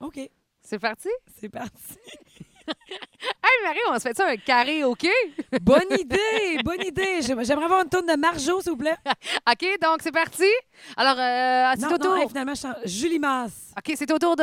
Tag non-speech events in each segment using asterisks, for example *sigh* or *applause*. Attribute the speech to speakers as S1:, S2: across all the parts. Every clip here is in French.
S1: OK,
S2: C'est parti?
S1: c'est parti.
S2: Hey Marie, on se fait ça un carré au cul?
S1: Bonne idée, bonne idée. J'aim- J'aimerais avoir une tourne de Marjo, s'il vous plaît.
S2: OK, donc c'est parti. Alors, euh, c'est
S1: Non,
S2: au
S1: non,
S2: tour.
S1: hey, finalement, je chante Julie Masse.
S2: OK, c'est au tour de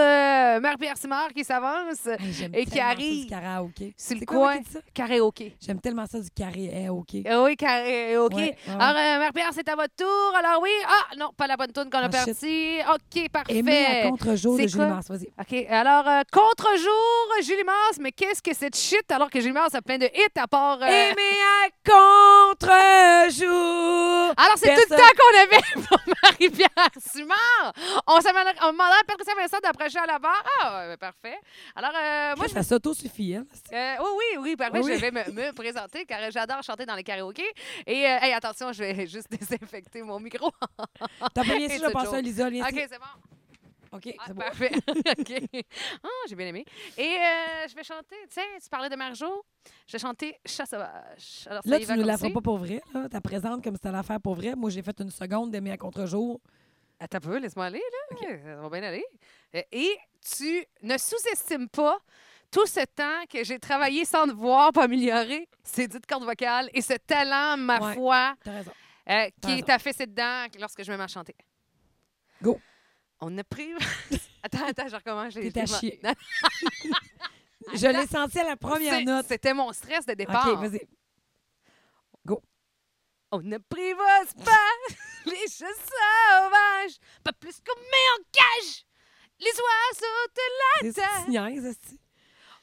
S2: Mère Pierre Simard qui s'avance.
S1: Hey, j'aime
S2: Et qui
S1: tellement ça,
S2: arrive.
S1: du karaoké.
S2: Sur le
S1: C'est quoi, moi,
S2: coin.
S1: qui dis ça?
S2: Karaoké.
S1: J'aime tellement ça du carré. Hey, OK.
S2: Euh, Oui, karaoké.
S1: Ouais, ouais,
S2: Alors, euh, Mère Pierre, c'est à votre tour. Alors oui, ah non, pas la bonne tune qu'on a
S1: Ah, shit.
S2: partie. OK,
S1: Aimer à
S2: parfait.
S1: contre-jour de
S2: C'est
S1: Julie
S2: quoi?
S1: Masse. Vas-y.
S2: OK, alors euh, contre-jour, Julie Mars, mais qu'est-ce que cette shit alors que Julie Mars a plein de hits à part euh,
S1: Aimer à contre-jour.
S2: Alors, c'est tout le
S1: Personne.
S2: temps qu'on avait *laughs* pour Marie-Pierre Simard. On s'en allait- on demandait à Patricia Vincent d'approcher à la barre. Ah, euh, parfait. Alors, euh, moi,
S1: Moi,
S2: je...
S1: ça s'auto-suffit. *laughs* Hein?
S2: euh, oui, oui, oui, parfait.
S1: Oui.
S2: Je vais me, me présenter car j'adore chanter dans les karaokés. Et, euh, hey, attention, je vais juste *laughs* désinfecter mon micro.
S1: T'as pas bien sûr, je
S2: It's a
S1: vais passer
S2: joke.
S1: à Lisa. viens
S2: OK,
S1: ici.
S2: c'est bon.
S1: OK,
S2: Ah,
S1: c'est bon. *laughs*
S2: parfait. OK. Ah, j'ai bien aimé. Et euh, je vais chanter, tu sais, tu parlais de Marjo. Je vais chanter Chat sauvage. Alors, ça
S1: Là,
S2: y
S1: tu
S2: va
S1: nous
S2: comme
S1: la
S2: ça.
S1: feras pas pour vrai. là. T'as présente comme si t'allais la faire pour vrai. Moi, j'ai fait une seconde d'aimer à contre-jour.
S2: Attends un peu, laisse-moi aller, là. Ça va bien aller. Euh, Et tu ne sous-estimes pas tout ce temps que j'ai travaillé sans te voir pour améliorer ces dites cordes vocales et ce talent, ma
S1: Ouais.
S2: foi,
S1: T'as raison.
S2: euh,
S1: T'as
S2: qui
S1: raison.
S2: est affaissé dedans lorsque je me mets à chanter.
S1: Go.
S2: On a pris. *laughs* attends, attends, je recommence. je l'ai-
S1: T'es à
S2: je l'ai-
S1: chier. Je l'ai senti à la première
S2: C'est-
S1: note.
S2: C'était mon stress de départ.
S1: OK, vas-y.
S2: On ne prévoise pas *laughs* les choses sauvages, pas plus qu'on met en cage les oiseaux de
S1: C'est
S2: Attends.
S1: c'est niaise, esti.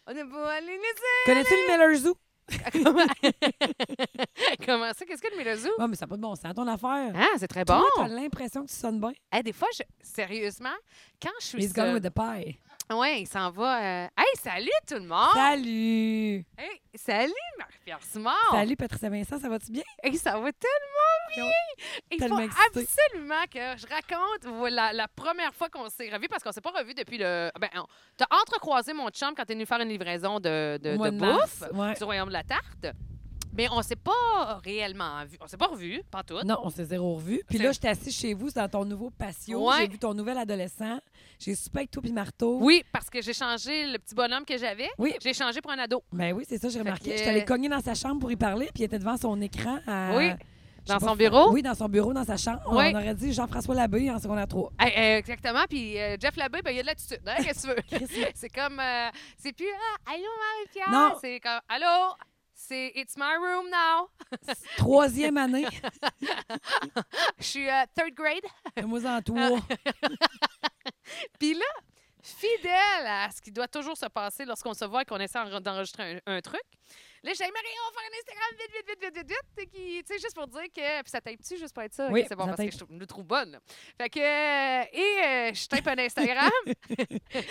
S2: la... On ne peut aller *laughs*
S1: Connais-tu le Miller Zoo?
S2: les aider. *laughs* Comment ça? Qu'est-ce que le mélozou?
S1: Ouais, mais ça n'a pas de bon sens, ton affaire.
S2: Ah, c'est très bon.
S1: Toi, t'as l'impression que tu sonnes bien.
S2: Hey, des fois, je... sérieusement, quand je suis
S1: He's gone
S2: seule...
S1: with the pie.
S2: Ouais, il s'en va... euh, Hey, salut tout le monde!
S1: Salut!
S2: Hey, salut Marie-Pierre Simard!
S1: Salut, Patricia Vincent, ça va-tu bien?
S2: Hey, ça va tellement bien!
S1: Voyons,
S2: Il faut
S1: tellement excitée.
S2: absolument que je raconte voilà, la première fois qu'on s'est revus, parce qu'on s'est pas revus depuis le... Ben, on- t'as entrecroisé mon chum quand t'es venu faire une livraison de, de,
S1: Au mois
S2: de
S1: de
S2: bouffe
S1: mars, ouais.
S2: du Royaume de la Tarte. Mais on s'est pas réellement vu. On s'est pas revus, pas tout.
S1: Non, on s'est zéro revu. Puis
S2: C'est-
S1: là, j'étais assise chez vous dans ton nouveau patio.
S2: Ouais.
S1: J'ai vu ton nouvel adolescent. J'ai soupé avec toi puis Marteau.
S2: Oui, parce que j'ai changé le petit bonhomme que j'avais.
S1: Oui.
S2: J'ai changé pour un ado.
S1: Ben oui, c'est ça, j'ai remarqué.
S2: que-
S1: J'étais allée cogner dans sa chambre pour y parler, puis il était devant son écran. à-
S2: Oui,
S1: je sais
S2: dans
S1: pas
S2: son
S1: si-
S2: bureau.
S1: Oui, dans son bureau, dans sa chambre.
S2: Oui.
S1: On aurait dit Jean-François Labbé en secondaire 3.
S2: Hey, euh, exactement. Puis euh, Jeff Labbé, ben, il y a de l'attitude. Hein,
S1: *laughs*
S2: Qu'est-ce que tu veux?
S1: Chris,
S2: c'est comme... euh, c'est plus... Ah, allô, Marie-Pierre!
S1: Non.
S2: C'est comme... Allô? C'est It's my room now.
S1: troisième
S2: *laughs*
S1: année,
S2: Je suis euh, third grade.
S1: moi en
S2: Ah.
S1: toi.
S2: Puis là, fidèle à ce qui doit toujours se passer lorsqu'on se voit et qu'on essaie en- d'enregistrer un, un truc, là, j'ai dit, Marie, on va faire un Instagram vite, vite, vite, vite, vite, vite. Et qui- Tu sais, juste pour dire que. Puis ça tape-tu, juste pour être ça?
S1: Oui,
S2: Ok, c'est bon,
S1: ça
S2: parce que
S1: tape.
S2: je trouve- nous trouve bonne. là. Fait que. euh, Et euh, je tape
S1: *laughs*
S2: un Instagram.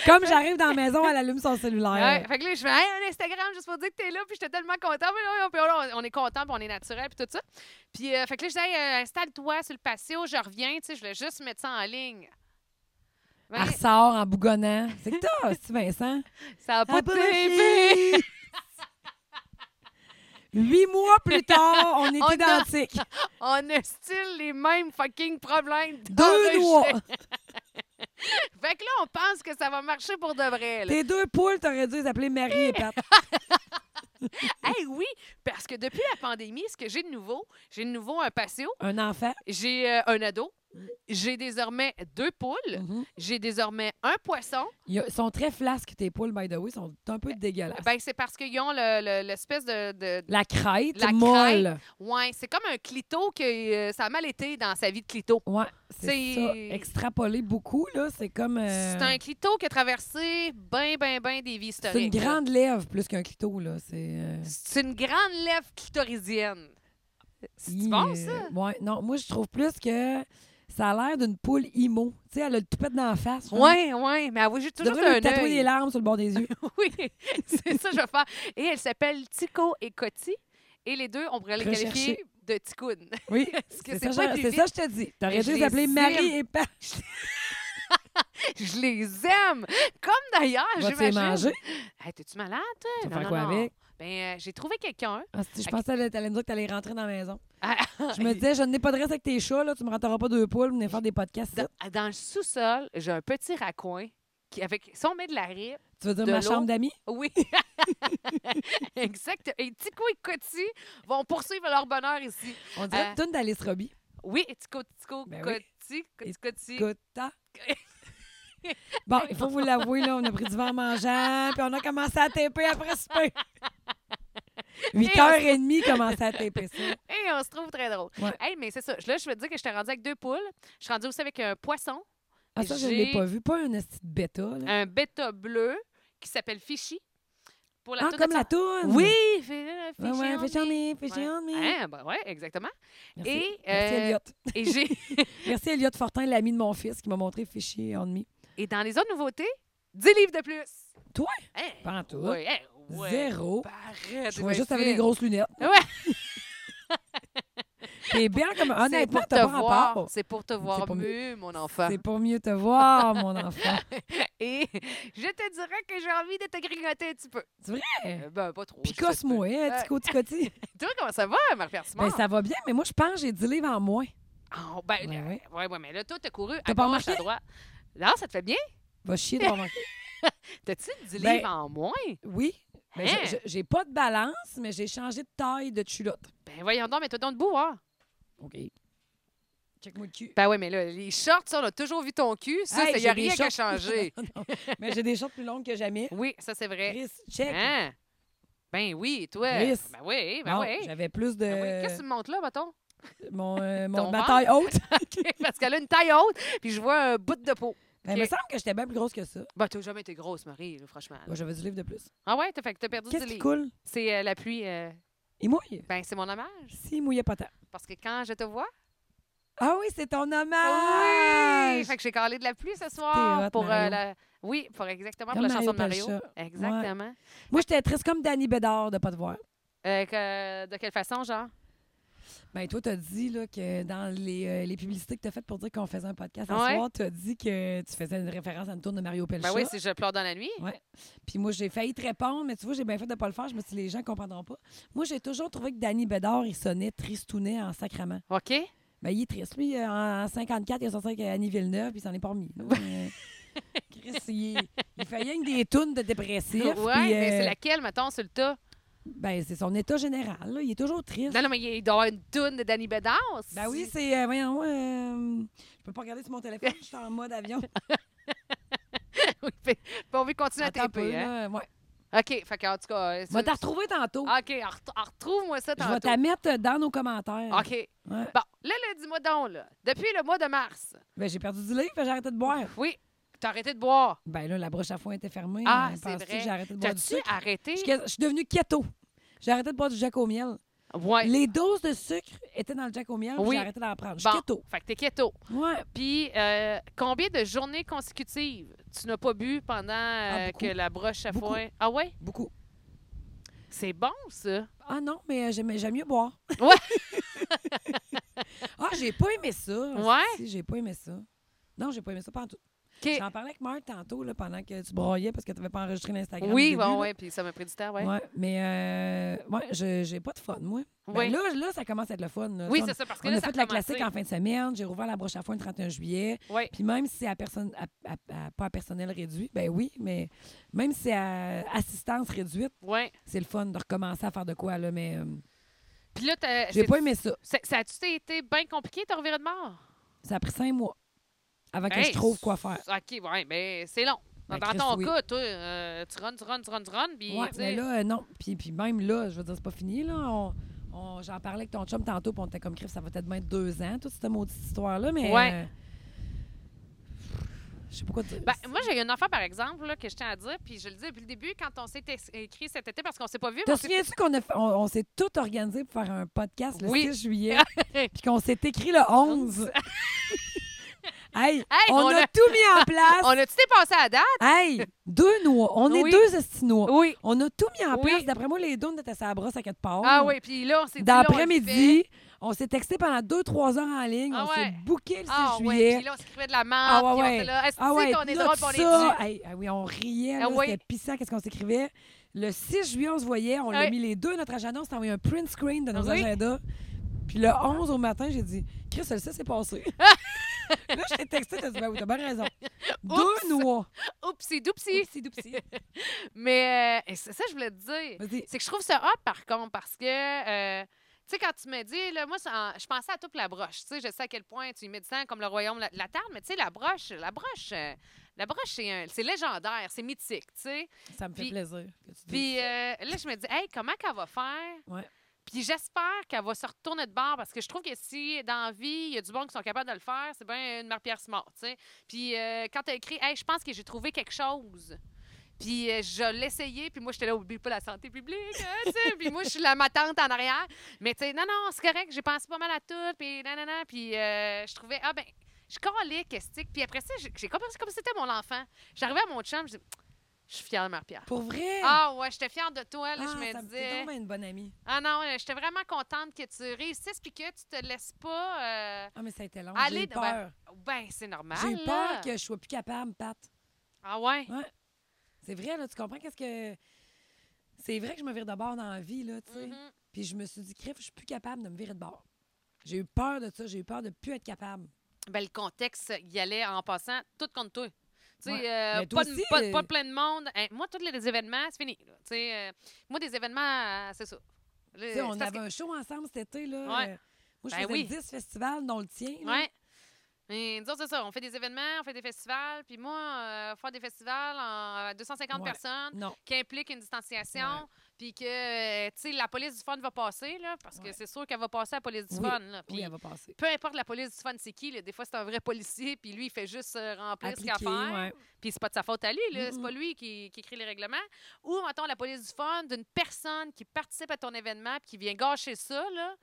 S1: Comme j'arrive dans la maison, elle allume son cellulaire.
S2: Ouais, fait que là, je fais Hey, un Instagram juste pour dire que t'es là, puis j'étais tellement content. Mais là, puis on, on est content, puis on est naturel, puis tout ça. Puis, euh, fait que là, je dis Hey, euh, installe-toi sur le patio, je reviens, tu sais, je voulais juste mettre ça en ligne. Mais
S1: Elle ressort en bougonnant. C'est que t'as, c'est Vincent.
S2: ça a pas de
S1: Apologie! Huit mois plus tard, on est
S2: *laughs* On a-
S1: identiques.
S2: On a style les mêmes fucking problèmes.
S1: Deux doigts.
S2: d'enregistrer. Fait que là, on pense que ça va marcher pour de vrai. là.
S1: Tes deux poules, t'aurais dû les appeler Marie et Pat.
S2: Hey, oui, parce que depuis la pandémie, ce que j'ai de nouveau, j'ai de nouveau un patio,
S1: Un enfant.
S2: j'ai euh, un ado, j'ai désormais deux poules,
S1: Mhm.
S2: j'ai désormais un poisson.
S1: Il y a- Ils sont très flasques, tes poules, by the way. Ils sont un peu dégueulasses.
S2: Ben, c'est parce qu'ils ont le- le- l'espèce de, de-
S1: La crête,
S2: La
S1: molle.
S2: Ouais, c'est comme un clito que euh, ça a mal été dans sa vie de clito.
S1: Ouais,
S2: C'est-
S1: c'est ça. Extrapoler beaucoup, là, c'est comme... euh,
S2: C'est un clito qui a traversé ben, ben, ben des vies historiques.
S1: c'est une
S2: là.
S1: grande lèvre plus qu'un clito, là. C'est... euh,
S2: C'est une grande lèvre clitoridienne. C'est
S1: il-
S2: bon, ça?
S1: euh, ouais, non, moi, je trouve plus que ça a l'air d'une poule IMO. Tu sais, elle a le toupette dans la face. genre.
S2: Oui, oui, mais avouez juste
S1: Tu
S2: toujours
S1: devrais
S2: un
S1: lui tatouer des
S2: œil.
S1: larmes sur le bord des yeux.
S2: *laughs* Oui, c'est ça que je vais faire. Et elle s'appelle Tico et Coty. Et les deux, on pourrait les
S1: Recherché.
S2: qualifier de Ticoun.
S1: Oui,
S2: Parce que
S1: c'est
S2: c'est
S1: ça,
S2: pas
S1: genre-
S2: des
S1: c'est
S2: Ben, vies-
S1: ça, je te dis. T'aurais
S2: je
S1: dû les
S2: les
S1: appeler
S2: aime.
S1: Marie et
S2: *laughs*
S1: Pat.
S2: *laughs* Je les aime! Comme d'ailleurs,
S1: Vas-tu les
S2: j'imagine.
S1: manger?
S2: Hey, T'es-tu malade? toi?
S1: Tu vas faire
S2: Non, non,
S1: quoi
S2: non.
S1: avec?
S2: Ben, euh, j'ai trouvé quelqu'un.
S1: Ah, si, je
S2: Ok.
S1: pensais que t'allais me dire que t'allais rentrer dans la maison.
S2: *laughs* Ah,
S1: Je me disais, je n'ai pas de reste avec tes chats, là, tu me rentreras pas deux poules, venir faire des podcasts. ici.
S2: Dans, dans le sous-sol, j'ai un petit raccoin qui- avec son met de la rire.
S1: Tu veux dire
S2: De
S1: ma
S2: l'eau.
S1: chambre d'amis?
S2: Oui. *laughs* exact. Et Tico et Coty vont poursuivre leur bonheur ici.
S1: On dirait
S2: Euh,
S1: une toune d'Alice Robbie.
S2: Oui, Tico, Tico,
S1: Ben oui.
S2: Coty,
S1: Et
S2: Coty, Coty. *laughs*
S1: Gota. Bon, il faut vous l'avouer, là, on a pris du vent en mangeant, puis on a commencé à taper après
S2: *laughs*
S1: souper. 8h30, commencé à taper ça.
S2: Et on se trouve très drôle.
S1: Ouais.
S2: Hey, mais c'est ça. Là, je veux te dire que je t'ai rendu avec deux poules. Je suis rendue aussi avec un poisson,
S1: Ah, ça, je ne
S2: J'ai-
S1: l'ai pas vu. Pas un esti de bêta, là.
S2: un bêta bleu qui s'appelle Fishy. Pour
S1: Ah,
S2: toune
S1: comme
S2: de-
S1: la toune!
S2: Oui, fait-
S1: Ouais, ouais,
S2: Fishy
S1: fais
S2: on me.
S1: chier, fais chier, on me.
S2: Hein, ben ouais, exactement.
S1: Merci.
S2: Et,
S1: Merci,
S2: euh,
S1: Elliot.
S2: *laughs* Et j'ai
S1: Merci, Elliot Fortin, l'ami de mon fils, qui m'a montré Fichier on me.
S2: et dans les autres nouveautés, 10 livres de plus.
S1: Toi?
S2: Hein,
S1: Pas en tout.
S2: ouais, hein, ouais.
S1: Zéro.
S2: Arrête,
S1: Je vois juste
S2: ben,
S1: avec des
S2: fine.
S1: grosses lunettes.
S2: Ouais.
S1: T'es bien comme.
S2: *laughs* C'est
S1: Honnêtement,
S2: pour
S1: t'as
S2: te
S1: pas
S2: voir-
S1: rapport.
S2: C'est pour te voir
S1: pour
S2: mieux, mon enfant.
S1: C'est pour mieux te voir, mon
S2: *laughs*
S1: enfant.
S2: Et je te dirais que j'ai envie de te grignoter un petit peu.
S1: C'est vrai?
S2: Euh, ben, pas trop. juste un petit peu.
S1: Picosse-moi, hein,
S2: Euh,
S1: Tico
S2: *laughs*
S1: Ticoti.
S2: Toi, comment ça va, Marc-Pierre
S1: Ben,
S2: Simard?
S1: ça va bien, mais moi, je pense que j'ai 10 livres en moins.
S2: Oh, ben,
S1: Ouais,
S2: euh,
S1: ouais.
S2: ouais, ouais, mais là, toi, t'as couru à
S1: T'as pas
S2: gauche, à
S1: remarqué?
S2: droite. Non, ça te fait bien?
S1: Va chier de manquer.
S2: T'as-tu 10
S1: Ben-
S2: livres en moins?
S1: Oui. Ben, je-
S2: Hein?
S1: je- j'ai pas de balance, mais j'ai changé de taille de culotte.
S2: Ben, voyons donc, mets-toi donc debout, hein.
S1: OK. Check-moi le cul.
S2: Ben oui, mais là, les shorts, ça, on a toujours vu ton cul. Ça,
S1: Hey,
S2: il n'y
S1: j'ai
S2: a
S1: des
S2: rien qu'à
S1: shorts. *laughs*
S2: changer.
S1: Non, mais j'ai des shorts plus longues que jamais.
S2: Oui, ça, c'est vrai.
S1: Chris, check.
S2: Hein? Ben oui, toi.
S1: Chris.
S2: Ben oui, ben
S1: Bon, Euh,
S2: oui.
S1: J'avais plus de.
S2: Ben oui. Qu'est-ce que tu me montres là, mettons? *laughs*
S1: mon, euh, mon-
S2: Ton
S1: ma
S2: ventre?
S1: taille haute.
S2: Parce qu'elle a une taille haute, puis je vois un bout de peau.
S1: Ben, Il me semble que j'étais bien plus grosse que ça.
S2: Ben, t'as jamais été grosse, Marie, là, franchement.
S1: Ouais, J'avais du livre de plus.
S2: Ah ouais, t'as fait que t'as perdu
S1: Qu'est-ce
S2: du
S1: qui
S2: livre.
S1: coule?
S2: C'est euh, la pluie. euh,
S1: Il mouille.
S2: ben, c'est mon hommage.
S1: S'il mouillait pas tant.
S2: Parce que quand je te vois,
S1: Ah oui, c'est ton
S2: oui!
S1: hommage!
S2: Fait que j'ai calé de la pluie ce
S1: T'es
S2: soir
S1: Ah! hot,
S2: pour euh,
S1: Mario.
S2: la. Oui, pour exactement pour
S1: Comme
S2: la chanson de
S1: Mario
S2: Mario.
S1: Pelcha.
S2: Exactement.
S1: Moi, j'étais triste comme Danny Bédard de pas te voir.
S2: Euh, que- de quelle façon, genre?
S1: Ben, toi, t'as dit là, que dans les, euh, les publicités que t'as faites pour dire qu'on faisait un podcast à
S2: Ouais.
S1: soir, t'as dit que tu faisais une référence à une tourne de Mario Pelcha.
S2: Ben oui, si je pleure dans la nuit.
S1: Puis moi, j'ai failli te répondre, mais tu vois, j'ai bien fait de pas le faire. Je me suis dit, les gens comprendront pas. Moi, j'ai toujours trouvé que Danny Bédard, il sonnait tristounet en sacrement.
S2: OK?
S1: Ben, il est triste. Lui, euh, en en 54, il a sorti avec euh, Annie Villeneuve, puis il s'en est pas remis. *laughs* là. Euh, Chris, il, il fait rien que des tunes de dépressif.
S2: Ouais,
S1: puis,
S2: mais c'est
S1: euh,
S2: laquelle, mettons, sur le tas?
S1: ben, c'est son état général. là. Il est toujours triste.
S2: Non, non, mais il doit y avoir une toune de Danny Bédard.
S1: Ben oui,
S2: si-
S1: c'est. euh, voyons, euh, je peux pas regarder sur mon téléphone, je suis en mode avion.
S2: *laughs* *laughs* Oui, fait- fait on veut continuer
S1: Attends
S2: à
S1: un peu,
S2: taper.
S1: là,
S2: Hein?
S1: ouais.
S2: OK, fait que, en tout cas. euh,
S1: Va
S2: c'est-
S1: t'en retrouver tantôt.
S2: Ah, OK, en- en retrouve-moi ça
S1: je vais
S2: tantôt.
S1: t'en mettre dans nos commentaires.
S2: OK.
S1: Ouais.
S2: Bon, là, là, dis-moi donc, là. Depuis le mois de mars,
S1: Ben, j'ai perdu du livre, fait que j'ai arrêté de boire.
S2: oui, t'as arrêté de boire.
S1: Ben là, la broche à foin était fermée.
S2: Ah,
S1: hein,
S2: c'est
S1: penses-tu
S2: vrai.
S1: que J'ai arrêté de boire du
S2: T'as-tu
S1: sucre.
S2: arrêté?
S1: Je suis je suis devenue keto. J'ai arrêté de boire du jack au miel.
S2: Ouais.
S1: Les doses de sucre étaient dans le jack au miel, puis
S2: Oui.
S1: j'ai arrêté d'en prendre. Je suis
S2: Bon,
S1: keto.
S2: fait que t'es keto.
S1: Ouais.
S2: Puis, euh, combien de journées consécutives tu n'as pas bu pendant euh,
S1: Ah, beaucoup.
S2: que la broche à
S1: Beaucoup.
S2: foin... Ah ouais?
S1: Beaucoup.
S2: C'est bon, ça.
S1: Ah non, mais euh, j'aimais- j'aime mieux boire.
S2: Ouais.
S1: *laughs* ah, j'ai pas aimé ça.
S2: Ouais?
S1: Si, j'ai pas aimé ça. Non, j'ai pas aimé ça pendant tout.
S2: OK.
S1: J'en parlais avec Marc tantôt, là, pendant que tu broyais parce que tu n'avais pas enregistré l'Instagram.
S2: Oui,
S1: au début,
S2: ouais,
S1: là.
S2: ouais, puis ça m'a pris du temps, ouais.
S1: Ouais, mais euh, ouais, je- j'ai pas de fun, moi. Ben
S2: Ouais.
S1: là, là, ça commence à être le fun. là.
S2: Oui,
S1: On-
S2: c'est ça, parce que
S1: on
S2: là,
S1: a
S2: ça
S1: fait la
S2: recommençait.
S1: classique en fin de semaine. J'ai rouvert la broche à foin le 31 juillet.
S2: Ouais.
S1: Puis même si c'est à personne, à- à- à- pas à personnel réduit, ben oui, mais même si c'est à assistance réduite,
S2: Ouais.
S1: c'est le fun de recommencer à faire de quoi, là. Mais euh,
S2: Puis là, t'as-
S1: j'ai
S2: c'est-
S1: pas aimé ça.
S2: Ça, ça a-tu été bien compliqué, ton revirement de mort?
S1: Ça a pris cinq mois avant que
S2: Hey,
S1: je trouve quoi faire.
S2: OK, ouais, mais c'est long.
S1: Ben,
S2: Dans, dans
S1: Chris,
S2: ton
S1: oui.
S2: cas, toi, euh, tu runs, tu runs, tu runs, tu runs, puis
S1: Ouais,
S2: tu sais,
S1: mais là, euh, non. Puis, puis même là, je veux dire, c'est pas fini, là. On- on- J'en parlais avec ton chum tantôt, puis on était comme crif, ça va peut-être bien être deux ans, toute cette maudite histoire-là, mais.
S2: Ouais.
S1: euh, je sais pas quoi dire.
S2: Ben, moi, j'ai une affaire, par exemple, là, que je tiens à dire, puis je le dis depuis le début, quand on s'est ex- écrit cet été, parce qu'on s'est pas vu, mais
S1: Te
S2: on s'est-
S1: souviens-tu qu'on a fait- on, on s'est tout organisé pour faire un podcast le
S2: Oui.
S1: 6
S2: *laughs*
S1: juillet, puis qu'on s'est écrit le 11? *laughs* hey, on,
S2: on
S1: a,
S2: a-
S1: tout mis en place.
S2: *laughs* on a-tu dépassé à la date?
S1: Hey, deux noix. On est
S2: Oui.
S1: deux estinois.
S2: Oui.
S1: On a tout mis en
S2: Oui.
S1: place. D'après moi, les dons étaient à la brosse à quatre parts.
S2: Ah oui, puis là, on s'est dit, là, on le fait.
S1: D'après-midi, on s'est texté pendant 2-3 heures en ligne.
S2: Ah
S1: on s'est
S2: ouais.
S1: booké le 6
S2: Ah ouais,
S1: juillet.
S2: puis là, on s'écrivait de la menthe,
S1: Ah ouais,
S2: puis on
S1: ouais.
S2: était là, est-ce
S1: ah ouais,
S2: qu'on est
S1: là,
S2: drôle,
S1: tout
S2: puis on est
S1: ça.
S2: dû?
S1: Hey, ah oui, on riait.
S2: Ah
S1: là,
S2: ouais.
S1: C'était pissant qu'est-ce qu'on s'écrivait. Le 6 juillet, on se voyait. On l'a
S2: Ouais.
S1: mis les deux à notre agenda. On s'est envoyé un print screen de nos
S2: Ah Oui. *laughs*
S1: agendas. Puis le 11 au matin, j'ai dit, Chris, le 6 est passé. Là, je t'ai texté, t'as dit, ben oui, t'as bien raison.
S2: Oups.
S1: Deux noix.
S2: Oupsie, doupsie.
S1: Oupsie,
S2: *laughs*
S1: doupsie.
S2: Mais euh, et c'est ça que je voulais te dire.
S1: Vas-y.
S2: C'est que je trouve ça hot, par contre, parce que, euh, tu sais, quand tu me dis, là, moi, ça en- je pensais à toute la broche. Tu sais, je sais à quel point tu y mets du sang comme le royaume de la, la table, mais tu sais, la broche, la broche, euh, la broche, c'est un- c'est légendaire, c'est mythique, tu sais.
S1: Ça me fait
S2: Puis-
S1: plaisir que tu dises.
S2: Puis euh, là, je me dis, hey, comment qu'elle va faire?
S1: Ouais.
S2: Puis j'espère qu'elle va se retourner de bord parce que je trouve que si dans la vie, il y a du bon qui sont capables de le faire, c'est bien une Marie-Pierre Simard, tu sais. Puis euh, quand elle écrit, hey, je pense que j'ai trouvé quelque chose. Puis euh, je l'ai essayé, puis moi, j'étais là, oublie pas la santé publique, hein, tu sais. puis moi, je suis la ma tante en arrière. Mais tu sais, non, non, c'est correct, j'ai pensé pas mal à tout, puis nanana. Puis euh, je trouvais, ah ben, je calais, qu'est-ce Puis après ça, j'ai j'ai compris comme si c'était mon enfant. J'arrivais à mon chum, je dis, je suis fière de Marie-Pierre.
S1: Pour vrai? *laughs*
S2: Ah ouais, j'étais fière de toi, là,
S1: Ah,
S2: je
S1: ça
S2: me
S1: me- t'es
S2: disais.
S1: donc bien une bonne amie.
S2: Ah non, euh, j'étais vraiment contente que tu réussisses puis que tu te laisses pas. euh,
S1: Ah, mais ça a été long.
S2: Allez,
S1: J'ai eu
S2: ben,
S1: peur.
S2: Ben, c'est normal.
S1: J'ai eu
S2: là.
S1: peur que je sois plus capable, Pat.
S2: Ah ouais.
S1: Ouais. C'est vrai, là, tu comprends qu'est-ce que... C'est vrai que je me vire de bord dans la vie, là, tu sais.
S2: Mhm.
S1: Puis je me suis dit, crif, je suis plus capable de me virer de bord. J'ai eu peur de ça, j'ai eu peur de plus être capable.
S2: Ben, le contexte, il y allait en passant tout contre toi. Tu sais,
S1: Ouais.
S2: euh,
S1: Mais toi
S2: pas, de-
S1: aussi,
S2: pas-
S1: euh,
S2: pas plein de monde. Hein, moi, tous les événements, c'est fini. là. Tu sais, euh, moi, des événements, euh, c'est ça. Là,
S1: Tu sais, on
S2: c'est parce
S1: avait un show ensemble cet été, là.
S2: Ouais.
S1: euh, moi, je
S2: Ben
S1: faisais
S2: oui.
S1: 10 festivals, dont le tien.
S2: que-
S1: là.
S2: Ouais. Et nous autres, c'est ça. On fait des événements, on fait des festivals. Puis moi, euh, faire des festivals en euh, 250
S1: Ouais.
S2: personnes.
S1: Non.
S2: qui implique une distanciation,
S1: Ouais.
S2: puis que, euh, tu sais, la police du fun va passer, là, parce que
S1: Ouais.
S2: c'est sûr qu'elle va passer à la police du
S1: Oui.
S2: fun, là. Puis
S1: Oui, elle va passer.
S2: peu importe la police du fun, c'est qui, là, des fois, c'est un vrai policier, puis lui, il fait juste euh, remplir ce qu'il
S1: Appliquer,
S2: a à faire,
S1: ouais.
S2: puis c'est pas de sa faute à lui, là, c'est
S1: Mm-mm.
S2: pas lui qui, qui écrit les règlements. Ou, mettons, la police du fun d'une personne qui participe à ton événement, puis qui vient gâcher ça, là.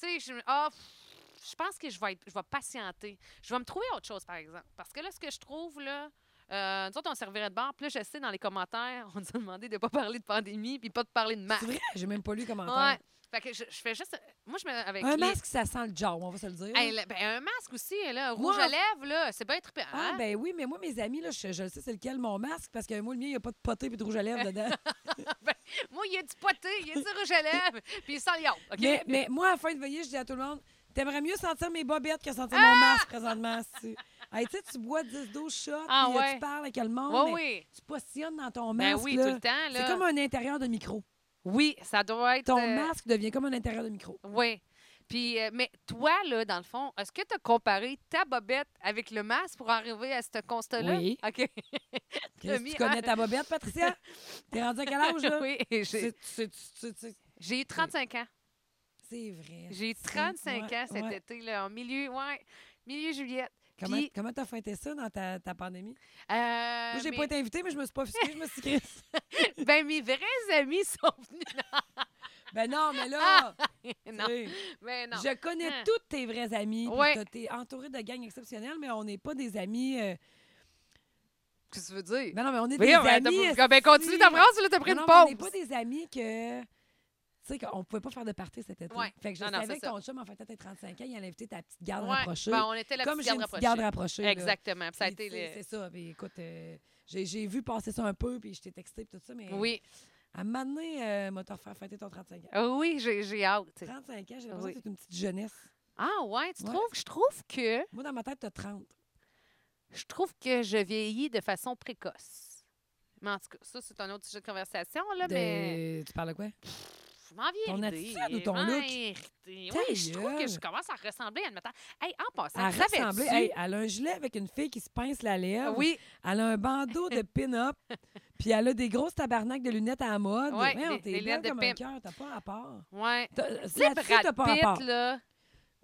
S2: Tu sais, je me- ah, pff, je pense que je vais, être- je vais patienter. Je vais me trouver autre chose, par exemple. Parce que là, ce que je trouve, là, euh, nous autres, on servirait de bar. Puis là, je sais, dans les commentaires, *laughs* on nous a demandé de ne pas parler de pandémie puis pas de parler de
S1: C'est
S2: masque.
S1: vrai, j'ai même pas lu comment
S2: Ben Ouais. Fait que je, je fais juste. Moi, je me. Avec
S1: Un
S2: les-
S1: masque, ça sent le genre, on va se le dire.
S2: Hey, là, ben, un masque aussi, là. un Rouge
S1: Moi,
S2: à lèvres, là. C'est bien trippant.
S1: Ah,
S2: hein?
S1: ben oui, mais moi, mes amis, là, je, je le sais, c'est lequel mon masque, parce que moi, le mien, il n'y a pas de poté et de rouge à lèvres
S2: *laughs*
S1: dedans.
S2: Moi, il y a du poté, il y a du rouge à lèvres, *laughs* puis il sent le yaourt, OK?
S1: mais, mais moi, à la fin de veillée, je dis à tout le monde, t'aimerais mieux sentir mes bobettes que sentir mon masque présentement.
S2: *laughs*
S1: si- Hey, tu sais, tu bois 10-12 shots,
S2: Ah,
S1: puis, euh,
S2: ouais.
S1: tu parles avec le monde,
S2: Ouais,
S1: mais
S2: oui.
S1: tu positionnes dans ton
S2: Ben
S1: masque.
S2: oui,
S1: là.
S2: tout le temps, là.
S1: C'est comme un intérieur de micro.
S2: Oui, ça doit être.
S1: Ton
S2: euh,
S1: masque devient comme un intérieur de
S2: *laughs*
S1: micro.
S2: Oui. Puis, euh, mais toi, là, dans le fond, est-ce que tu as comparé ta bobette avec le masque pour arriver à ce constat-là?
S1: Oui.
S2: OK.
S1: Chris,
S2: mis
S1: tu
S2: un-
S1: connais
S2: *laughs*
S1: ta bobette, Patricia? T'es rendu à quel âge, *laughs* là?
S2: oui,
S1: Tu sais-
S2: j'ai-
S1: tu sais- tu sais- tu sais-
S2: j'ai eu 35 ans.
S1: C'est vrai.
S2: J'ai eu
S1: C'est-
S2: 35
S1: ouais,
S2: ans cet
S1: ouais.
S2: été, là, en milieu, ouais, milieu Juliette.
S1: Comment
S2: Puis,
S1: comment t'as fêté ça dans ta, ta pandémie?
S2: euh,
S1: Moi, j'ai
S2: mais-
S1: pas été invitée, mais je me suis pas offusquée. Je me suis dit, Chris.
S2: *laughs* Ben, mes vrais amis sont
S1: *laughs*
S2: venus.
S1: Ben non, mais là, tu
S2: Ah! non,
S1: sais,
S2: mais non.
S1: je connais
S2: Hein.
S1: toutes tes vrais amis. puis
S2: Ouais.
S1: t'as- T'es entourée de gangs exceptionnels, mais on n'est pas des amis. euh,
S2: Qu'est-ce que tu veux dire?
S1: Ben non, mais on est
S2: Voyons,
S1: des
S2: ben,
S1: amis.
S2: t'as-
S1: esti.
S2: ben, continue ta phrase, là, t'as pris
S1: Non,
S2: une
S1: non, mais On n'est
S2: pause.
S1: pas des amis que. Tu sais, qu'on pouvait pas faire de party cet été.
S2: Ouais.
S1: Fait que je
S2: Non, non,
S1: savais
S2: c'est
S1: que ton chum, en fait, t'as 35 ans, il allait inviter ta petite garde
S2: Ouais,
S1: rapprochée.
S2: ben, on était la
S1: Comme
S2: petite
S1: j'ai
S2: garde
S1: une petite
S2: rapprochée.
S1: garde rapprochée. là.
S2: Exactement. Puis ça a
S1: Puis,
S2: été
S1: tu sais,
S2: le-
S1: C'est ça. Puis écoute, euh, j'ai j'ai vu passer ça un peu, puis je t'ai texté, puis tout ça, mais
S2: Oui,
S1: à un moment donné, euh, m'a t'en faire fêter ton 35 ans.
S2: Ah oui, j'ai j'ai hâte.
S1: 35 ans, j'ai l'impression
S2: Oui.
S1: que t'es une petite jeunesse.
S2: Ah ouais, tu
S1: Ouais.
S2: trouves? Je trouve que...
S1: Moi, dans ma tête, t'as 30.
S2: Je trouve que je vieillis de façon précoce. Mais en tout cas, ça, c'est un autre sujet de conversation, là, mais
S1: De- Tu parles de quoi?
S2: je m'en viens
S1: Ton
S2: irritée,
S1: attitude ou ton
S2: je m'en
S1: look?
S2: viens irritée.
S1: Ta
S2: Oui, je trouve que
S1: gueule.
S2: je commence à ressembler à une matin. Hey, en passant,
S1: Elle
S2: tu savais-tu-
S1: ressemblait. Hey, ah elle a un gilet avec une fille qui se pince la lèvre.
S2: Oui,
S1: Elle a un bandeau de
S2: *laughs*
S1: pin-up. puis elle a des grosses tabarnaks de lunettes à la mode.
S2: Ouais,
S1: Voyons,
S2: des-
S1: t'es
S2: des
S1: belle
S2: lunettes de
S1: comme un
S2: pimp.
S1: cœur, t'as pas rapport.
S2: ouais.
S1: T'as-
S2: Tu
S1: là-dessus,
S2: sais,
S1: t'as
S2: Brad
S1: pas rapport.
S2: Pitt, là.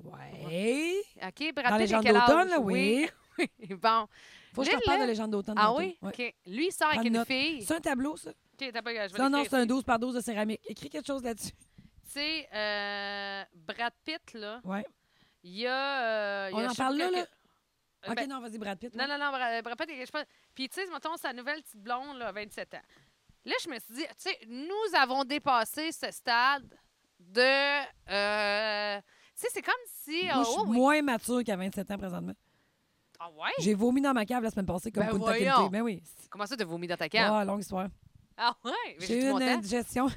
S1: Ouais.
S2: OK,
S1: Dans
S2: Brad
S1: les
S2: Pitt, à
S1: gens
S2: quel âge?
S1: d'automne, là, oui.
S2: *laughs* bon.
S1: Faut que je te
S2: Là,
S1: reparle
S2: là-
S1: de légende d'automne.
S2: Ah
S1: tantôt.
S2: oui?
S1: Ouais.
S2: OK. Lui, il sort avec
S1: Prends
S2: une
S1: note.
S2: fille.
S1: C'est un tableau, ça?
S2: OK, t'as pas je vais
S1: Non, non,
S2: l'écrire.
S1: c'est un 12 par 12 de céramique. Écris quelque chose là-dessus.
S2: Tu sais, euh, Brad Pitt, là,
S1: Ouais.
S2: il y a... euh, il y
S1: On
S2: a,
S1: en
S2: je sais
S1: parle
S2: pas,
S1: là,
S2: quelques-
S1: là?
S2: Euh,
S1: OK,
S2: ben,
S1: non, vas-y, Brad Pitt.
S2: Non, non, non, euh, Brad Brad Pitt, il- je pense. Puis, tu sais, mettons, sa nouvelle petite blonde, là, 27 ans. Là, je me suis dit, tu sais, nous avons dépassé ce stade de. euh, tu sais, c'est comme si.
S1: Moi,
S2: euh,
S1: je suis
S2: oh, oui.
S1: moins mature qu'à 27 ans présentement.
S2: Ah ouais?
S1: J'ai vomi dans ma cave la semaine passée comme
S2: Ben
S1: pour une taquinité.
S2: voyons.
S1: Ben oui.
S2: Comment ça, t'as vomi dans ta cave?
S1: Ah, longue histoire.
S2: Ah ouais? Mais
S1: J'ai eu
S2: tout mon
S1: une
S2: temps. *laughs*
S1: indigestion.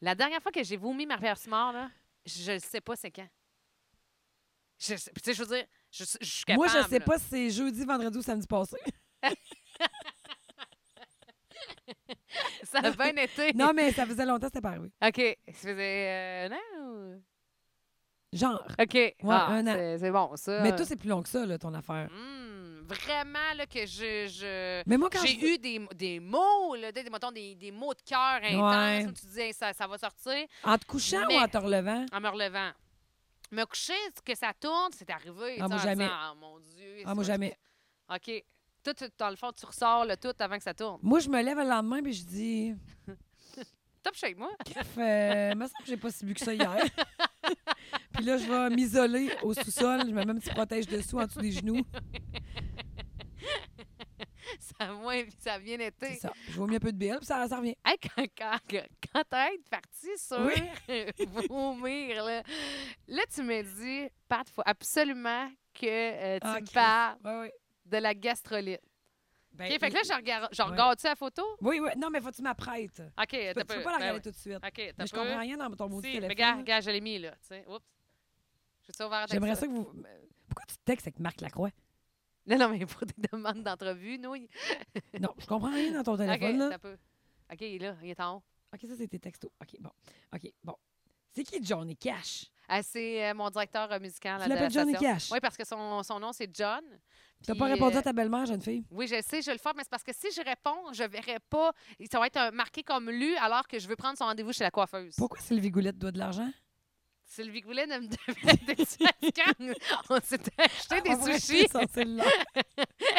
S2: La dernière fois que j'ai vomi ma mort là, je ne sais pas c'est quand. Je, sais- puis tu sais, je veux dire, je, je suis capable.
S1: Moi, je sais
S2: là.
S1: pas si c'est jeudi, vendredi ou samedi
S2: *laughs*
S1: passé.
S2: Ça a bien été.
S1: non, mais ça faisait longtemps que c'était pas arrivé.
S2: OK. Ça faisait euh, un an ou-
S1: Genre.
S2: OK. ah,
S1: un an.
S2: C'est, c'est bon, ça.
S1: Mais toi, c'est plus long que ça, là, ton affaire.
S2: Hmm, vraiment, là, que je. je-
S1: Mais moi, quand
S2: J'ai
S1: je-
S2: eu des, des mots, là, des, des, mettons, des, des mots de cœur intenses.
S1: Ouais.
S2: où Tu disais, ça, ça va sortir
S1: En te couchant
S2: Mm. Mais-
S1: ou en te relevant?
S2: en me relevant. Me coucher, ce que ça tourne, c'est arrivé. tu sais,
S1: moi,
S2: en disant,
S1: jamais.
S2: Ah, mon Dieu.
S1: Ah, moi,
S2: c'est-
S1: jamais.
S2: OK. Tout, tout, dans le fond, tu ressors le tout avant que ça tourne.
S1: Moi, je me lève le lendemain puis je dis,
S2: Top shape, moi. *laughs*
S1: Paf, euh, me semble que j'ai pas si bu que ça hier. *laughs* puis là, je vais m'isoler au sous-sol. Je me mets un petit protège dessous, en dessous des genoux.
S2: Ça a, moins, ça a bien
S1: C'est
S2: été.
S1: ça. Je vais mis un peu de bière, puis ça, ça revient.
S2: Hey, quand quand, quand t'es parti sur *laughs* vomir, là, là, tu me dis, Pat, faut absolument que euh, tu
S1: Ah,
S2: me
S1: Christ.
S2: parles
S1: Oui, oui.
S2: de la gastrolite.
S1: Ben,
S2: OK, fait que là, je regarde, je regarde-tu la photo?
S1: Oui, oui. Non, mais faut que tu m'apprêtes.
S2: OK,
S1: Tu
S2: t'as
S1: peux, tu peux
S2: peu.
S1: pas la
S2: Ben
S1: regarder
S2: oui.
S1: tout de suite.
S2: OK, t'as
S1: Mais je
S2: peu.
S1: comprends rien dans ton mot de
S2: Si, mais
S1: téléphone.
S2: regarde, regarde, je l'ai mis, là, tu sais. Oups. Je vais ouvert avec
S1: J'aimerais
S2: ça.
S1: ça que vous... Pourquoi tu textes avec Marc Lacroix?
S2: Non, non, mais pour des *laughs* demandes d'entrevue, nous. il-
S1: Non, je comprends rien dans ton
S2: OK,
S1: téléphone, là.
S2: t'as peu. OK, il est là, il est en haut.
S1: OK, ça, c'est tes textos. OK, bon. OK, bon. C'est qui Johnny Cash?
S2: Ah, c'est euh, mon directeur euh, musical. là,
S1: Tu
S2: de la
S1: l'appelles Johnny
S2: station.
S1: Cash?
S2: Oui, parce que son, son nom, c'est John.
S1: T'as
S2: Puis,
S1: pas répondu
S2: euh,
S1: à ta belle-mère, jeune fille?
S2: Oui, je sais, je le fais, mais c'est parce que si je réponds, je verrai pas. Ça va être euh, marqué comme lu alors que je veux prendre son rendez-vous chez la coiffeuse.
S1: Pourquoi Sylvie Goulette doit de l'argent?
S2: Sylvie Goulet ne me devait des *laughs* sous- On s'est acheté des
S1: Ah, On va
S2: sushis.
S1: rester sur
S2: *laughs*
S1: celle-là.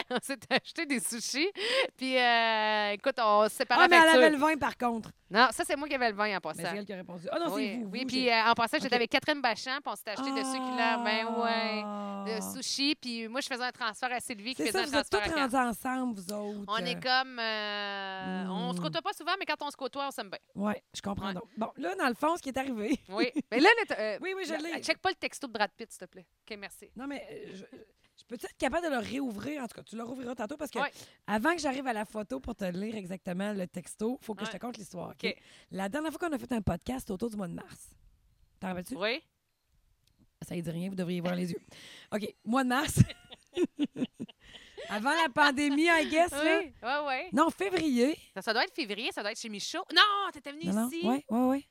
S2: On s'est acheté des sushis. Puis, euh, écoute, on se sépare
S1: Ah, mais elle
S2: la facture.
S1: avait le vin, par contre.
S2: Non, ça, c'est moi qui avais le vin en
S1: Mais c'est
S2: passant.
S1: elle qui a répondu. Ah, non,
S2: oui,
S1: c'est vous.
S2: oui,
S1: vous,
S2: puis
S1: j'ai-
S2: euh, en passant, j'étais
S1: OK.
S2: avec Catherine Bachan, puis on s'est acheté des succulents. Ben ouais.
S1: Ah.
S2: de sushi. Puis moi, je faisais un transfert à Sylvie qui
S1: C'est
S2: faisait
S1: ça,
S2: un
S1: vous êtes tous
S2: transfert à Kat.
S1: rendus ensemble, vous autres.
S2: On est comme. euh, On se
S1: Hmm.
S2: côtoie pas souvent, mais quand on se côtoie, on s'aime bien.
S1: Oui, je comprends
S2: Ouais.
S1: donc. Bon, là, dans le fond, ce qui est arrivé... *laughs*
S2: Oui. mais là, le t- euh,
S1: Oui, oui, je
S2: là,
S1: l'ai.
S2: Check pas le texto de Brad Pitt, s'il te plaît. OK, merci.
S1: Non, mais euh, je, je peux-tu être capable de le réouvrir? En tout cas, tu le rouvriras tantôt parce que
S2: Ouais.
S1: avant que j'arrive à la photo pour te lire exactement le texto, faut que je
S2: Ouais.
S1: te conte l'histoire. OK?
S2: OK.
S1: La dernière fois qu'on a fait un podcast c'était autour du mois de mars. T'en rappelles-tu?
S2: Oui.
S1: Ça ne dit rien, vous devriez voir les yeux. OK, mois de mars. *laughs* avant la pandémie, I guess, là.
S2: Oui. Oui, oui.
S1: Non, février.
S2: Ça, ça doit être février, ça doit être chez Michaud. Non, t'étais venu
S1: Non, non.
S2: ici.
S1: Oui, oui, oui.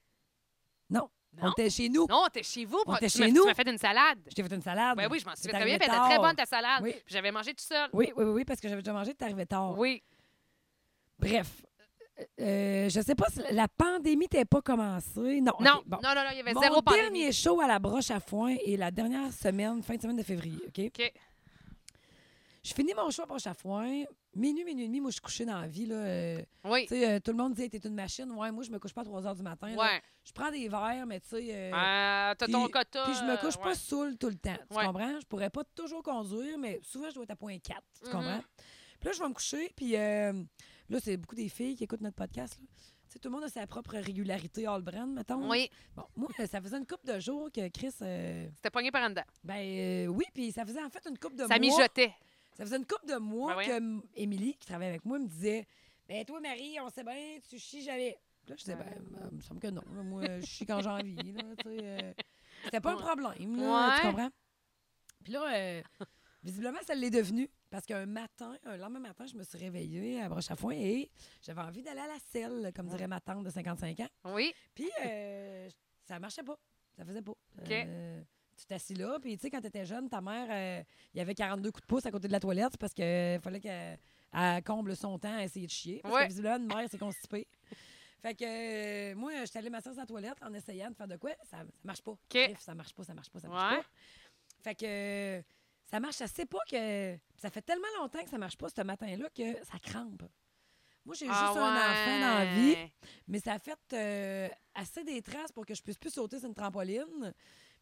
S1: Non, on
S2: Non?
S1: était chez nous.
S2: Non, t'es chez vous.
S1: On était
S2: Tu
S1: chez
S2: m'as-
S1: nous.
S2: Tu m'as fait une salade.
S1: Je t'ai fait une salade.
S2: Ben oui, je m'en
S1: T'es
S2: souviens très
S1: arrivé
S2: bien. puis Elle était très
S1: tard.
S2: bonne, ta salade.
S1: Oui.
S2: Puis J'avais mangé tout seul.
S1: Oui, oui, oui, oui, parce que j'avais déjà mangé, t'arrivais tard.
S2: Oui.
S1: Bref. Euh, je sais pas si la pandémie n'était pas commencée. Non,
S2: Non,
S1: ok, bon.
S2: non, non, non, il y avait
S1: Mon
S2: zéro pandémie.
S1: dernier show à la broche à foin et la dernière semaine, fin de semaine de février, OK?
S2: OK.
S1: Je finis mon show à broche à foin. Minuit, minuit et demi, moi, je suis couchée dans la vie. Là, euh,
S2: Oui.
S1: tu sais, euh, tout le monde dit t'es une machine. Ouais, moi, je me couche pas à 3 h du matin. là.
S2: Ouais.
S1: Je prends des verres, mais tu sais. euh,
S2: Euh, T'as ton
S1: puis-
S2: quota.
S1: Puis je me couche
S2: euh,
S1: pas
S2: ouais.
S1: saoule tout le temps. Tu
S2: Ouais.
S1: comprends? Je pourrais pas toujours conduire, mais souvent, je dois être à point 4. Tu
S2: Mhm.
S1: comprends? Puis là, je vais me coucher, puis euh, là, c'est beaucoup des filles qui écoutent notre podcast. Là. Tu sais, tout le monde a sa propre régularité all brand, mettons.
S2: Oui.
S1: Bon, moi, ça faisait une coupe de jours que Chris. euh,
S2: C'était pogné par en dedans.
S1: ben euh, oui, puis ça faisait en fait une coupe de mois.
S2: Ça mijotait.
S1: Ça faisait une coupe de mois
S2: Ben voyons.
S1: que M- Émilie, qui travaille avec moi, me disait Ben toi, Marie, on sait bien, tu chies jamais. Puis Là, je disais, ben, euh, il me semble que non. là. Moi, je chie quand j'ai envie. là, tu sais, euh, C'était pas un
S2: Ouais.
S1: problème, là, tu
S2: Ouais.
S1: comprends? Puis là, euh, visiblement, ça l'est devenu. Parce qu'un matin, un lendemain matin, je me suis réveillée à broche à foin et j'avais envie d'aller à la selle, comme dirait ma tante de 55 ans.
S2: Oui.
S1: Puis euh, ça marchait pas. Ça faisait pas.
S2: OK.
S1: Euh, tu t'assis là, puis tu sais, quand t'étais jeune, ta mère, euh, il y avait 42 coups de pouce à côté de la toilette parce qu'il fallait qu'elle elle comble son temps à essayer de chier. Parce
S2: Ouais.
S1: que visiblement, une mère s'est constipée. Fait que euh, moi, j'étais allée m'asseoir sur la toilette en essayant de faire de quoi. Ça, ça marche pas. Bref, Ça marche pas, ça marche pas, ça marche
S2: Ouais.
S1: pas. Fait que euh, ça marche, je sais pas que. Ça fait tellement longtemps que ça marche pas ce matin-là que ça crampe. Moi, j'ai
S2: Ah
S1: juste un enfant dans la vie.
S2: ouais.
S1: Mais ça a fait euh, assez des traces pour que je puisse plus sauter sur une trampoline.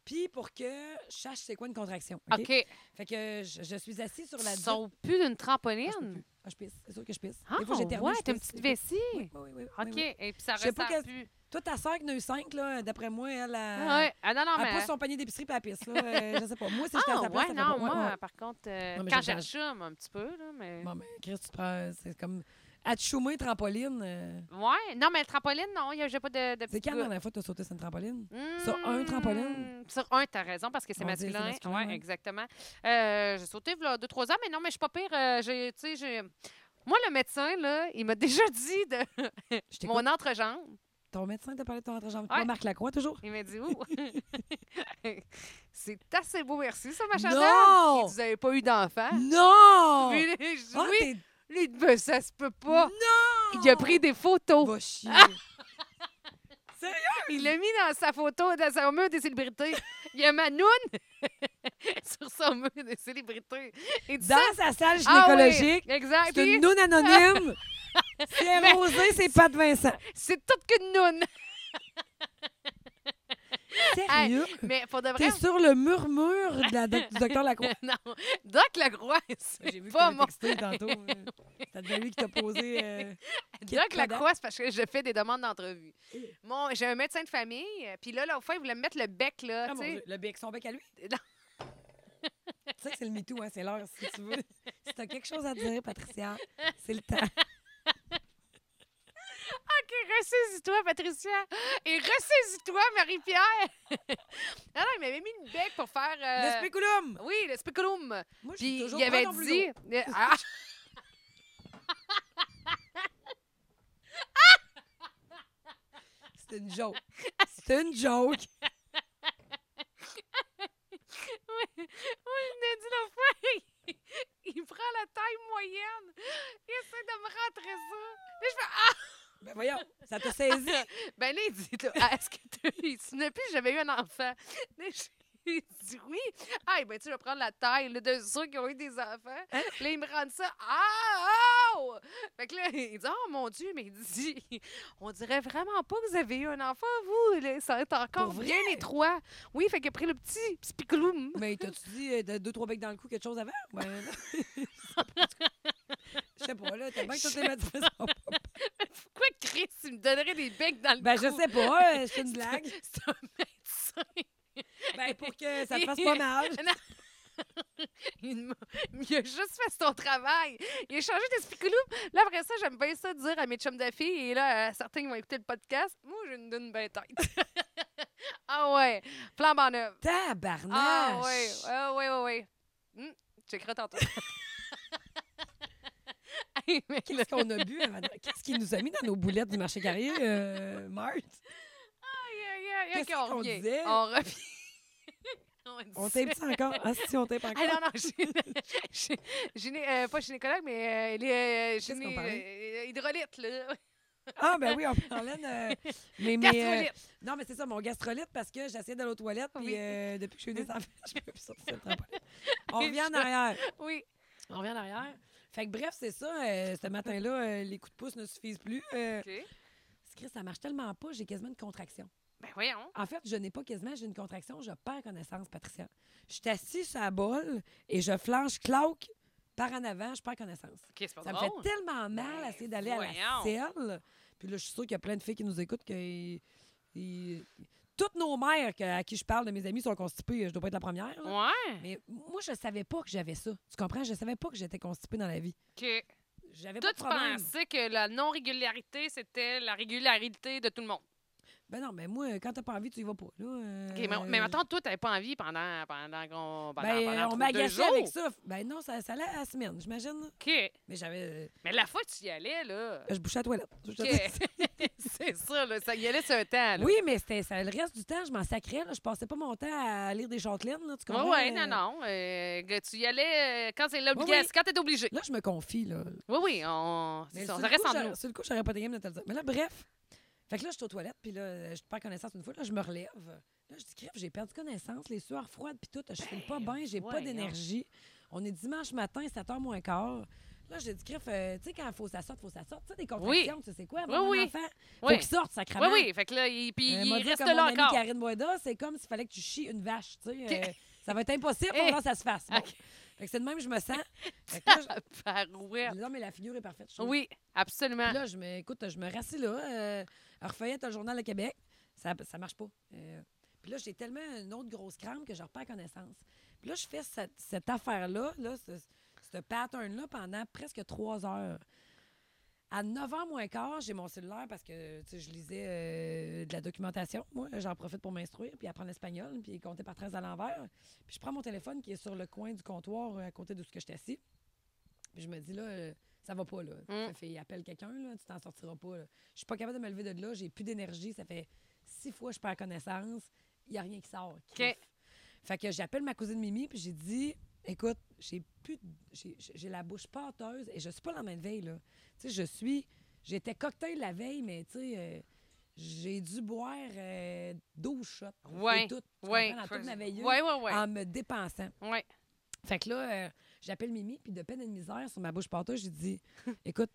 S1: Puis pour que je sache c'est quoi une contraction. OK?
S2: OK.
S1: Fait que je, je suis assise sur la
S2: Ils
S1: digue.
S2: sont plus d'une
S1: Ah, je peux
S2: trampoline.
S1: plus. Ah, je pisse. C'est sûr que je pisse.
S2: Ah,
S1: Des fois, j'éternue,
S2: ouais,
S1: je
S2: t'as une
S1: pisse.
S2: petite
S1: Des fois-
S2: vessie.
S1: Oui, oui, oui, oui,
S2: OK.
S1: oui.
S2: Et puis ça
S1: Je sais pas
S2: ressort
S1: qu'est-ce-
S2: plus.
S1: Toi, ta soeur qui en a eu cinq, là, d'après moi, elle
S2: Ah,
S1: a.
S2: ouais. Ah non, non,
S1: Elle
S2: mais.
S1: pousse son panier d'épicerie puis elle pisse. Là. Euh, je sais pas. Moi, si j'étais à
S2: Ah,
S1: sa place,
S2: ouais,
S1: ça fait pas-
S2: non,
S1: ouais,
S2: moi,
S1: ouais.
S2: par contre, euh,
S1: Non, mais
S2: quand
S1: je-
S2: j'assume un petit peu, là, mais.
S1: Bon, mais Chris, tu prends. C'est comme. à te choumer trampoline. euh,
S2: Ouais. Non, mais le trampoline, non, il y a- j'ai pas de. de
S1: C'est
S2: petits
S1: quand la
S2: gars.
S1: dernière fois que tu as sauté sur une trampoline?
S2: *laughs* Hmm,
S1: Sur un trampoline?
S2: Mmh, Sur un, t'as raison, parce que c'est
S1: On dit que c'est
S2: masculin.
S1: masculin,
S2: ouais,
S1: ouais.
S2: exactement. Euh, j'ai sauté voilà, deux, trois ans, mais non, mais je suis pas pire. euh, j'ai, tu sais, j'ai... Moi, le médecin, là, il m'a déjà dit de
S1: Je t'écoute.
S2: mon entrejambe.
S1: Ton médecin t'a parlé de ton entrejambe.
S2: Ouais.
S1: Pas Marc Lacroix, toujours?
S2: Il m'a dit, ouh, *laughs* c'est assez beau, merci, ça, ma
S1: Non!
S2: chandelle. Il dit, vous avez pas eu d'enfant.
S1: Non!
S2: Puis, je dis,
S1: Ah,
S2: oui,
S1: t'es-
S2: lui, il dit, ben, ça se peut pas.
S1: Non!
S2: Il a pris Ah, des photos.
S1: Va chier. Sérieux?
S2: Il l'a mis dans sa photo, dans son mur des célébrités. Il y a Manoun *laughs* sur son mur des célébrités. Et tout ça-
S1: Dans sa salle
S2: Ah oui,
S1: gynécologique,
S2: exact.
S1: c'est
S2: Puis
S1: une noun
S2: *laughs*
S1: anonyme. C'est rosé, c'est pas de Vincent.
S2: C'est toute qu'une
S1: *laughs*
S2: noun.
S1: Sérieux?
S2: Mais pour de vrai.
S1: T'es sur le murmure de la doc-
S2: *laughs*
S1: du docteur Lacroix.
S2: Non. Doc Lacroix, c'est
S1: J'ai vu que
S2: pas
S1: t'avais
S2: mon.
S1: texté tantôt. euh,
S2: *laughs*
S1: C'était bien lui qui t'a posé... euh,
S2: Doc
S1: Kit
S2: Lacroix, c'est parce que je fais des demandes d'entrevue. Mon, j'ai un médecin de famille, euh, puis là, là, au fond, il voulait me mettre le bec, là.
S1: Ah, mon
S2: tu sais.
S1: Dieu, le bec, son bec à lui?
S2: *laughs* Non.
S1: Tu sais que c'est le MeToo, hein, c'est l'heure, si tu veux. Si t'as quelque chose à dire, Patricia, c'est le temps.
S2: *laughs* Ok, ressaisis-toi, Patricia. Et ressaisis-toi, Marie-Pierre. *laughs* Ah non, non, il m'avait mis une bec pour faire.
S1: Le
S2: euh,
S1: spéculum!
S2: Oui, le speculum.
S1: Moi, je suis
S2: Puis
S1: toujours
S2: il avait
S1: prends ton
S2: dit.
S1: plus
S2: Euh, ah! *laughs*
S1: gros. C'était une joke. C'était une joke.
S2: Oui, il m'a dit l'autre fois, *laughs* il, il prend la taille moyenne. Il essaie de me rentrer ça. Puis je fais Ah!
S1: Ben voyons, ça t'a saisi. *laughs*
S2: Ben là, il dit là, Ah, *laughs* Est-ce que tu tu n'as plus j'avais eu un enfant? *laughs* Là, je- il dit oui. Ah, ben tu vas prendre la taille là, de ceux qui ont eu des enfants.
S1: Hein?
S2: Là, il me rend ça. Ah! Oh! Fait que là, *laughs* il dit Oh mon Dieu, mais il dit *laughs* On dirait vraiment pas que vous avez eu un enfant, vous. Là, ça est encore
S1: Pour vrai?
S2: bien étroit. Oui, fait qu'il a pris le petit *laughs* spicloum.
S1: Mais t'as-tu dit euh, t'as deux, trois becs dans le cou, quelque chose avant? *laughs* Ben, non. Je sais pas, en tout cas. Je sais pas, là, t'as bien que toutes les médecins sont pas-
S2: Pourquoi Chris, il me donnerait des becs dans le
S1: Ben,
S2: cou?
S1: je sais pas, euh, je *laughs* fais une blague.
S2: *laughs* C'est un médecin.
S1: Ben, pour que ça te fasse pas *laughs* mal.
S2: Il, m'a- *laughs* il a juste fait son travail. Il a changé de spiculoum. Là, après ça, j'aime bien ça dire à mes chums de filles. Et là, euh, certains qui vont écouter le podcast, moi, j'ai une donne bien tête. *laughs* ah ouais, flambe en œuvre.
S1: Tabarnache!
S2: Ah ouais, ah ouais, ouais, ouais. Hum, Checkeras *laughs* tantôt. Hey, mais là-
S1: Qu'est-ce qu'on a bu avant de- Qu'est-ce qu'il nous a mis dans nos boulettes du marché carrier, euh, Marthe?
S2: Aïe, aïe, aïe,
S1: Qu'est-ce
S2: ok, on
S1: qu'on
S2: revient.
S1: disait?
S2: On revient. *laughs* on
S1: On
S2: disait-
S1: tape ça encore? Ah, si, on tape
S2: Ah
S1: encore.
S2: non, non, *laughs* gyné- gyné- gyné- euh, pas gynécologue, mais euh, il est euh,
S1: Qu'est-ce qu'on
S2: gyné-
S1: parlait?
S2: euh, hydrolyte, là.
S1: Ah, ben oui, on parlait de. Mais, mais, euh,
S2: Gastrolite.
S1: non, mais c'est ça, mon gastrolite, parce que j'essayais d'aller aux toilettes, puis
S2: Oui.
S1: euh, depuis que je suis née, ça je peux plus sortir le *laughs* trampoline. On revient en arrière.
S2: Oui.
S1: On revient en arrière. Fait que bref, c'est ça. euh, ce matin-là, euh, les coups de pouce ne suffisent plus. Euh,
S2: OK.
S1: Chris, ça marche tellement pas, j'ai quasiment une contraction.
S2: Ben voyons.
S1: En fait, je n'ai pas quasiment, j'ai une contraction, je perds connaissance, Patricia. Je suis assise sur la bolle et je flanche, clauque, par en avant, je perds connaissance.
S2: OK, c'est pas
S1: Ça me fait
S2: drôle.
S1: tellement mal
S2: Ben,
S1: à essayer d'aller à la
S2: voyons.
S1: selle. Puis là, je suis sûre qu'il y a plein de filles qui nous écoutent. Que... ils- Toutes nos mères que- à qui je parle de mes amis sont constipées. Je dois pas être la première. là.
S2: Ouais.
S1: Mais moi, je savais pas que j'avais ça. Tu comprends? Je savais pas que j'étais constipée dans la vie.
S2: OK.
S1: J'avais
S2: Toi,
S1: pas de
S2: tu
S1: problème.
S2: pensais que la non-régularité, c'était la régularité de tout le monde.
S1: Ben non, mais moi, quand t'as pas envie, tu y vas pas. Là, euh,
S2: OK, mais, mais maintenant, toi, t'avais pas envie pendant, pendant qu'on. Pendant,
S1: Ben,
S2: pendant
S1: on
S2: trois-
S1: m'a
S2: deux
S1: gâché
S2: jours.
S1: avec ça. Ben non, ça, ça allait à la semaine, j'imagine.
S2: OK.
S1: Mais j'avais. euh,
S2: Mais la fois que tu y
S1: *laughs*
S2: allais, là.
S1: Je bouchais la toilette. Je te
S2: OK.
S1: dis-
S2: *laughs* c'est ça, là. Ça y allait sur un temps, là.
S1: Oui, mais c'était ça, le reste du temps, je m'en sacrais. là. Je passais pas mon temps à lire des châtelaines, là, tu
S2: Oui,
S1: comprends?
S2: ouais,
S1: Euh,
S2: non, non. euh, que tu y allais euh, quand c'est l'obligation,
S1: Ouais, ouais.
S2: quand t'es obligé.
S1: Là, je me confie, là.
S2: Oui, oui, on, c'est
S1: Mais
S2: ça,
S1: sur
S2: on
S1: le
S2: reste
S1: coup,
S2: entre
S1: j'aurais-
S2: nous.
S1: Sur le coup, j'aurais pas de game de te le dire. Mais là, bref. Fait que là, je suis aux toilettes, puis là, je perds connaissance une fois. Là, je me relève. Là, je dis, crève, j'ai perdu connaissance, les sueurs froides, puis tout. Je file pas bien, j'ai pas
S2: voyons.
S1: d'énergie. On est dimanche matin, 7h moins quart. Là, j'ai dit, crève, euh, tu sais, quand faut que ça sorte, faut que ça sorte. Tu sais, des contractions, tu sais quoi, avoir
S2: Oui,
S1: un
S2: oui.
S1: enfant. Faut
S2: Oui.
S1: qu'il sorte,
S2: Oui,
S1: sacrément.
S2: oui, fait que là, il, puis
S1: Euh,
S2: il
S1: m'a dit,
S2: reste
S1: comme mon
S2: là
S1: amie
S2: encore.
S1: Karine Boida, c'est comme s'il fallait que tu chies une vache, tu sais.
S2: Ok.
S1: euh, ça va être
S2: *laughs*
S1: impossible pour
S2: Hey.
S1: que ça se fasse. Bon.
S2: Ok.
S1: Fait que c'est de même, je me
S2: *laughs*
S1: sens. Fait que là, je-
S2: Parouette.
S1: Non, mais la figure est parfaite. je trouve.
S2: Oui, absolument.
S1: Puis Là, je me, écoute, je me rassis là, euh, à refaillette le journal de Québec. Ça, ça marche pas. Euh, puis là, j'ai tellement une autre grosse crampe que je reperds connaissance. Puis là, je fais cette, cette affaire-là, là, ce, ce pattern-là, pendant presque trois heures. À 9h moins quart, j'ai mon cellulaire parce que tu sais, je lisais euh, de la documentation. Moi, j'en profite pour m'instruire, puis apprendre l'espagnol, puis compter par 13 à l'envers. Puis je prends mon téléphone qui est sur le coin du comptoir euh, à côté de ce que je suis assis. Puis je me dis, là, euh, ça va pas, là.
S2: Mm.
S1: Ça fait, appelle quelqu'un, là, tu t'en sortiras pas. là. Je suis pas capable de me lever de là, j'ai plus d'énergie. Ça fait six fois que je perds connaissance. Il n'y a rien qui sort. Crif. Fait que j'appelle ma cousine Mimi, puis j'ai dit, écoute, j'ai plus, de- j'ai- j'ai j'ai la bouche pâteuse et je suis pas la même veille, là. Tu sais, je suis, j'étais cocktail la veille, mais tu sais, euh, j'ai dû boire euh, 12 shots.
S2: Ouais,
S1: C'est tout. Tu
S2: Oui,
S1: comprends, dans toute ma veilleuse,
S2: oui, oui.
S1: en me dépensant.
S2: Oui,
S1: Fait que là, euh, j'appelle Mimi, puis de peine et de misère, sur ma bouche pâteuse, j'ai
S2: *laughs*
S1: dit Écoute,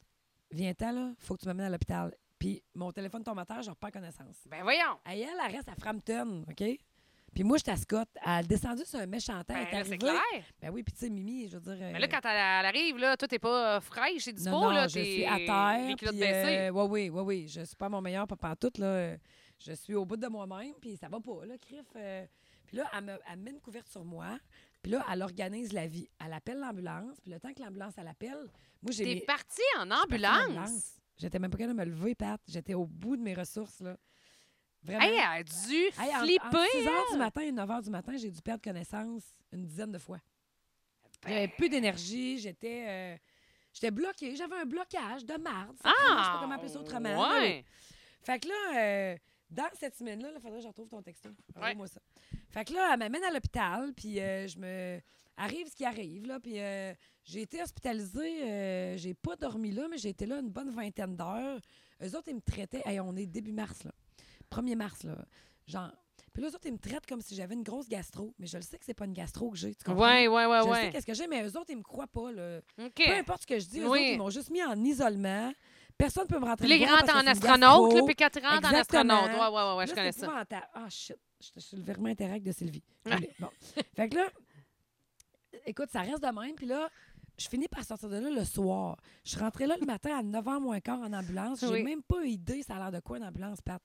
S1: viens-t'en, là, faut que tu m'amènes à l'hôpital. Puis mon téléphone tombe à terre, je reprends connaissance.
S2: ben voyons.
S1: Elle, elle, elle reste à Frampton, OK? Puis moi, j'étais à Scott. Elle est descendue sur un méchant temps.
S2: Ben,
S1: elle est
S2: là, c'est
S1: arrivée.
S2: clair.
S1: Ben oui, puis tu sais, Mimi, je veux dire. euh,
S2: Mais là, quand elle, elle arrive, là, toi, t'es pas euh, fraîche, c'est dispo,
S1: non, non,
S2: là.
S1: je
S2: t'es-
S1: suis à terre.
S2: Les culottes
S1: puis,
S2: baissées.
S1: euh, ouais, oui, oui, oui. Je suis pas mon meilleur papa en tout, là. Euh, Je suis au bout de moi-même, puis ça va pas, là, Criff. euh. Puis là, elle me, elle me met une couverte sur moi. Puis là, elle organise la vie. Elle appelle l'ambulance. Puis le temps que l'ambulance, elle appelle, moi, j'ai
S2: T'es
S1: mes-
S2: partie en
S1: je suis partie en
S2: ambulance.
S1: ambulance. J'étais même pas capable de me lever, Pat. J'étais au bout de mes ressources, là. Vraiment.
S2: Hey, elle a dû
S1: Hey, en- entre
S2: flipper.
S1: 6
S2: hein.
S1: h du matin et 9 h du matin, j'ai dû perdre connaissance une dizaine de fois. J'avais plus d'énergie, j'étais euh, j'étais bloquée, j'avais un blocage de marde. Ah! Je sais pas comment appeler ça autrement. là,
S2: Ouais.
S1: fait que là, euh, dans cette semaine-là, il faudrait que je retrouve ton texto.
S2: Ouais.
S1: Envoie-moi ça. Fait que là, elle m'amène à l'hôpital, puis euh, je me. Arrive ce qui arrive, là. Puis euh, j'ai été hospitalisée, euh, j'ai pas dormi là, mais j'ai été là une bonne vingtaine d'heures. Eux autres, ils me traitaient. Hey, on est début mars, là. 1er mars, là. Genre. Puis là, eux autres, ils me traitent comme si j'avais une grosse gastro. Mais je le sais que c'est pas une gastro que j'ai, tu comprends?
S2: Ouais, ouais, ouais,
S1: je
S2: ouais.
S1: sais qu'est-ce que j'ai, mais eux autres, ils me croient pas, là.
S2: OK.
S1: Peu importe ce que je dis, eux
S2: Oui.
S1: autres, ils m'ont juste mis en isolement. Personne peut me rentrer
S2: Puis les
S1: dedans
S2: grands
S1: parce que
S2: en
S1: c'est une
S2: astronaute,
S1: gastro.
S2: là, puis quatre grands en
S1: Exactement.
S2: astronaute. Ouais, ouais, ouais, ouais, je
S1: Là,
S2: connais
S1: c'est
S2: ça.
S1: épouvantable. Ah, shit. Je suis le vermin interact de Sylvie. Je voulais- Bon. *laughs* Fait que là, écoute, ça reste de même. Puis là, je finis par sortir de là le soir. Je suis rentrée là le matin à
S2: *laughs*
S1: 9h moins quart en ambulance. J'ai
S2: Oui.
S1: même pas idée ça a l'air de quoi une ambulance, Pat.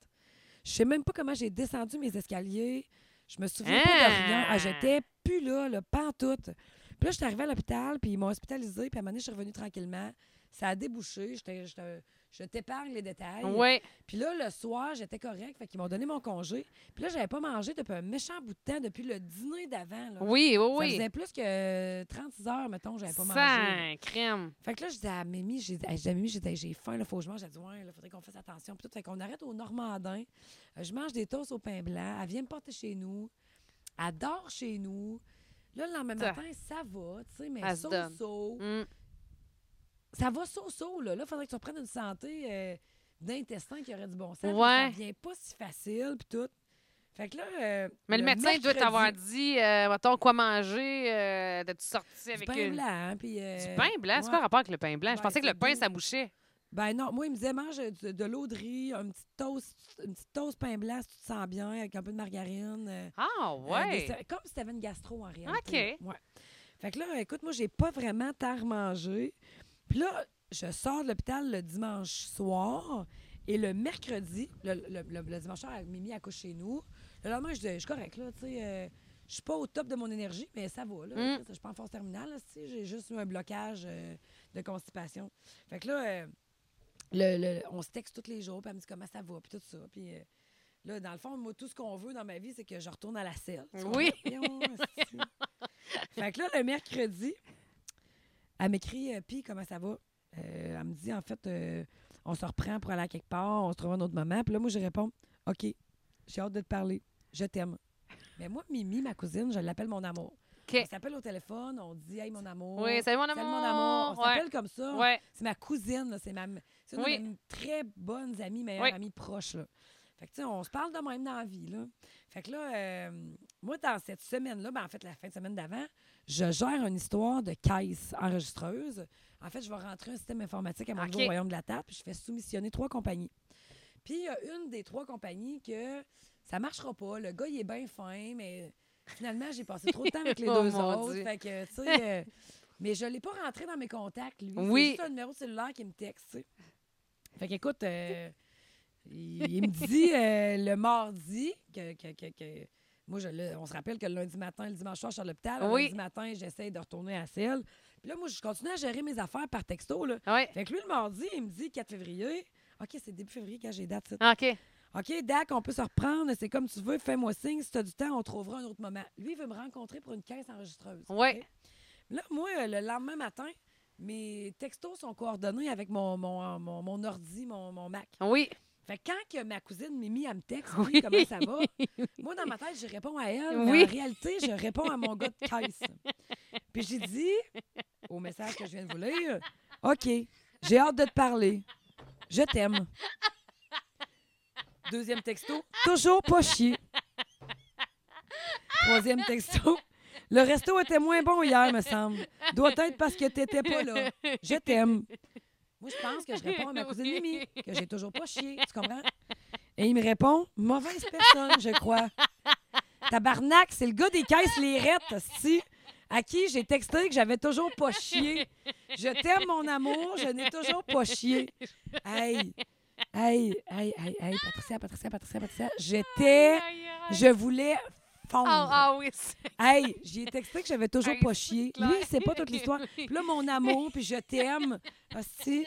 S1: Je sais même pas comment j'ai descendu mes escaliers. Je me souviens pas de rien.
S2: Ah!
S1: Ah, j'étais plus là, le pantoute. Puis là, je suis arrivée à l'hôpital, puis ils m'ont hospitalisée, puis à un moment donné, je suis revenue tranquillement. Ça a débouché. J'étais- j'étais- Je t'épargne les détails.
S2: Ouais.
S1: Puis là, le soir, j'étais correcte. Fait qu'ils m'ont donné mon congé. Puis là, j'avais pas mangé depuis un méchant bout de temps, depuis le dîner d'avant. là.
S2: Oui, oui,
S1: Ça
S2: oui.
S1: faisait plus que 36 heures, mettons, j'avais pas mangé.
S2: Sans crème.
S1: Fait que là, je disais à Mimi, j'ai dit, Hey, je dis à Mimi, j'ai dit, Hey, j'ai faim, là, faut que je mange. J'ai dit, ouais, là, faudrait qu'on fasse attention. Puis tout, fait qu'on arrête au Normandin. Euh, Je mange des toasts au pain blanc. Elle vient me porter chez nous. Elle dort chez nous. Là, le lendemain
S2: Ça.
S1: matin, ça va, tu sais, mais
S2: Elle se donne.
S1: so-so
S2: Mm.
S1: ça va so-so, là. Là, faudrait que tu reprennes une santé euh, d'intestin qui aurait du bon sens. puis Ça
S2: Ouais.
S1: vient pas si facile, puis tout. Fait que là. euh,
S2: Mais le, médecin doit
S1: mercredi,
S2: t'avoir dit, euh, mettons, quoi manger, euh, de tu sorti
S1: Du
S2: avec
S1: pain
S2: une...
S1: blanc, hein, puis. euh,
S2: Du pain blanc? C'est
S1: ouais.
S2: quoi le rapport avec le pain blanc? Je
S1: Ben,
S2: pensais que le
S1: c'est
S2: pain,
S1: doux.
S2: ça mouchait.
S1: Ben non, moi, il me disait, mange de, de l'eau de riz, un petit toast, une petite toast pain blanc si tu te sens bien, avec un peu de margarine. euh,
S2: Ah,
S1: euh, des-
S2: ouais.
S1: c'est comme si t'avais une gastro en réalité. OK. Ouais. Fait que là, écoute, moi, j'ai pas vraiment tant remangé. Puis là, je sors de l'hôpital le dimanche soir et le mercredi, le, le- le- le dimanche soir, Mimi accouche chez nous. Le lendemain, je dis, je suis correct, là, tu sais. euh, je suis pas au top de mon énergie, mais ça va. Là.
S2: Mm.
S1: Je suis pas en force terminale. là, tu sais, J'ai juste eu un blocage euh, de constipation. Fait que là, euh, le- le- on se texte tous les jours, puis elle me dit comment ça va, puis tout ça. Puis euh, là, dans le fond, moi, tout ce qu'on veut dans ma vie, c'est que je retourne à la selle. Tu comprends?
S2: Oui.
S1: Voyons, esti. fait que là, le mercredi, elle m'écrit, euh, puis comment ça va? Euh, elle me dit, en fait, euh, on se reprend pour aller à quelque part, on se trouve un autre moment. Puis là, moi, je réponds, OK, j'ai hâte de te parler, je t'aime. Mais moi, Mimi, ma cousine, je l'appelle mon amour.
S2: OK.
S1: On s'appelle au téléphone, on dit, hey, mon amour.
S2: Oui, salut mon amour.
S1: Salut, mon amour. oh, On s'appelle
S2: Ouais.
S1: comme ça.
S2: Ouais.
S1: C'est ma cousine, là, c'est ma m- c'est une
S2: Oui.
S1: de mes très bonnes amies, meilleures
S2: Oui.
S1: amies proches. Là. Fait que, tu sais, on se parle de même dans la vie. Là. Fait que là, euh, moi, dans cette semaine-là, ben, en fait, la fin de semaine d'avant, je gère une histoire de caisse enregistreuse. En fait, je vais rentrer un système informatique à mon
S2: OK.
S1: nouveau royaume de la table, puis je fais soumissionner trois compagnies. Puis il y a une des trois compagnies que ça marchera pas. Le gars, il est bien fin, mais finalement, j'ai passé trop de temps avec les
S2: *laughs* Oh,
S1: deux
S2: mon
S1: autres.
S2: Dieu.
S1: Fait que, tu sais, euh, mais je l'ai pas rentré dans mes contacts, lui.
S2: Oui.
S1: C'est juste un numéro de cellulaire qui me texte, tu sais. Fait qu'écoute, euh, il, il me dit euh, le mardi que. que- que- que- moi, je le- on se rappelle que le lundi matin, le dimanche soir, je suis à l'hôpital. Le
S2: Oui.
S1: lundi matin, j'essaie de retourner à Ciel. Puis là, moi, je continue à gérer mes affaires par texto. Là.
S2: Ouais.
S1: Fait que lui, le mardi, il me dit 4 février. OK, c'est début février quand j'ai date. ça.
S2: Ah, OK.
S1: OK, Dak, on peut se reprendre. C'est comme tu veux. Fais-moi signe. Si tu as du temps, on trouvera un autre moment. Lui, il veut me rencontrer pour une caisse enregistreuse.
S2: Ouais.
S1: OK? Là, moi, le lendemain matin, mes textos sont coordonnés avec mon, mon, mon, mon ordi, mon, mon Mac.
S2: Oui.
S1: Fait que quand que ma cousine Mimi, elle me texte,
S2: Oui.
S1: oui. comment ça va, moi, dans ma tête, je réponds à elle. mais
S2: Oui.
S1: en réalité, je réponds à mon gars de caisse. Puis j'ai dit, au message que je viens de vous lire, OK, j'ai hâte de te parler. Je t'aime. Deuxième texto, toujours pas chier. Troisième texto, le resto était moins bon hier, me semble. Doit être parce que t'étais pas là. Je t'aime. Moi, je pense que je réponds à ma cousine
S2: Oui.
S1: Mimi, que j'ai toujours pas chié, tu comprends? Et il me répond, mauvaise personne, je crois. Tabarnak, c'est le gars des caisses lirettes, si à qui j'ai texté que j'avais toujours pas chié. Je t'aime, mon amour, je n'ai toujours pas chié. Hey, hey, hey, hey, hey, Patricia, Patricia, Patricia, Patricia, j'étais,
S2: Aïe, aïe.
S1: je voulais fondre.
S2: Ah, ah oui. c'est-
S1: Hey, j'ai texté que j'avais toujours
S2: Hey,
S1: pas
S2: c'est
S1: chié.
S2: clair.
S1: Lui, c'est pas
S2: *laughs*
S1: toute l'histoire.
S2: Oui.
S1: Puis là, mon amour, puis je t'aime. Hostie.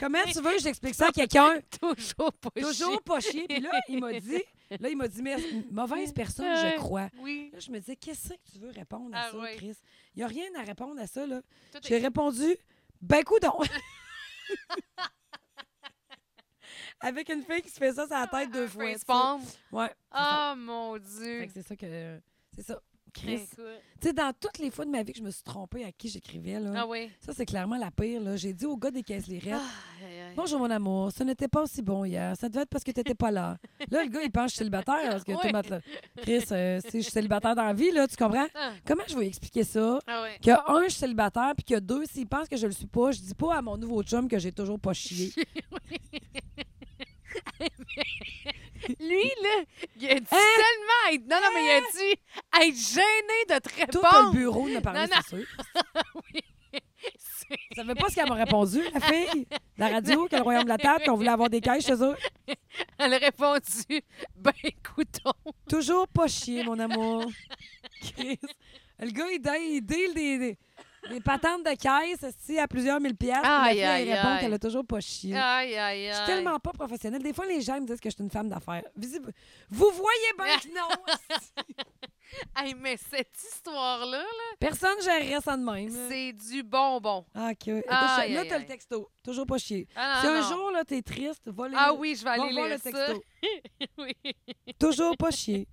S1: Comment tu veux que j'explique ça à quelqu'un?
S2: Toujours pas
S1: Toujours pas chié. Puis là, il m'a dit, là, il m'a dit, mais mauvaise personne, je crois.
S2: chier. Oui.
S1: Là, je me disais, qu'est-ce que tu veux répondre à
S2: Euh. Ah
S1: ça,
S2: oui.
S1: Chris? Il n'y a rien à répondre à ça, là.
S2: Tout est-
S1: J'ai répondu, ben coudon!
S2: *laughs*
S1: Avec une fille qui se fait ça sur la tête deux
S2: Ah, Un
S1: fois. tu sais.
S2: facepalm.
S1: Ouais. c'est ça.
S2: Ah, mon
S1: Fait
S2: Dieu.
S1: que c'est ça que. C'est ça. Chris.
S2: Écoute.
S1: Tu sais, dans toutes les fois de ma vie que je me suis trompée à qui j'écrivais, là.
S2: Ah oui.
S1: Ça, c'est clairement la pire, là. J'ai dit au gars des caisses lirettes,
S2: Ah, aïe, aïe.
S1: Bonjour, mon amour. Ce n'était pas aussi bon hier. Ça devait être parce que tu n'étais pas là. Là, le gars, il pense que je suis célibataire. Parce que tout le
S2: Ouais.
S1: monde, là, Chris, euh, si je suis célibataire dans la vie, là, tu comprends?
S2: Ah.
S1: Comment je vais expliquer ça?
S2: Ah ouais.
S1: Que un, je suis célibataire, puis que deux, s'il pense que je le suis pas, je dis pas à mon nouveau chum que j'ai toujours pas chié.
S2: Lui, là, il a dit
S1: Hein?
S2: tellement à être... Non, non, mais il a dit à être gêné de te
S1: Tout le
S2: répondre.
S1: bureau n'a parlé,
S2: Non, non.
S1: c'est sûr.
S2: C'est-
S1: Ça veut pas ce qu'elle m'a répondu, la fille, de la radio, que le royaume de la table, qu'on voulait avoir des caisses chez eux.
S2: *laughs* Elle a répondu Ben, coudon.
S1: Toujours pas chié, mon amour. Chris. Le gars, il, deal- il deal des, des, des patentes de caisse esti, à plusieurs mille piastres. puis
S2: Aïe,
S1: la fille,
S2: aïe,
S1: elle répond
S2: aïe.
S1: qu'elle a toujours pas chié.
S2: Aïe, aïe, aïe.
S1: Je suis tellement pas professionnelle. Des fois, les gens me disent que je suis une femme d'affaires. Visible- Vous voyez bien que non.
S2: *laughs* Hey, mais cette histoire-là, là,
S1: Personne gérerait ça de même. là.
S2: c'est du bonbon.
S1: Ah, OK. Écoute,
S2: Aïe,
S1: je- là,
S2: aïe,
S1: t'as le
S2: aïe.
S1: texto. Toujours pas chié.
S2: Ah,
S1: si
S2: non,
S1: un
S2: non.
S1: jour, là, t'es triste, va lire.
S2: Ah oui, je vais
S1: va
S2: aller
S1: voir
S2: lire
S1: le
S2: ça.
S1: texto.
S2: *laughs* Oui.
S1: Toujours pas chié.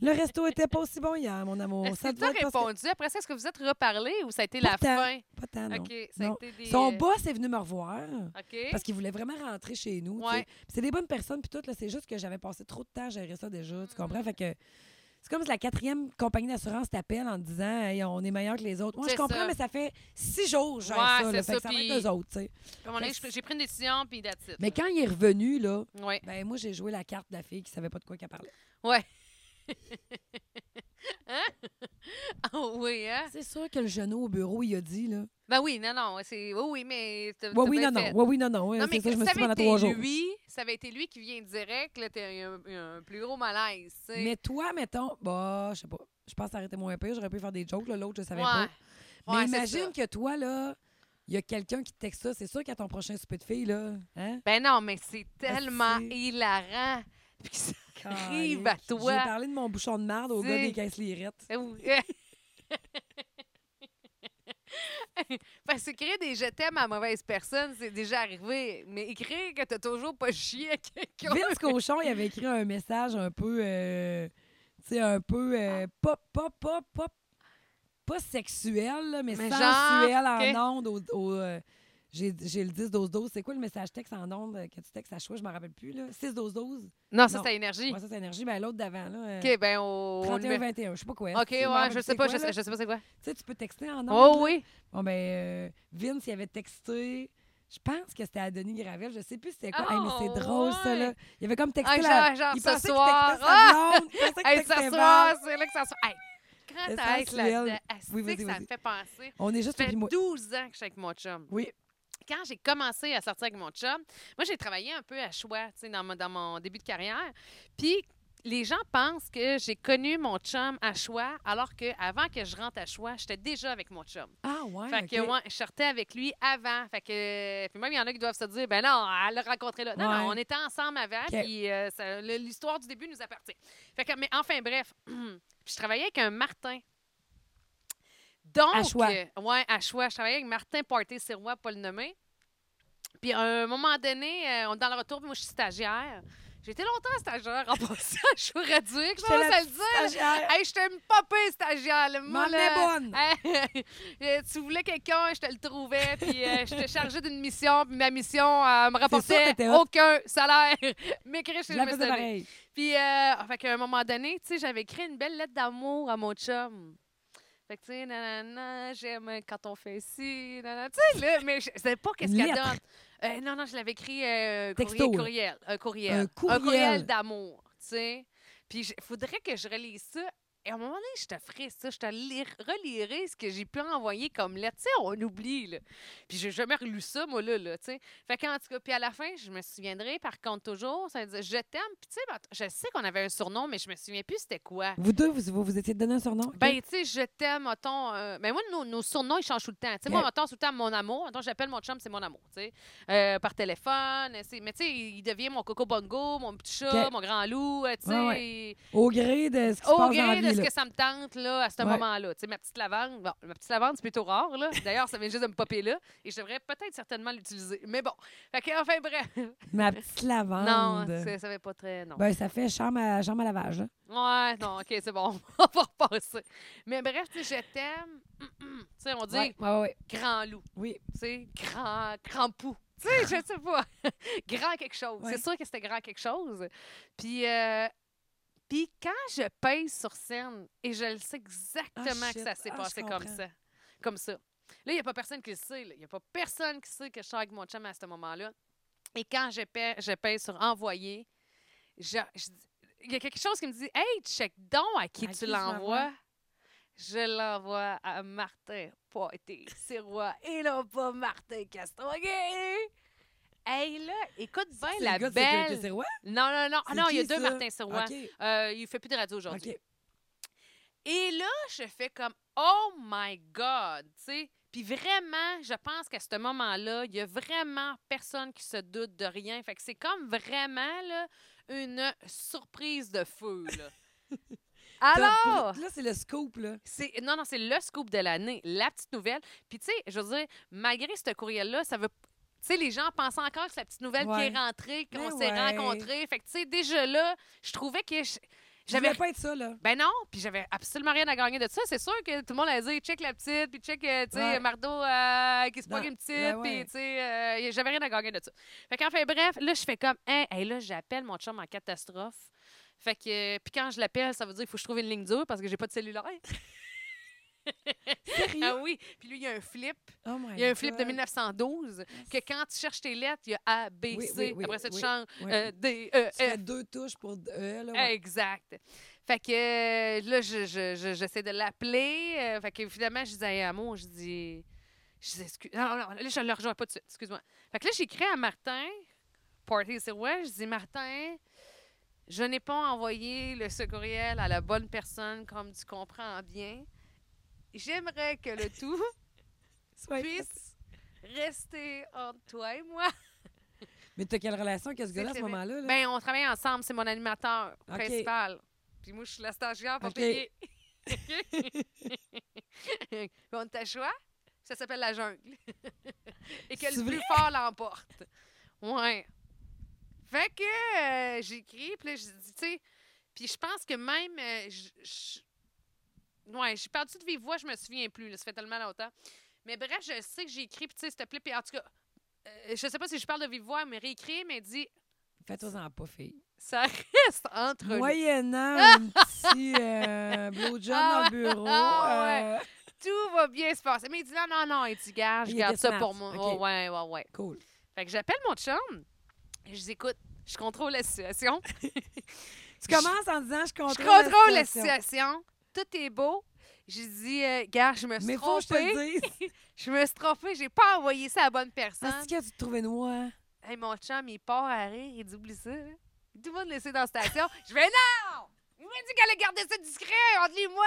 S1: Le
S2: *laughs*
S1: resto était pas aussi bon hier, mon amour.
S2: Est-ce
S1: Ça
S2: que tu
S1: devait
S2: as
S1: être parce que-
S2: répondu après ça? Est-ce que vous êtes reparlé ou ça a été la
S1: Pourtant,
S2: fin?
S1: Pas tant, Ah non.
S2: OK, ça
S1: Non.
S2: a été des...
S1: Son
S2: euh,
S1: boss est venu me revoir
S2: OK.
S1: parce qu'il voulait vraiment rentrer chez nous. tu sais.
S2: Ouais.
S1: Puis C'est des bonnes personnes, puis tout. là, C'est juste que j'avais passé trop de temps à gérer ça déjà. Tu comprends? Fait que c'est comme si la quatrième compagnie d'assurance t'appelle en te disant Hey, on est meilleur que les autres. Moi, je
S2: C'est
S1: comprends,
S2: ça.
S1: mais ça fait six jours que je gère
S2: Ouais,
S1: ça. là.
S2: c'est
S1: fait que
S2: ça,
S1: ça va être
S2: puis-
S1: eux autres. tu sais.
S2: À un moment donné, J'ai pris une décision, puis that's it.
S1: Mais quand il est revenu, là,
S2: Ouais. *laughs*
S1: ben moi, j'ai joué la carte de la fille qui savait pas de quoi qu'elle parlait.
S2: Ouais. hein? Ah oui, hein?
S1: *laughs* C'est sûr que le jeune au bureau, il a dit, là.
S2: Ben oui, non, non. c'est- Oui, oui, mais. t'as-
S1: Ouais,
S2: t'as
S1: oui,
S2: bien
S1: non, non.
S2: fait.
S1: Ouais, oui, non, non. ouais,
S2: Non, mais
S1: c'est ça, je me
S2: ça
S1: suis dit
S2: avait
S1: pendant
S2: été
S1: trois jours.
S2: lui, ça avait été lui qui vient direct, là, t'as eu un, eu un plus gros malaise, tu sais.
S1: Mais toi, mettons, bah, je sais pas. Je pense que ça aurait été moins pire. J'aurais pu faire des jokes. là, L'autre, je savais pas.
S2: ouais.
S1: Mais
S2: Ouais, c'est ça.
S1: imagine que toi, là, il y a quelqu'un qui te texte ça. C'est sûr qu'à ton prochain souper de filles, là, hein?
S2: Ben non, mais c'est
S1: *laughs*
S2: tellement
S1: c'est-
S2: hilarant. Puis que
S1: *laughs*
S2: ça arrive à
S1: J'ai
S2: toi.
S1: parlé de mon bouchon de marde au
S2: C'est-
S1: gars des caisses lirettes.
S2: *laughs* Parce que créer des je t'aime à mauvaise personne, c'est déjà arrivé. Mais écrire que t'as toujours pas chié à quelqu'un.
S1: *laughs* Vince Cochon, il avait écrit un message un peu, euh, tu sais, un peu
S2: Ah.
S1: euh, pas, pas, pas, pas, pas sexuel, là, mais,
S2: Mais genre,
S1: sensuel
S2: ok.
S1: en ondes. au- au, euh, j'ai j'ai le 10-12-12. C'est quoi le message texte en ondes euh, que tu textes à choix? Je m'en rappelle plus. là. 6-12-12.
S2: Non, ça,
S1: Non.
S2: c'est à énergie.
S1: Moi, ça, c'est énergie. Mais l'autre d'avant, là. euh,
S2: OK, ben au. au numéro-
S1: 31-21. Je sais pas quoi.
S2: OK,
S1: Tu sais, m'en
S2: ouais,
S1: rappelle
S2: je
S1: plus
S2: sais
S1: c'est
S2: pas,
S1: quoi,
S2: je
S1: là.
S2: sais, je sais pas c'est quoi.
S1: Tu sais, tu peux texter en ondes.
S2: Oh
S1: là.
S2: oui.
S1: Bon, ben, euh, Vince, il avait texté. Je pense que c'était à Denis Gravel. Je sais plus c'était quoi.
S2: Ah,
S1: Hey, mais c'est drôle, ça,
S2: ouais.
S1: là. Il avait comme texté
S2: Ah,
S1: la...
S2: genre- genre,
S1: il
S2: ce
S1: pensait qu'il
S2: soir.
S1: textait
S2: Ah!
S1: sa blonde. Il pensait qu'il
S2: *laughs* Hey, ça
S1: textait
S2: soir,
S1: Val.
S2: c'est là que ça sort. Hey, quand
S1: C'est
S2: t'as être
S1: sensuel.
S2: là-dedans,
S1: Oui,
S2: asti que
S1: vas-y,
S2: ça me
S1: vas-y.
S2: fait penser.
S1: On est juste
S2: Ça fait
S1: au moi.
S2: 12 ans que je suis avec mon chum.
S1: Oui.
S2: Quand j'ai commencé à sortir avec mon chum, moi, j'ai travaillé un peu à choix, tu sais, dans, mon- dans mon début de carrière. Puis, les gens pensent que j'ai connu mon chum à choix, alors que avant que je rentre à choix, j'étais déjà avec mon chum.
S1: Ah, ouais.
S2: Fait que
S1: ok.
S2: ouais, je sortais avec lui avant. Fait que puis même il y en a qui doivent se dire ben non, elle l'a rencontré là. Non,
S1: Ouais.
S2: non, on était ensemble avant
S1: OK.
S2: puis euh, ça- le- l'histoire du début nous appartient. Fait que mais enfin bref, *clears throat* Puis je travaillais avec un Martin. Donc
S1: À choix.
S2: euh, ouais, à choix, je travaillais avec Martin Parté Sirois, pas le nommer. Puis à un moment donné, euh, on est dans le retour, puis moi je suis stagiaire. J'ai été longtemps stagiaire en *laughs* passant, je suis réduite, je
S1: J'étais la
S2: commence à le dire. *laughs*
S1: stagiaire.
S2: Hey, j'étais une popée stagiaire. là. Moi,
S1: M'emmenais
S2: là,
S1: bonne.
S2: hey, *laughs* euh, tu voulais quelqu'un, je te le trouvais. Puis euh, j'étais chargée d'une mission. Puis ma mission, euh, me
S1: sûr,
S2: rapportait
S1: t'étais hot.
S2: aucun salaire. *laughs* M'écrire
S1: Je
S2: chez le
S1: la faisais
S2: missionnaire.
S1: pareil.
S2: Puis, euh, fait qu'à un moment donné, tu sais, j'avais écrit une belle lettre d'amour à mon chum. Fait que, tu sais, nanana, j'aime quand on fait ci, nanana. Tu sais, là, mais je savais pas qu'est-ce
S1: Une
S2: qu'elle
S1: lettre.
S2: donne. Euh, non, non, je l'avais écrit euh,
S1: Texto, là.
S2: courriel, courriel, un courriel.
S1: Un courriel.
S2: d'amour, tu sais. Puis, il faudrait que je relise ça. Et à un moment donné, je te ferai ça. Je te lir- relirai ce que j'ai pu envoyer comme lettre. Tu sais, on oublie, là. Puis j'ai jamais relu ça, moi, là, là, tu sais. Fait qu'en tout cas, puis à la fin, je me souviendrai, par contre, toujours, ça disait « je t'aime ». Puis tu sais, ben, je sais qu'on avait un surnom, mais je me souviens plus c'était quoi.
S1: Vous deux, vous vous, vous étiez donné un surnom? ok?
S2: Ben, tu sais, je t'aime, mettons. euh, ben, moi, nos, nos surnoms, ils changent tout le temps. Tu sais, moi,
S1: Ok.
S2: mettons, tout le temps, mon amour. Mettons, j'appelle mon chum, c'est mon amour, tu sais. Euh, par téléphone. c'est- Mais, tu sais, il devient mon coco bongo, mon petit chat,
S1: Ok.
S2: mon grand loup, euh, tu sais.
S1: Ouais, Au gré de ce qui se
S2: Au
S1: passe dans la
S2: gré de
S1: vie.
S2: ce
S1: là.
S2: que ça me tente là, à ce
S1: Ouais.
S2: moment-là. Tu sais, ma petite lavande, bon, ma petite lavande, c'est plutôt rare. là. D'ailleurs, ça vient juste de me popper là. Et je devrais peut-être certainement l'utiliser. Mais bon. Fait que, enfin, bref.
S1: Ma petite lavande.
S2: Non, c'est- ça va pas très. Non.
S1: Ben, ça fait chambre à, chambre à lavage. hein. là.
S2: Ouais, non, OK, c'est bon. *laughs* On va repasser. Mais bref, tu sais, je t'aime. Mm, Tu sais, on dit
S1: Ouais, ouais, ouais.
S2: grand loup.
S1: Oui.
S2: Tu sais, grand, grand pou. Tu sais, je sais pas. *laughs* grand quelque chose.
S1: Ah. Ouais.
S2: C'est sûr que c'était grand quelque chose. Puis, euh, puis quand je pèse sur scène, et je le sais exactement que
S1: shit.
S2: ça s'est
S1: Ah, je
S2: passé comme
S1: comprends.
S2: ça. Comme ça. Là, il n'y a pas personne qui le sait. là. Il n'y a pas personne qui sait que je sors avec mon chum à ce moment-là. Et quand je pèse, je pèse sur envoyer, je- je- il y a quelque chose qui me dit Hey, check donc à qui
S1: À qui
S2: tu
S1: tu
S2: l'envoies. Je l'envoie à Martin Poitier, Sirois, et non pas Martin Castroguet. Hey, là, écoute bien
S1: C'est
S2: la
S1: le gars de Sécurité
S2: belle.
S1: Sirois?
S2: Non, non, non. Ah
S1: C'est
S2: non, il y a
S1: qui,
S2: deux
S1: ça?
S2: Martin Sirois.
S1: OK.
S2: Euh, il fait plus de radio aujourd'hui.
S1: OK.
S2: Et là, je fais comme Oh my God, tu sais. Puis vraiment, je pense qu'à ce moment-là, il y a vraiment personne qui se doute de rien. Fait que c'est comme vraiment là, une surprise de feu. Là.
S1: *laughs*
S2: Alors,
S1: T'as- Là, c'est le scoop, là.
S2: c'est non non, c'est le scoop de l'année, la petite nouvelle. Puis tu sais, je veux dire, malgré ce courriel-là, ça veut tu sais, les gens pensent encore que c'est la petite nouvelle
S1: Ouais.
S2: qui est rentrée, qu'on
S1: Mais
S2: s'est
S1: ouais.
S2: rencontrés. Fait que, tu sais, déjà là, je trouvais que je- j'avais
S1: J'avais pas être ça, là.
S2: ben non, puis j'avais absolument rien à gagner de ça. C'est sûr que tout le monde a dit check la petite, puis check euh, tu sais
S1: Ouais.
S2: Mardo euh, qui se
S1: Non,
S2: pogne une petite,
S1: ben ouais.
S2: puis tu sais euh, y- j'avais rien à gagner de ça. Fait qu'enfin bref, là je fais comme hey, hey, là j'appelle mon chum en catastrophe. Fait que euh, puis quand je l'appelle, ça veut dire qu'il faut que je trouve une ligne dure parce que j'ai pas de cellulaire. *laughs* ah oui, puis lui il y a un flip,
S1: Oh my
S2: il y a un flip de
S1: God.
S2: 1912 que quand tu cherches tes lettres, il y a A B
S1: Oui,
S2: C,
S1: oui, oui,
S2: après ça tu
S1: oui,
S2: changes
S1: oui.
S2: euh, D E
S1: Tu
S2: F.
S1: fais deux touches pour E, là. ouais.
S2: Exact. Fait que euh, là, je- je- je- j'essaie de l'appeler. euh, fait que finalement, je disais, amour, je dis, je dis, excuse. Non, non, là, je le rejoins pas tout de suite, excuse-moi. Fait que là, j'écris à Martin, Party c'est ouais, je dis, Martin, je n'ai pas envoyé le, ce courriel à la bonne personne, comme tu comprends bien. J'aimerais que le tout
S1: *laughs* Soit-
S2: puisse rester entre toi et moi.
S1: Mais t'as quelle relation avec ce gars-là à ce
S2: C'était-
S1: moment-là? là?
S2: Ben, on travaille ensemble, c'est mon animateur
S1: OK.
S2: principal. Puis moi, je suis la stagiaire pour
S1: OK.
S2: payer. *laughs* Puis on t'a choix. Ça s'appelle la jungle. *laughs* Et que
S1: C'est
S2: le plus fort l'emporte. Ouais. Fait que euh, j'écris, puis là, je dis, tu sais, puis je pense que même, euh, je- je, ouais, j'ai perdu de vive voix, je me souviens plus, là, ça fait tellement longtemps. Mais bref, je sais que j'ai écrit, puis tu sais, s'il te plaît, puis en tout cas, euh, je sais pas si je parle de vive voix, mais réécrit, mais dit,
S1: Fais-toi-en pas, fille.
S2: ça reste entre nous. *laughs*
S1: Moyennant un petit euh, blowjob dans le bureau.
S2: Ah,
S1: euh,
S2: Tout va bien se passer. Mais il dit non, non, non. Il dit, gars, je
S1: Il
S2: garde
S1: était
S2: ça
S1: smart.
S2: pour moi.
S1: OK.
S2: Oh, ouais, ouais, ouais.
S1: Cool.
S2: Fait que j'appelle mon chum. Je dis, écoute, je contrôle la situation.
S1: Tu commences en disant je contrôle,
S2: je contrôle la
S1: situation.
S2: situation. Tout est beau. J'ai dit, euh, gars, je me suis
S1: Mais faut que je te
S2: trompée. Hein?
S1: le
S2: *laughs*
S1: dise.
S2: Je me suis trompée. J'ai pas envoyé ça à la bonne personne.
S1: Est-ce que tu te trouvais noir?
S2: Hey, mon chum, il part à rire. Il dit, oublie ça. là. Tout le monde laissé dans la station. *laughs* Je vais non! Il m'a dit qu'elle allait garder ça discret entre lui et moi.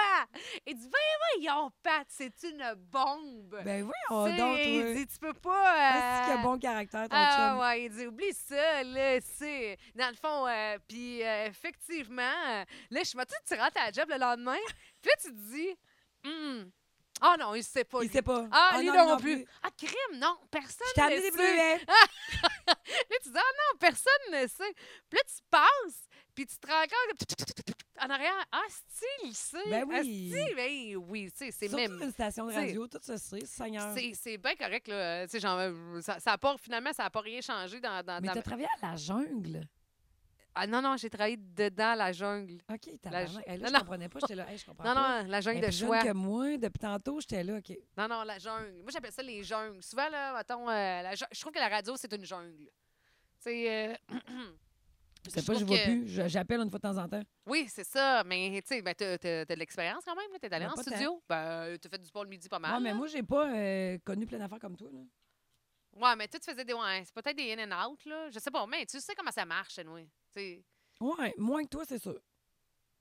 S2: Il dit, ben voyons, Pat, c'est une bombe.
S1: Ben oui,
S2: Tu sais,
S1: on donc.
S2: il
S1: oui.
S2: dit, tu peux pas...
S1: Est-ce que
S2: euh,
S1: bon caractère, ton
S2: ah
S1: chum?
S2: ouais, il dit oublie ça, là, c'est. Dans le fond, euh, puis euh, effectivement, euh, là, je suis tu tu rentres à la job le lendemain, puis là, tu te dis, Hmm, ah non, il sait pas.
S1: Il
S2: lui.
S1: sait pas.
S2: Ah,
S1: Ah
S2: lui
S1: non,
S2: non,
S1: lui non
S2: plus.
S1: plus.
S2: Ah, crime, non, personne
S1: Je t'ai
S2: ne
S1: amené
S2: sait.
S1: des hein. bleuets.
S2: Là, tu dis, ah non, personne ne sait. Puis là, tu passes, puis tu te rends compte, en arrière, ah, c'est-il, sait.
S1: Ben oui.
S2: Asti, ben oui, tu sais, c'est
S1: Surtout
S2: même.
S1: une station de
S2: tu sais,
S1: radio, tout ça, c'est Seigneur.
S2: C'est c'est bien correct, là. Tu sais, genre, euh, ça, ça a pas, finalement, ça n'a pas rien changé dans, dans,
S1: Mais
S2: dans
S1: t'as travaillé à la jungle.
S2: Ah non, non, j'ai travaillé dedans la jungle.
S1: OK, t'as
S2: La
S1: la
S2: ju-
S1: jungle. Hey, là,
S2: Non,
S1: je
S2: non.
S1: comprenais pas. J'étais là, hey, je comprends
S2: Non,
S1: pas.
S2: non, la jungle
S1: Elle est
S2: de
S1: plus jeune
S2: choix.
S1: que moi, depuis tantôt, j'étais là, OK.
S2: Non, non, la jungle. Moi, j'appelle ça les jungles. Souvent, là, mettons, euh, la ju- je trouve que la radio, c'est une jungle. Tu sais, euh, *clears throat*
S1: Je sais
S2: Je
S1: pas, je
S2: trouve
S1: vois
S2: que-
S1: plus. Je- J'appelle une fois de temps en temps.
S2: oui, c'est ça, mais tu sais, ben, t'as, t'as- t'as de l'expérience quand même. là. T'es allé
S1: Ben,
S2: en
S1: pas tant.
S2: studio. Ben, t'as fait du sport le midi pas mal.
S1: Ouais, mais
S2: là.
S1: moi, j'ai pas euh, connu plein d'affaires comme toi. Là.
S2: Ouais, mais toi, tu faisais des. Ouais, c'est peut-être des in and out, là. Je sais pas, mais tu sais comment ça marche, anyway. Tu sais,
S1: Ouais, moins que toi, c'est sûr.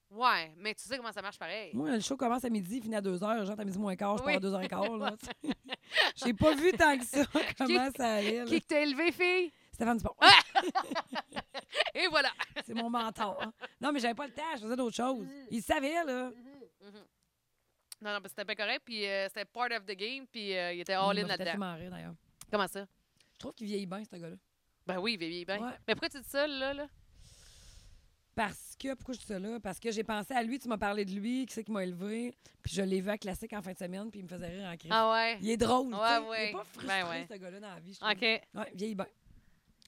S2: Ouais, mais tu sais comment ça marche pareil.
S1: Moi, le show commence à midi, finit à 2 h. Genre, à midi moins quart, je
S2: Oui.
S1: pars à 2 h quart.
S2: *laughs*
S1: Là, tu sais. *laughs* j'ai pas vu tant que ça comment ça allait. là.
S2: Qui que t'as élevé, fille?
S1: Stéphane Dupont.
S2: Et voilà!
S1: *laughs* C'est mon mentor. hein. Non, mais j'avais pas le temps, je faisais d'autres choses.
S2: Mm.
S1: Il savait, là.
S2: Mhm. Non, non, parce que c'était pas correct, puis euh, c'était part of the game, puis euh, il était all-in
S1: Il m'a fait
S2: là-dedans.
S1: tellement rire, d'ailleurs.
S2: Comment ça?
S1: Je trouve qu'il vieillit bien, ce gars-là.
S2: Ben oui, baby, ben.
S1: Ouais.
S2: Mais pourquoi tu dis ça, là? là?
S1: Parce que, pourquoi je dis ça là? Parce que j'ai pensé à lui, tu m'as parlé de lui, qui c'est qui m'a élevé, puis je l'ai vu à classique en fin de semaine, puis il me faisait rire en crise.
S2: Ah ouais?
S1: Il est drôle, tu
S2: Ouais,
S1: sais. Il
S2: ouais.
S1: est pas frustré,
S2: Ben ouais.
S1: ce gars-là, dans la vie. je trouve.
S2: OK. *laughs*
S1: Ouais, vieillit bien.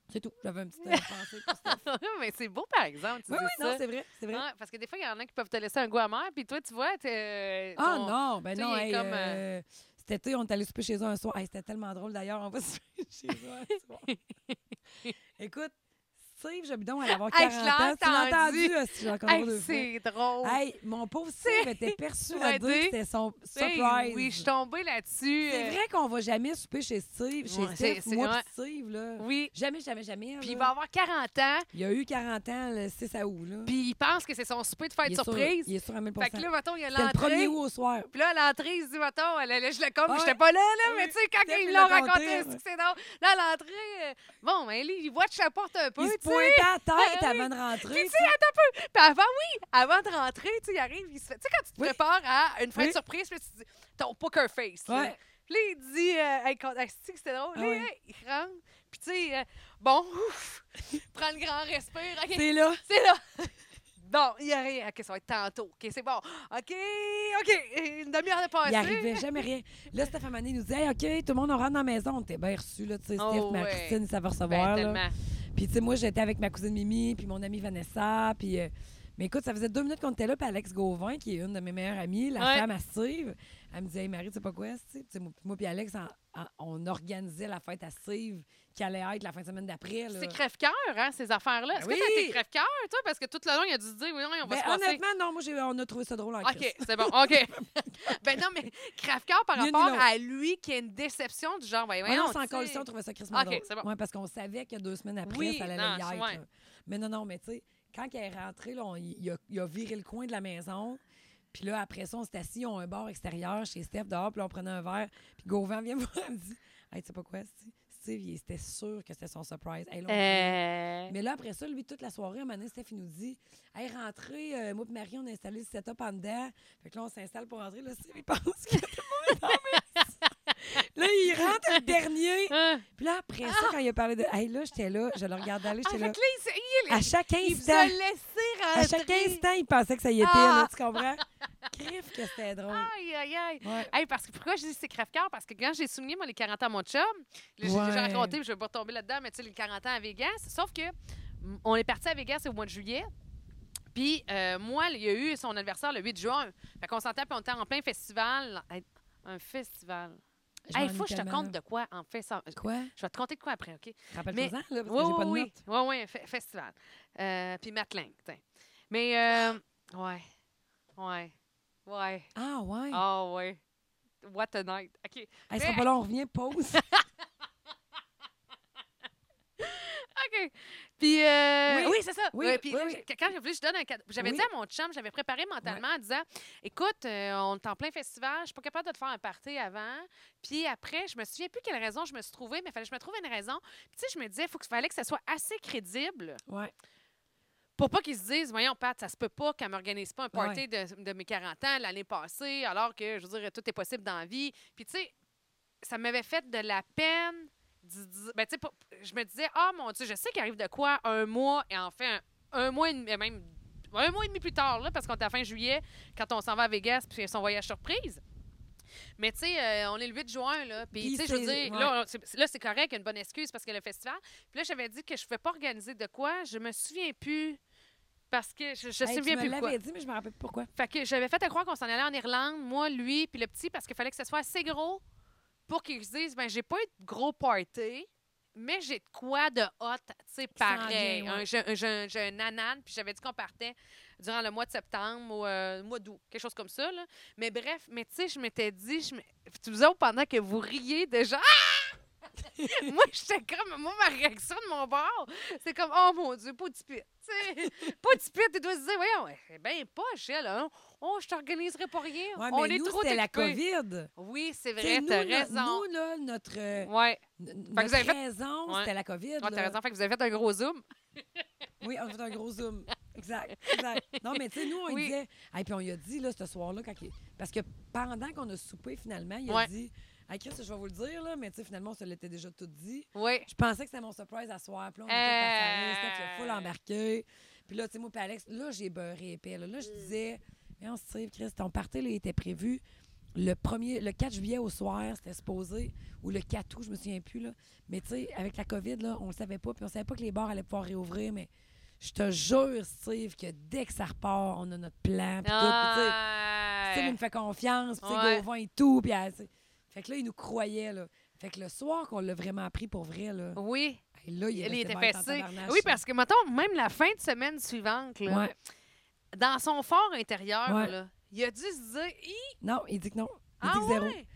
S1: C'est tout. J'avais une petite euh, pensée pour ça.
S2: mais c'est beau, par exemple, tu
S1: Oui,
S2: dis
S1: oui, non,
S2: ça.
S1: c'est vrai, c'est vrai.
S2: Ouais, parce que des fois, il y en a qui peuvent te laisser un goût amer, puis toi, tu vois, t'es... euh,
S1: Ah non, ben
S2: tu sais,
S1: non,
S2: il est
S1: hey,
S2: comme,
S1: euh, cet été, on est allé souper chez eux un soir. Hey, c'était tellement drôle d'ailleurs, on va *laughs* souper chez eux
S2: *laughs*
S1: un soir. Écoute, Steve Jobidon, elle va avoir
S2: Hey,
S1: 40
S2: je
S1: ans. Tu l'as
S2: l'ai
S1: entendu, euh, si j'ai encore deux fois.
S2: c'est drôle.
S1: Hey, mon
S2: *laughs*
S1: pauvre Steve était persuadé que
S2: persuadé.
S1: c'était son
S2: Hey,
S1: surprise.
S2: oui, je suis tombée là-dessus.
S1: C'est
S2: euh,
S1: vrai qu'on va jamais souper chez Steve, chez
S2: Ouais, c'est-
S1: Steve,
S2: c'est-
S1: moi
S2: ouais.
S1: pis Steve, là.
S2: Oui.
S1: Jamais, jamais, jamais.
S2: Puis il
S1: là.
S2: va avoir 40 ans,
S1: Il a eu 40 ans le 6 août, là.
S2: puis il pense que c'est son souper de fête
S1: il est sur-
S2: surprise.
S1: il est sur à 1000
S2: Fait que là, mettons, il y a
S1: C'était le 1er
S2: l'entrée.
S1: août au soir.
S2: Puis là, à l'entrée, il se dit, mettons, elle allait, je le compte,
S1: Ah
S2: puis j'étais
S1: ouais.
S2: pas là, là,
S1: Oui,
S2: mais tu sais, quand
S1: Steph,
S2: ils
S1: il
S2: l'ont
S1: l'a
S2: raconté,
S1: raconté,
S2: c'est que c'est drôle. Là, à l'entrée, euh, bon, ben, lui, il watch la porte un peu,
S1: Il se
S2: tu sais.
S1: pointait à tête
S2: Ah oui.
S1: avant de rentrer.
S2: Puis tu sais, attends un peu. Puis avant, oui, avant de rentrer, tu sais, il arrive, il se fait. Tu sais, quand tu te
S1: Oui.
S2: prépares à une fête
S1: Oui.
S2: surprise, puis là, tu dis ton poker face. Là,
S1: Ouais.
S2: Puis là, il dit, euh, hey, quand- hey, c'est-tu que c'était drôle.
S1: Ah
S2: là,
S1: ouais.
S2: hey, il rentre. Puis tu sais, euh, bon, ouf, *laughs* prends le grand respire. OK,
S1: C'est là.
S2: c'est là. *laughs* Non, il n'y a rien. OK, ça va être tantôt. OK, c'est bon. OK, OK. Une demi-heure de passée.
S1: Il arrivait jamais rien. Là, Stéphane Mané nous dit Hey, OK, tout le monde, on rentre dans la maison. On était bien reçus, là, tu sais, Steph,
S2: Oh,
S1: ma
S2: ouais.
S1: Christine, ça va
S2: Ben,
S1: recevoir. là.
S2: tellement.
S1: Puis, tu sais, moi, j'étais avec ma cousine Mimi, puis mon amie Vanessa, puis... euh, mais écoute, ça faisait deux minutes qu'on était là, puis Alex Gauvin, qui est une de mes meilleures amies, la
S2: Ouais.
S1: femme à Steve, elle me dit « Hey, Marie, tu sais pas quoi, Steve? » Tu sais, Moi, moi puis Alex, en- en- on organisait la fête à Steve, qui allait être la fin de semaine d'après. là.
S2: C'est crève-cœur, hein, ces affaires-là. Est-ce
S1: Ben
S2: que t'as
S1: oui.
S2: été crève-cœur, toi? Parce que tout le long, il a dû se dire, oui, non, on va
S1: Ben,
S2: se passer.
S1: honnêtement, non, moi, j'ai- on a trouvé ça drôle en
S2: OK,
S1: Christ.
S2: c'est bon. OK. *laughs* ben non, mais crève-cœur par
S1: Ni une ni
S2: rapport
S1: l'autre.
S2: à lui qui a une déception du genre, ben,
S1: Ouais,
S2: voyons,
S1: non, c'est
S2: tu sais.
S1: encore ici, on trouvait ça Christmas
S2: OK,
S1: drôle.
S2: c'est bon.
S1: Ouais, parce qu'on savait que deux semaines après,
S2: Oui,
S1: ça allait
S2: non,
S1: y
S2: c'est-
S1: être,
S2: ouais.
S1: là. Mais non, non, mais tu sais, quand elle est rentrée, là, on- il, a, il a viré le coin de la maison. Puis là, après ça, on s'est assis, on a un bar extérieur chez Steph dehors, puis là, on prenait un verre. Puis Gauvin vient *laughs* me voir, elle me dit Hey, tu sais pas quoi, Steve? Steve, il était sûr que c'était son surprise. Hey, là, on riait.
S2: Euh,
S1: Mais là, après ça, lui, toute la soirée, un moment donné, Steph, il nous dit Hey, rentrez, euh, moi et Marie, on a installé le setup en dedans. Fait que là, on s'installe pour rentrer. Là, Steph, il pense que tout le monde est en
S2: *laughs*
S1: même- Là, il rentre le dernier.
S2: hein.
S1: Puis là, après ça, quand il a parlé de. Hey, là, j'étais là, je le regardais aller,
S2: Ah,
S1: j'étais
S2: fait
S1: là.
S2: que là, il, s'est- il-
S1: À chaque
S2: il vous
S1: 15
S2: a
S1: ans,
S2: laissé rentrer.
S1: à chaque instant, il pensait que ça y était,
S2: Ah!
S1: là, tu comprends? Crif que c'était drôle.
S2: Aïe, aïe, aïe.
S1: Ouais.
S2: Hey, parce que pourquoi je dis que c'est crève-cœur? Parce que quand j'ai souligné, moi, les 40 ans à mon chum, là, j'ai déjà
S1: Ouais.
S2: raconté, je vais pas retomber là-dedans, mais tu sais, les 40 ans à Vegas. Sauf que mm, on est parti à Vegas au mois de juillet. Puis euh, moi, il y a eu son anniversaire le 8 juin. Fait qu'on s'entend, puis on était en plein festival. Hey, Un festival.
S1: Je
S2: Il
S1: m'ennuie
S2: faut que je te
S1: tellement,
S2: compte
S1: là.
S2: de quoi en fait ça.
S1: Quoi?
S2: Je vais te compter de quoi après, OK?
S1: Rappelle-toi-en, là, parce que
S2: Oui,
S1: j'ai pas de
S2: oui,
S1: notes.
S2: oui, oui, oui, un fe- festival. Euh, puis Matelin, tiens. Mais, euh, ouais, ouais, ouais.
S1: Ah, ouais.
S2: Ah ouais. What a night. OK. *laughs*
S1: Hey, ça sera pas long, on revient, pause.
S2: OK. OK. Puis, euh,
S1: Oui.
S2: oui, c'est ça.
S1: Oui,
S2: Ouais, puis
S1: oui,
S2: là,
S1: oui.
S2: j'ai- quand j'ai voulu, je donne un cadeau. J'avais
S1: Oui.
S2: dit à mon chum, j'avais préparé mentalement en disant Écoute, euh, on est en plein festival, je suis pas capable de te faire un party avant. Puis après, je me souviens plus quelle raison je me suis trouvée, mais fallait que je me trouve une raison. Puis tu sais, je me disais, il fallait que ça soit assez crédible
S1: Ouais.
S2: pour pas qu'ils se disent, voyons, Pat, ça se peut pas qu'elle m'organise pas un party
S1: Ouais.
S2: de, de mes 40 ans l'année passée, alors que, je veux dire, tout est possible dans la vie. Puis, tu sais, ça m'avait fait de la peine. d'y dire- Ben, tu sais, pour- je me disais, ah mon Dieu, je sais qu'il arrive de quoi un mois, et enfin, un mois et demi, même un mois et demi plus tard, là, parce qu'on est à fin juillet, quand on s'en va à Vegas, puis son voyage surprise. Mais tu sais, euh, on est le 8 juin, là. Puis,
S1: Puis
S2: tu sais, je veux
S1: c'est-
S2: dire,
S1: ouais.
S2: là, on- c'est- là, c'est correct, il y a une bonne excuse parce que le festival. Puis là, j'avais dit que je ne pouvais pas organiser de quoi. Je me souviens plus parce que je ne me
S1: Hey,
S2: souviens
S1: tu
S2: plus
S1: me
S2: de quoi.
S1: l'avais dit, mais je me rappelle plus pourquoi.
S2: Fait que j'avais fait à croire qu'on s'en allait en Irlande, moi, lui, puis le petit, parce qu'il fallait que ce soit assez gros pour qu'ils se disent, ben j'ai pas eu de gros party, mais j'ai de quoi de hot, tu sais, pareil.
S1: vient, ouais.
S2: Un- J'ai un- j'ai un, j'ai un anane, puis j'avais dit qu'on partait durant le mois de septembre ou euh, le mois d'août, quelque chose comme ça, là. Mais bref, mais tu sais, je m'étais dit, je me- puis tu vous autres, pendant que vous riez déjà, *laughs* moi, j'étais comme, moi, ma réaction de mon bord, c'est comme, oh mon Dieu, pas de pit. Tu
S1: *laughs*
S2: sais, pas de pit, tu dois se dire, voyons, eh ben pas, Shell, hein. oh, je t'organiserai pas rien.
S1: Ouais,
S2: On
S1: mais
S2: est
S1: nous,
S2: trop
S1: c'était la
S2: occupés.
S1: COVID.
S2: Oui, c'est
S1: Tu sais,
S2: vrai,
S1: nous,
S2: t'as
S1: no-
S2: raison.
S1: Nous, là, notre, euh,
S2: Ouais,
S1: n-
S2: que vous
S1: notre
S2: avez fait-
S1: raison,
S2: Ouais.
S1: c'était la COVID.
S2: Ouais, t'as
S1: là.
S2: raison, fait que vous avez fait un gros zoom.
S1: Oui, on a fait un gros
S2: *laughs*
S1: zoom. Exact, exact. Non, mais tu sais, nous, on lui
S2: Oui.
S1: disait... Hey, puis on lui a dit, là, ce soir-là, quand il- parce que pendant qu'on a soupé, finalement, il
S2: Ouais.
S1: a dit... Hey, Chris, je vais vous le dire, là, mais tu sais, finalement, on se l'était déjà tout dit.
S2: Oui.
S1: Je pensais que c'était mon surprise à soir. Puis là, on était
S2: Euh.
S1: euh... Steph, il a full embarqué. Puis là, tu sais, moi, puis Alex, là, j'ai beurré épais. Là, Là, je disais, mais on se tire, Chris, ton party, là, il était prévu le, premier, le 4 juillet au soir, c'était supposé, ou le 4 août, je me souviens plus, là. Mais tu sais, avec la COVID, là, on le savait pas, puis on savait pas que les bars allaient pouvoir réouvrir, mais je te jure, Steve, que dès que ça repart, on a notre plan, puis tout, puis tu sais, Steve, il me fait confiance, puis tu sais,
S2: Ouais.
S1: Gauvin et tout, puis elle, tu sais. Fait que là, il nous croyait, là. Fait que le soir qu'on l'a vraiment pris pour vrai, là,
S2: Oui,
S1: Hey, là, il,
S2: elle
S1: restait
S2: était
S1: vert en
S2: fessée.
S1: tabarnache,
S2: Oui,
S1: là.
S2: parce que, mettons, même la fin de semaine suivante, là,
S1: Ouais.
S2: dans son fort intérieur,
S1: Ouais.
S2: là, il a dû se dire Hi!
S1: Non, il dit que non. Il
S2: Ah
S1: dit que zéro.
S2: ouais?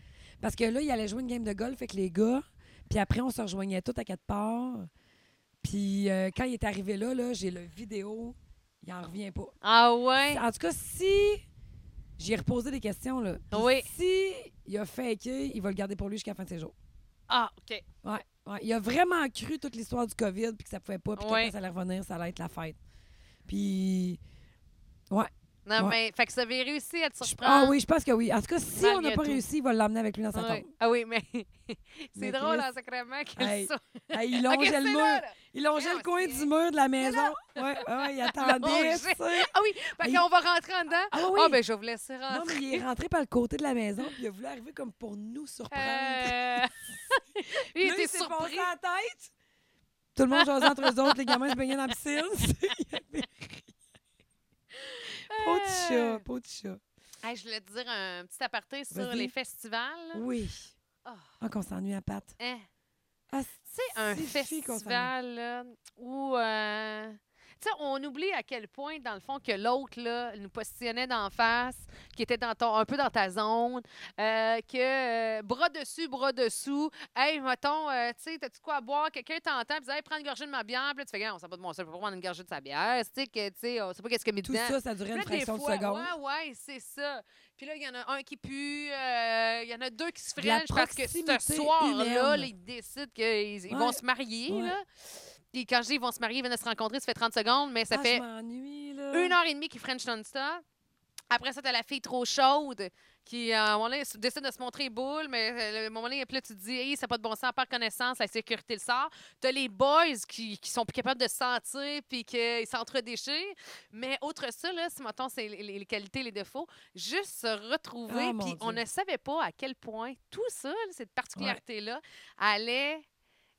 S1: Parce que là, il allait jouer une game de golf avec les gars. Puis après, on se rejoignait tous à quatre parts. Puis euh, quand il est arrivé là, là j'ai le vidéo. Il en revient pas.
S2: Ah ouais?
S1: En tout cas, si. J'ai reposé des questions, là. Puis
S2: Oui.
S1: Si il a faké, il va le garder pour lui jusqu'à la fin de ses jours.
S2: Ah, OK.
S1: Ouais, ouais. Il a vraiment cru toute l'histoire du COVID, puis que ça pouvait pas, puis que
S2: Ouais.
S1: quand ça allait revenir, ça allait être la fête. Puis. Ouais.
S2: Non,
S1: Ouais.
S2: mais, fait que ça avait réussi à te
S1: Je-
S2: surprendre.
S1: Ah oui, je pense que oui. En tout cas, si on n'a
S2: Malgré
S1: pas
S2: tout.
S1: réussi, il va l'emmener avec lui dans sa
S2: Ouais. *laughs*
S1: tombe.
S2: Ah oui, mais c'est
S1: Mais
S2: drôle hein,
S1: Chris.
S2: en sacrement qu'elle
S1: Hey.
S2: soit.
S1: Hey, il
S2: Ok,
S1: longeait
S2: c'est
S1: le mur.
S2: là, là.
S1: Il longeait
S2: Voyons,
S1: le coin
S2: c'est-
S1: du mur de la maison. Ouais,
S2: *laughs*
S1: ouais, il attendait.
S2: Longeait.
S1: tu sais.
S2: Ah oui, fait
S1: Il-
S2: qu'on va rentrer en dedans.
S1: Ah
S2: Ah
S1: oui.
S2: ben je vais vous laisser
S1: Non, mais
S2: rentrer.
S1: il est rentré par le côté de la maison, puis il a voulu arriver comme pour nous surprendre. *laughs*
S2: Euh, *laughs* Lui, il
S1: Là,
S2: était
S1: s'est foncé
S2: surpris.
S1: à la tête. Tout le monde jasait entre eux autres, les gamins se baignaient dans la piscine. *laughs* Peau de
S2: Euh.
S1: chat, peau de chat.
S2: Hey, je voulais te dire un petit aparté sur
S1: Vas-y.
S2: les festivals. là.
S1: Oui.
S2: Ah.
S1: Ah, qu'on s'ennuie à patte.
S2: Hein.
S1: Ah,
S2: C'est un
S1: si chic qu'on s'ennuie.
S2: festival là, où. euh, Tu sais, on oublie à quel point, dans le fond, que l'autre, là, nous positionnait d'en face, qui était dans ton, un peu dans ta zone, euh, que euh, bras dessus, bras dessous, hey, mettons, euh, tu sais, t'as-tu quoi à boire? Quelqu'un t'entend, puis dit, hey, prends une gorgée de ma bière, puis là, tu fais, Gars, on sait pas de mon seul, on peut pas prendre une gorgée de sa bière, tu sais, que, tu sais, on sait pas qu'est-ce que met
S1: Tout
S2: dedans.
S1: ça, ça durait une
S2: Puis là, des
S1: fraction de
S2: fois,
S1: seconde.
S2: Ouais, ouais, c'est ça. Puis là, il y en a un qui pue, euh, il y en a deux qui se
S1: De la
S2: frenchent parce que
S1: proximité
S2: ce soir-là,
S1: humaine.
S2: là, ils décident qu'ils ils
S1: Ouais.
S2: vont se marier.
S1: Ouais.
S2: Là. Puis quand je dis ils vont se marier, ils viennent de se rencontrer, ça fait 30 secondes, mais ça
S1: Ah,
S2: fait
S1: Je m'ennuie, là.
S2: une heure et demie qu'ils French non-stop. Après ça, t'as la fille trop chaude qui, euh, à un moment donné, se- décide de se montrer boule, mais euh, à un moment donné, puis là, tu te dis, hey, ça n'a pas de bon sens, par connaissance, la sécurité le sort. T'as les boys qui, qui sont plus capables de se sentir puis qu'ils s'entredéchirent. Mais autre ça, là, si mettons, c'est les, les- les qualités, les défauts, juste se retrouver,
S1: Ah, mon
S2: puis
S1: Dieu.
S2: on ne savait pas à quel point tout ça, là, cette particularité-là, allait.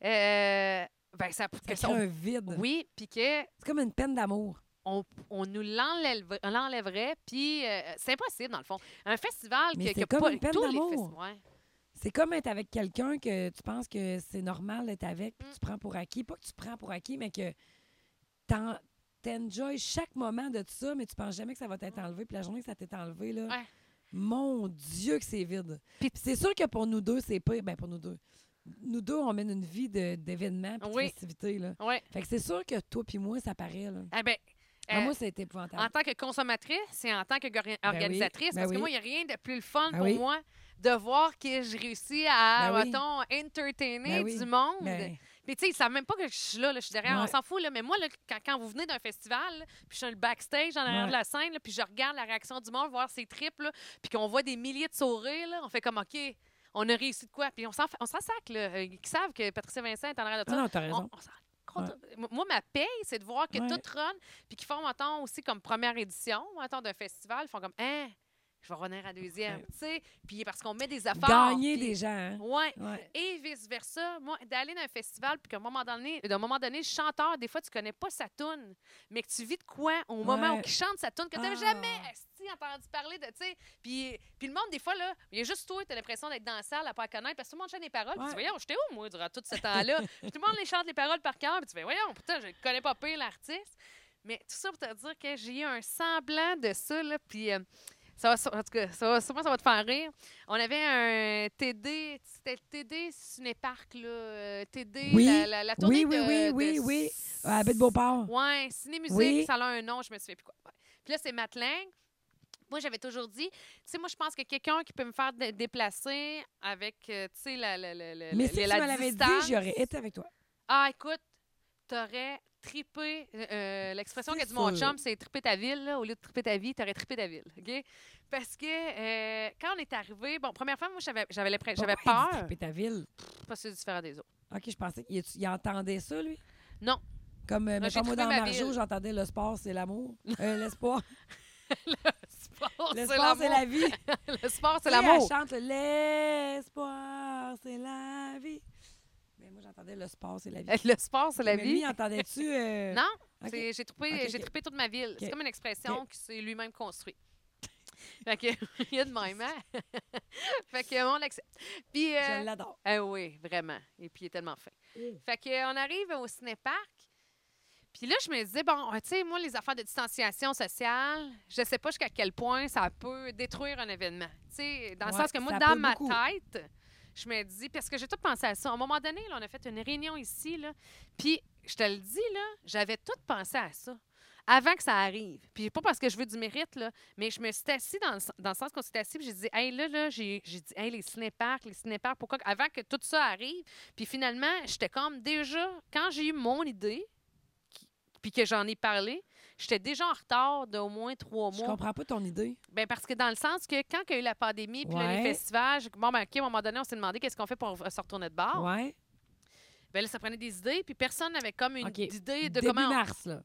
S2: euh, ben, ça,
S1: Ça
S2: que ça-
S1: crée un vide.
S2: oui, puis que
S1: C'est comme une peine d'amour.
S2: on, on nous l'enlève- on l'enlèverait, puis euh, c'est impossible, dans le fond. Un festival
S1: Mais
S2: qui
S1: c'est
S2: n'a
S1: comme
S2: pas
S1: une peine
S2: tous les
S1: d'amour.
S2: festivals.
S1: C'est comme être avec quelqu'un que tu penses que c'est normal d'être avec, puis
S2: Mm.
S1: tu prends pour acquis. Pas que tu prends pour acquis, mais que t'en- t'enjoys chaque moment de ça, mais tu penses jamais que ça va t'être enlevé. Puis la journée que ça t'est enlevé, là,
S2: Ouais.
S1: mon Dieu que c'est vide.
S2: Puis-
S1: Puis c'est sûr que pour nous deux, c'est pire. Ben, pour nous deux. nous deux, on mène une vie de- d'événements et
S2: Oui.
S1: de festivités. Là.
S2: Oui.
S1: Fait que c'est sûr que toi puis moi, ça paraît. Là.
S2: Ah ben,
S1: Ah,
S2: euh,
S1: moi, ça a été
S2: en
S1: épouvantable.
S2: tant que consommatrice et en tant que gori- organisatrice,
S1: ben
S2: parce que
S1: oui.
S2: moi, il n'y a rien de plus le fun
S1: Ben
S2: pour
S1: oui.
S2: moi de voir que je réussis à,
S1: Ben oui.
S2: mettons, entertainer
S1: Ben oui.
S2: du monde.
S1: Ben,
S2: Puis, tu sais, ils savent même pas que je suis là. là. Je suis derrière, on
S1: Ouais.
S2: s'en fout. Là. Mais moi, là, quand, quand vous venez d'un festival, là, puis je suis dans le backstage, en arrière
S1: Ouais.
S2: de la scène, là, puis je regarde la réaction du monde, voir ses tripes, là, puis qu'on voit des milliers de sourires, là, on fait comme OK, on a réussi de quoi. Puis on s'en fa- on s'en sac. Là. Euh, Ils savent que Patricia Vincent est en arrière de
S1: non,
S2: ça.
S1: Ah non, t'as raison.
S2: On- on s'en contre- M- Moi, ma paye, c'est de voir que
S1: Ouais.
S2: tout run, puis qu'ils font, mettons, aussi comme première édition, mettons, d'un festival, ils font comme, hein, je vais revenir à deuxième,
S1: Ouais.
S2: tu sais, puis parce qu'on met des efforts.
S1: Gagner
S2: puis-
S1: des gens. hein.
S2: Ouais,
S1: Ouais.
S2: et vice-versa. Moi, d'aller dans un festival, puis qu'à un moment donné, d'un moment donné, le chanteur, des fois, tu connais pas sa toune, mais que tu vis de quoi au moment où
S1: Ouais.
S2: il chante sa toune, que tu n'as
S1: Ah.
S2: jamais esti, entendu parler de, tu sais. Puis, puis le monde, des fois, là, il y a juste toi, tu as l'impression d'être dans la salle à pas connaître, parce que tout le monde chante les paroles. Puis tu
S1: Ouais.
S2: dis, voyons, j'étais où, moi, durant tout ce
S1: *laughs*
S2: temps-là? Puis tout le monde les chante les paroles par cœur, puis tu fais, voyons, putain, je le connais pas pire, l'artiste. Mais tout ça pour te dire que j'ai eu un semblant de ça, là, puis... euh, ça va, sû- en tout cas, ça va, sûrement, ça va te faire rire. On avait un TD, c'était le TD Cinéparc, là. euh, TD,
S1: Oui.
S2: la, la, la
S1: Oui,
S2: tournée
S1: oui,
S2: de-
S1: oui, oui,
S2: de
S1: oui.
S2: s-
S1: À Baie de Ah, Beauport.
S2: Ouais, ciné-musique,
S1: Oui.
S2: ça a un nom, je me souviens plus quoi. Ouais. Puis là, c'est Matling. Moi, j'avais toujours dit, tu sais, moi, je pense que quelqu'un qui peut me faire dé- déplacer avec, euh, tu sais, la, la, la, la,
S1: Mais si
S2: la-
S1: tu
S2: la
S1: me l'avais dit,
S2: distance.
S1: j'aurais été avec toi.
S2: Ah, écoute, t'aurais trippé. euh, euh, L'expression
S1: C'est
S2: qu'a dit mon
S1: sûr.
S2: chum, c'est trippé ta ville. là. Au lieu de tripper ta vie, t'aurais trippé ta ville. OK? Parce que euh, quand on est arrivé, bon, première fois, moi, j'avais j'avais l'impres- j'avais
S1: Pourquoi il dit
S2: peur.
S1: triper ta ville.
S2: Pas si différent des *laughs* autres.
S1: OK, je pensais qu'il il entendait ça, lui.
S2: Non.
S1: Comme, euh,
S2: Non, j'ai
S1: mettons, moi,
S2: trippé
S1: dans
S2: ma
S1: Marjo,
S2: ville.
S1: j'entendais le sport, c'est
S2: *laughs*
S1: l'amour. Euh, l'espoir.
S2: L'espoir, c'est
S1: l'espoir, c'est
S2: l'amour.
S1: la vie.
S2: Le sport, c'est
S1: Tu sais,
S2: l'amour.
S1: Elle chante le l'espoir, c'est la vie. Mais moi, j'entendais le sport, c'est la vie.
S2: Le sport, c'est la
S1: Mais lui,
S2: vie.
S1: entendais-tu. euh,
S2: *laughs* Non,
S1: OK.
S2: c'est- j'ai trippé,
S1: OK,
S2: j'ai
S1: OK.
S2: trippé toute ma ville. C'est
S1: OK.
S2: comme une expression qui s'est lui-même construite. *laughs* fait que, *laughs* il y a de même, hein? *laughs* fait que, on l'accepte. Puis, euh,
S1: Je l'adore.
S2: Ah oui, vraiment. Et puis, il est tellement fin.
S1: Mm.
S2: Fait que, euh, on arrive au cinéparc. Puis là, je me disais, bon, tu sais, moi, les affaires de distanciation sociale, je sais pas jusqu'à quel point ça peut détruire un événement. Tu sais, dans le
S1: Ouais,
S2: sens que moi,
S1: ça
S2: dans
S1: peut
S2: ma
S1: beaucoup.
S2: tête, je me dis, parce que j'ai tout pensé à ça. À un moment donné, là, on a fait une réunion ici, là. Puis, je te le dis, là, j'avais tout pensé à ça avant que ça arrive. Puis pas parce que je veux du mérite, là, mais je me suis assis dans le, sen- dans le sens qu'on s'est assis, puis j'ai dit, hey, là, là, j'ai j'ai dit, hey, les cinéparcs, les cinéparcs, pourquoi? que- Avant que tout ça arrive. Puis finalement, j'étais comme déjà, quand j'ai eu mon idée, qui- puis que j'en ai parlé, j'étais déjà en retard d'au moins trois
S1: Je
S2: mois.
S1: comprends pas ton idée.
S2: Ben parce que dans le sens que quand il y a eu la pandémie, puis là, les
S1: Ouais.
S2: festivals, j'ai- bon, ben, OK, à un moment donné, on s'est demandé qu'est-ce qu'on fait pour euh, se retourner de bar.
S1: Ouais.
S2: Ben là, ça prenait des idées, puis personne n'avait comme une
S1: OK.
S2: idée de
S1: Début
S2: comment. on-
S1: mars, là.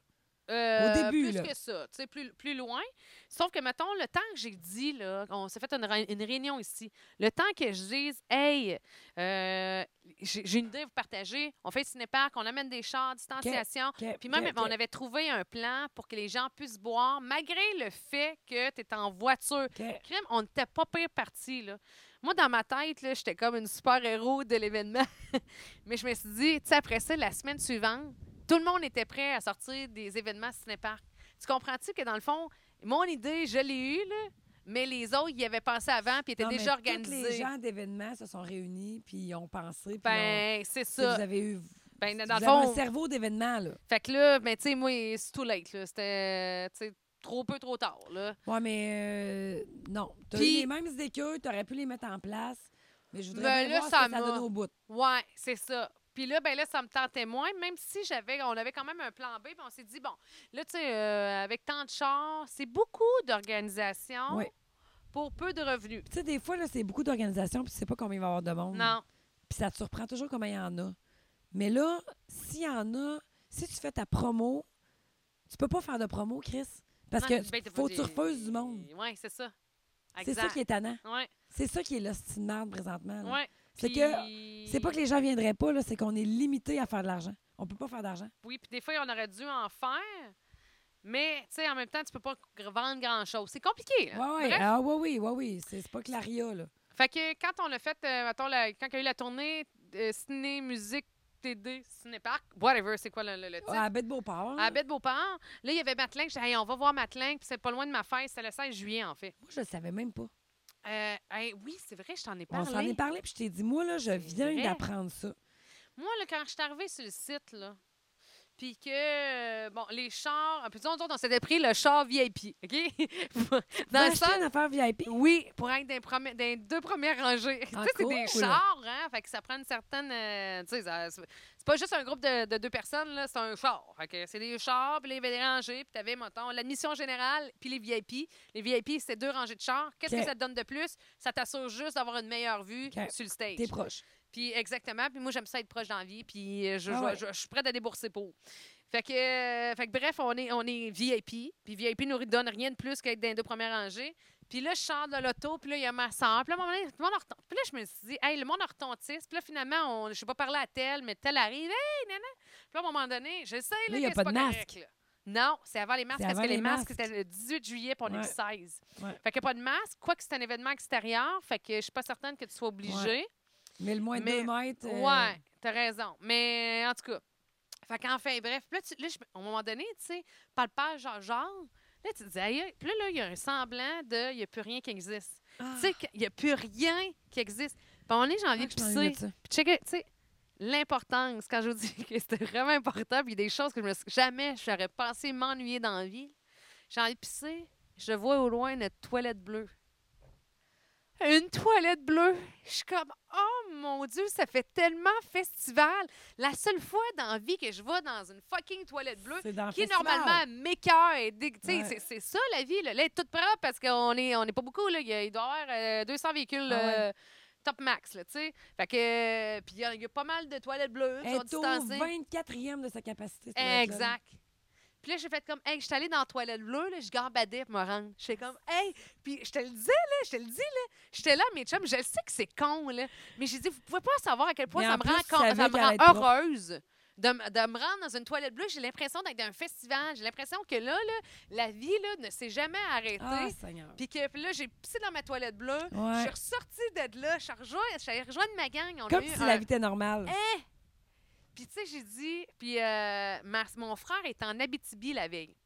S2: euh,
S1: début,
S2: Plus
S1: là.
S2: que ça, tu sais, plus, plus loin. Sauf que, mettons, le temps que j'ai dit, là, on s'est fait une, ré- une réunion ici, le temps que je dise, hey, euh, j'ai j'ai une idée à vous partager, on fait le cinéparc, on amène des chars, distanciation.
S1: OK,
S2: Puis même,
S1: OK,
S2: on
S1: OK.
S2: avait trouvé un plan pour que les gens puissent boire, malgré le fait que tu es en voiture.
S1: OK.
S2: Crime, on n'était pas pire parti, là. Moi, dans ma tête, là, j'étais comme une super-héros de l'événement. *laughs* Mais je me suis dit, tu sais, après ça, la semaine suivante, tout le monde était prêt à sortir des événements cinépark. Tu comprends-tu que, dans le fond, mon idée, je l'ai eue, là, mais les autres, ils y avaient pensé avant, puis étaient
S1: Non, mais
S2: déjà
S1: toutes
S2: organisés.
S1: Les gens d'événements se sont réunis, puis ils ont pensé. Puis
S2: Ben, c'est
S1: ils ont-
S2: ça.
S1: vous avez eu.
S2: Ben, dans
S1: vous
S2: le
S1: avez
S2: fond-
S1: un cerveau d'événements, là.
S2: Fait que là, ben, tu sais, moi, c'est too late, là. C'était, tu sais, trop peu, trop tard, là.
S1: Ouais, mais euh, non. T'as
S2: Puis-
S1: eu les mêmes idées qu'eux, t'aurais pu les mettre en place, mais je voudrais bien
S2: Mais Ben, là,
S1: voir
S2: ça
S1: ce que ça
S2: m'a-
S1: donne au bout.
S2: Ouais, c'est ça. Puis là, ben là, ça me tentait moins, même si j'avais, on avait quand même un plan B, puis on s'est dit, bon, là, tu sais, euh, avec tant de chars, c'est beaucoup d'organisations
S1: Ouais.
S2: pour peu de revenus.
S1: Tu sais, des fois, là, c'est beaucoup d'organisations, puis tu sais pas combien il va y avoir de monde.
S2: Non.
S1: Puis ça te surprend toujours combien il y en a. Mais là, s'il y en a, si tu fais ta promo, tu peux pas faire de promo, Chris. Parce
S2: Non,
S1: que
S2: ben, t'as pas
S1: faut que
S2: des-
S1: tu refuses du monde.
S2: Ouais, c'est ça.
S1: C'est ça
S2: Exact.
S1: qui est tannant.
S2: Ouais,
S1: C'est ça qui est l'hostie de merde présentement. là.
S2: ouais.
S1: C'est que c'est pas que les gens viendraient pas, là, c'est qu'on est limité à faire de l'argent. On peut pas faire d'argent.
S2: Oui, puis des fois, on aurait dû en faire, mais, tu sais, en même temps, tu peux pas vendre grand-chose. C'est compliqué,
S1: Ouais,
S2: là.
S1: ouais.
S2: Bref.
S1: Ah, ouais, oui, ouais, oui. C'est c'est pas que l'aria, là.
S2: Fait que quand on a fait, euh, mettons, la- quand il y a eu la tournée euh, ciné, musique, TD, cinéparc, whatever, c'est quoi le, le- le titre?
S1: À Baie de Ah, Beauport.
S2: À Baie de Beauport. Là, il y avait Matelin. J'ai dit, Hey, on va voir Matelin. Puis c'est pas loin de ma fête. C'était le 16 juillet, en fait.
S1: Moi, je le savais même pas.
S2: Euh, hey, oui, c'est vrai, je t'en ai
S1: On
S2: parlé.
S1: s'en est parlé, puis je t'ai dit, moi, là, je
S2: C'est
S1: viens
S2: vrai.
S1: d'apprendre ça.
S2: Moi, là, quand je suis arrivée sur le site, là, puis que, euh, bon, les chars, puis disons, nous autres, on s'était pris le char VIP, OK? *laughs*
S1: Va
S2: Dans le
S1: acheter
S2: sens,
S1: une affaire VIP.
S2: oui, pour être des, premi- des deux premières rangées. *laughs* tu
S1: Ah,
S2: sais, c'est des
S1: cool.
S2: chars, hein? Fait que ça prend une certaine. euh, tu sais, ça- c'est c'est pas juste un groupe de, de deux personnes, là, c'est un char. Fait que c'est des chars, puis les- les rangées, puis t'avais, mettons, l'admission générale, puis les VIP. Les VIP, c'est deux rangées de chars. Qu'est-ce
S1: OK.
S2: que ça te donne de plus? Ça t'assure juste d'avoir une meilleure vue
S1: OK.
S2: sur le stage.
S1: T'es proche.
S2: Puis exactement. Puis moi, j'aime ça être proche d'envie. Puis euh, je,
S1: Ah
S2: je-
S1: ouais.
S2: je- je suis prête à débourser pour. Fait que, euh, fait que bref, on est, on est VIP. Puis VIP nous donne rien de plus qu'être dans les deux premières rangées. Puis là, je sors de l'auto, puis là, il y a ma soeur. Puis là, à un moment donné, tout le monde en retom- Puis là, je me suis dit, hey, le monde en retentisse. Puis là, finalement, on, je sais pas parler à tel, mais tel arrive. Hey, nana! Puis là, à un moment donné, je sais,
S1: Là,
S2: là,
S1: il y a
S2: que
S1: pas
S2: c'est
S1: de
S2: pas
S1: masque.
S2: correct, là. Non, c'est avant les masques,
S1: C'est
S2: parce que
S1: avant
S2: les
S1: les
S2: masques,
S1: masques.
S2: c'était le 18 juillet, puis on est
S1: Ouais.
S2: le 16.
S1: Ouais.
S2: Fait qu'il n'y a pas de masque, quoi que c'est un événement extérieur, fait que je suis pas certaine que tu sois obligé.
S1: Mais le moins de
S2: Mais-
S1: deux mètres. euh,
S2: Ouais, t'as raison. Mais en tout cas, fait qu'enfin, bref. Puis là, tu, là je, à un moment donné, tu sais, palpage, genre, genre, là, tu te dis, aïe, aïe. Puis là, là, il y a un semblant de, il n'y a plus rien qui existe.
S1: ah,
S2: Tu sais, qu'il n'y a plus rien qui existe. Puis on est, j'en
S1: ah,
S2: viens de
S1: je m'ennuie de
S2: pisser.
S1: ça.
S2: Puis check it, tu sais, l'importance, quand je vous dis que c'était vraiment important, puis il y a des choses que je me suis- jamais j'aurais pensé m'ennuyer dans la vie. J'ai envie de pisser, je vois au loin une toilette bleue. Une toilette bleue. Je suis comme, oh mon Dieu, ça fait tellement festival. La seule fois dans la vie que je vais dans une fucking toilette bleue,
S1: C'est dans le
S2: qui est
S1: festival.
S2: normalement m'écœure. et dé- tu sais,
S1: Ouais.
S2: C'est c'est ça la vie. Là, Là, elle est toute propre parce qu'on n'est on est pas beaucoup. Là. Il, y a- il doit y avoir euh, 200 véhicules
S1: Ah ouais.
S2: euh, top max. Là, tu sais. fait que, euh, puis il y, a- il y a pas mal de toilettes bleues. qui
S1: Elle
S2: sont
S1: est au
S2: distancées.
S1: 24e de sa capacité. cette toilette-là.
S2: Exact. Puis là, j'ai fait comme, hey, je suis allée dans la toilette bleue, là, je gambadais pour me rendre. J'étais comme, hey, puis je te le disais, là, je te le dis, là. J'étais là, mes chums, je le sais que c'est con, là. Mais j'ai dit, vous pouvez pas savoir à quel point
S1: Mais
S2: ça
S1: en
S2: me,
S1: plus,
S2: rend
S1: tu
S2: con-
S1: savais
S2: ça
S1: qu'elle
S2: me rend
S1: allait être propre.
S2: heureuse. De, m- de me rendre dans une toilette bleue, j'ai l'impression d'être dans un festival. J'ai l'impression que là, là, la vie là, ne s'est jamais arrêtée.
S1: Ah, Seigneur.
S2: Puis que puis là, j'ai pissé dans ma toilette bleue. Je
S1: Ouais.
S2: suis ressortie de là. Je suis rejoint- je suis allée rejoindre ma gang. On a
S1: Comme
S2: eu
S1: si
S2: un-
S1: la vie était normale.
S2: Hein? Puis tu sais, j'ai dit, puis euh, ma- mon frère est en Abitibi la veille.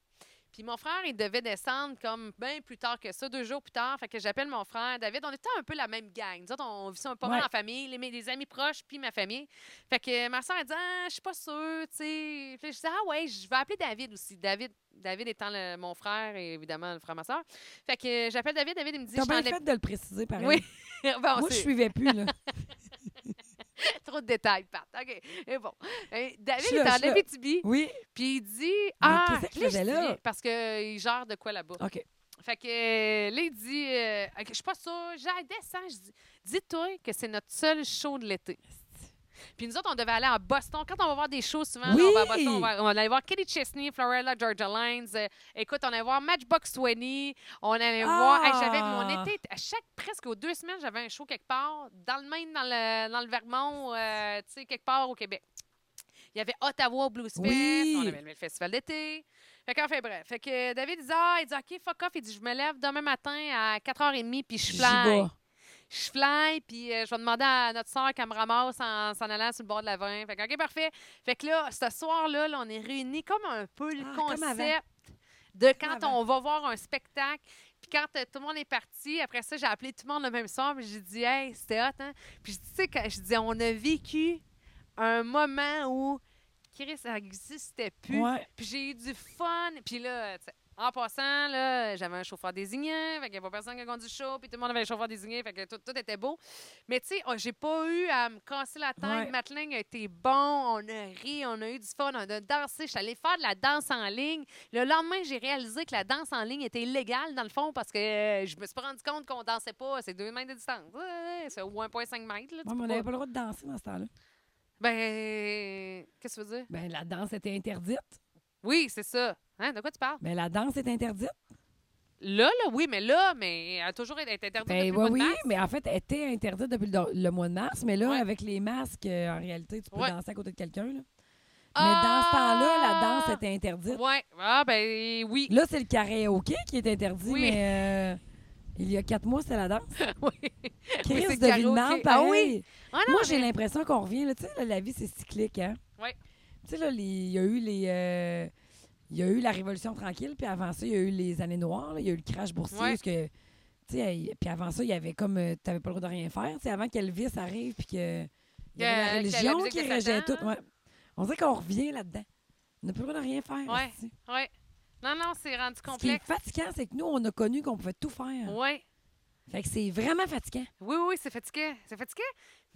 S2: Puis mon frère, il devait descendre comme bien plus tard que ça, deux jours plus tard. Fait que j'appelle mon frère David. On était un peu la même gang. Nous autres, on vit ça un peu mal
S1: Ouais.
S2: en famille, les, mes- les amis proches, puis ma famille. Fait que ma soeur, elle dit Ah, Je suis pas sûre, tu sais. Puis je dis Ah, ouais, je vais appeler David aussi. David David étant le- mon frère et évidemment le frère de ma soeur. Fait que euh, j'appelle David. David, il me dit
S1: T'as
S2: Je suis en
S1: bien fait de le préciser, pareil.
S2: Oui. Ab- *laughs* Bon,
S1: Moi, je
S2: c'est-
S1: suivais plus,
S2: *laughs*
S1: là.
S2: Trop de détails, Pat. OK. Et bon. Euh, David
S1: Je suis
S2: est
S1: là, je
S2: en
S1: suis là.
S2: Abitibi.
S1: Oui,
S2: Puis il dit Ah,
S1: qu'est-ce que
S2: là,
S1: je faisais
S2: je
S1: là?
S2: dirais, Parce qu'il gère de quoi là-bas.
S1: OK.
S2: Fait que euh, là, il dit euh, Ok, Je suis pas sûre, j'aille, descends. Je dis Dis-toi que c'est notre seul show de l'été. Puis nous autres, on devait aller à Boston. Quand on va voir des shows, souvent, là, on va à Boston.
S1: Oui!
S2: On, va, on allait voir Kelly Chesney, Florella Georgia Lines. Euh, écoute, on allait voir Matchbox 20. On allait voir. Hey, j'avais mon
S1: Ah!
S2: été. À chaque, presque aux deux semaines, j'avais un show quelque part, dans le Maine, dans le, dans le Vermont, euh, tu sais, quelque part au Québec. Il y avait Ottawa au Blues Fest.
S1: Oui!
S2: On avait le festival d'été. Fait qu'enfin, bref. Fait que David dit Ah, il dit OK, fuck off. Il dit Je me lève demain matin à 4h30 puis je
S1: J'y
S2: fly.
S1: vais.
S2: Je fly, puis euh, je vais demander à notre soeur qu'elle me ramasse en s'en allant sur le bord de la vin. Fait que, OK, parfait. Fait que là, ce soir-là, là, on est réunis comme un peu le
S1: Ah, comme
S2: concept de
S1: Comme
S2: quand
S1: avant.
S2: on va voir un spectacle. Puis quand euh, tout le monde est parti, après ça, j'ai appelé tout le monde le même soir, puis j'ai dit, hey, c'était hot, hein? Puis je dis, tu sais, quand je dis, on a vécu un moment où Chris, ça n'existait plus.
S1: Ouais.
S2: Puis j'ai eu du fun. Puis là, tu sais, en passant, là, j'avais un chauffeur désigné. Fait qu'il n'y a pas personne qui a conduit chaud. Puis tout le monde avait un chauffeur désigné. Fait que tout, tout était beau. Mais tu sais, oh, j'ai pas eu à me casser la tête.
S1: Ouais.
S2: Mateling a été bon. On a ri. On a eu du fun. On a dansé. Je suis allée faire de la danse en ligne. Le lendemain, j'ai réalisé que la danse en ligne était illégale, dans le fond, parce que euh, je me suis pas rendu compte qu'on dansait pas. C'est deux mètres de distance. Ouais, C'est au moins 1,5 mètres.
S1: *laughs*
S2: là, tu
S1: Ouais, mais
S2: peux
S1: on
S2: pas-
S1: n'avait pas le droit de danser dans ce temps-là.
S2: Ben, qu'est-ce que tu veux dire?
S1: Ben, la danse était interdite.
S2: Oui, c'est ça. Hein, de quoi tu parles?
S1: Ben, la danse est interdite.
S2: Là, là, oui, mais là, mais elle a toujours été interdite
S1: Ben,
S2: depuis le
S1: ouais,
S2: mois de
S1: oui,
S2: mars.
S1: mais en fait, elle était interdite depuis le, le mois de mars. Mais là,
S2: Ouais.
S1: avec les masques, euh, en réalité, tu peux
S2: Ouais.
S1: danser à côté de quelqu'un. là. Mais dans
S2: Ah!
S1: ce temps-là, la danse était interdite.
S2: Ouais. Ah, ben oui.
S1: Là, c'est le karaoké qui est interdit,
S2: Oui.
S1: mais euh, il y a quatre mois, c'était la danse.
S2: *laughs* Oui.
S1: Chris
S2: c'est le
S1: de
S2: karaoké.
S1: Villemande,
S2: Ah
S1: pareil.
S2: oui. Ah, non,
S1: Moi,
S2: mais-
S1: j'ai l'impression qu'on revient. là. Tu sais, là, la vie, c'est cyclique. Hein?
S2: Oui.
S1: Tu sais, là, les- il y a eu les. euh, il y a eu la Révolution tranquille, puis avant ça, il y a eu les années noires, là. il y a eu le crash boursier,
S2: Ouais.
S1: parce que, tu Tu sais, elle- Puis avant ça, il y avait comme. euh, T'avais pas le droit de rien faire. Tu sais, avant qu'Elvis arrive, puis que. Il y avait la
S2: Euh, Que- que la
S1: religion
S2: musique
S1: qui
S2: de
S1: rejetait
S2: Satan.
S1: tout. ouais. On dirait qu'on revient là-dedans. On n'a plus le droit de rien faire.
S2: Ouais.
S1: esti.
S2: Oui. Non, non, c'est rendu
S1: Ce qui est hein.
S2: complexe.
S1: fatigant, c'est que nous, on a connu qu'on pouvait tout faire.
S2: Oui.
S1: Fait que c'est vraiment fatigant.
S2: Oui, oui, c'est fatigué. C'est fatigué.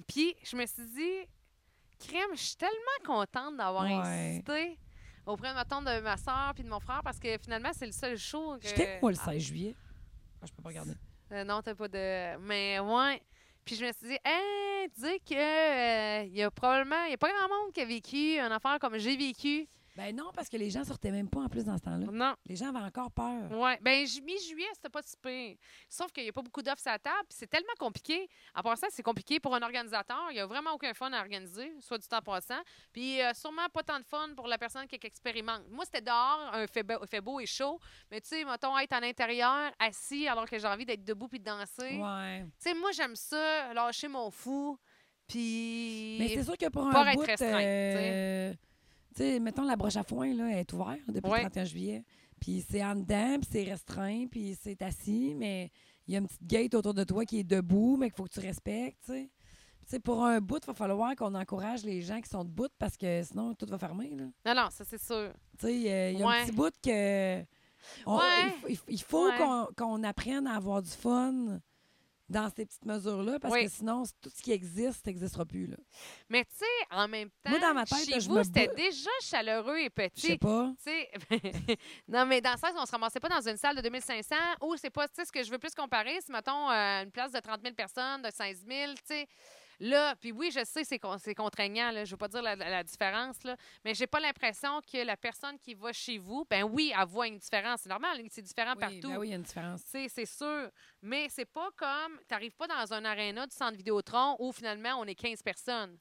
S2: Puis je me suis dit, crème, je suis tellement contente d'avoir
S1: Ouais.
S2: insisté auprès de ma tante, de ma soeur puis de mon frère parce que finalement, c'est le seul show que.
S1: J'étais où, moi, le 16 juillet? Ah, je peux pas regarder.
S2: Euh, non, t'as pas de. Mais ouais. Puis je me suis dit, hein, dis que euh, il y a probablement, il y a pas grand monde qui a vécu un affaire comme j'ai vécu.
S1: Ben non, parce que les gens sortaient même pas en plus dans ce temps-là.
S2: Non.
S1: Les gens avaient encore peur.
S2: Ouais. Ben, ju- mi-juillet, c'était pas si pire. Sauf qu'il n'y a pas beaucoup d'offres à la table. puis C'est tellement compliqué. En passant, c'est compliqué pour un organisateur. Il n'y a vraiment aucun fun à organiser, soit du temps passant. Puis euh, sûrement pas tant de fun pour la personne qui qui expérimente. Moi, c'était dehors, un fait, beau, fait beau et chaud. Mais tu sais, mettons, être à l'intérieur, assis, alors que j'ai envie d'être debout puis de danser.
S1: Ouais.
S2: Tu sais, moi, j'aime ça, lâcher mon fou. Puis.
S1: Mais c'est sûr que pour
S2: pas
S1: un
S2: être
S1: bout,
S2: restreinte,
S1: euh, tu sais, mettons la broche à foin là, elle est ouverte là, depuis
S2: Ouais.
S1: le 31 juillet. Puis c'est en dedans, puis c'est restreint, puis c'est assis, mais il y a une petite gate autour de toi qui est debout, mais qu'il faut que tu respectes, tu sais. Tu sais, pour un bout, il va falloir qu'on encourage les gens qui sont debout parce que sinon, tout va fermer. Là.
S2: Non, non, ça, c'est sûr.
S1: Tu sais, euh, il y a
S2: Ouais.
S1: un petit bout que. on-
S2: Ouais.
S1: il f- Il, f- il faut
S2: Ouais.
S1: qu'on- qu'on apprenne à avoir du fun dans ces petites mesures-là parce
S2: Oui.
S1: que sinon, c- tout ce qui existe n'existera plus. Là.
S2: Mais tu sais, en même temps,
S1: Moi, dans ma tête,
S2: chez
S1: je
S2: vous,
S1: me
S2: c'était
S1: bats-
S2: déjà chaleureux et
S1: Je
S2: petit.
S1: sais pas.
S2: Tu sais, *laughs* non, mais dans le sens, on se ramassait pas dans une salle de 2500 ou c'est pas, tu sais, ce que je veux plus comparer, c'est, mettons, euh, une place de 30 000 personnes, de 16 000, tu sais. Là, puis oui, je sais, c'est, con- c'est contraignant, là, je veux pas dire la, la- la différence, là, mais j'ai pas l'impression que la personne qui va chez vous, ben oui, elle voit une différence. C'est normal, c'est différent
S1: Oui,
S2: partout.
S1: ben oui, il y a une différence.
S2: Tu sais, c'est sûr. Mais c'est pas comme. T'arrives pas dans un aréna du centre Vidéotron où finalement on est 15 personnes.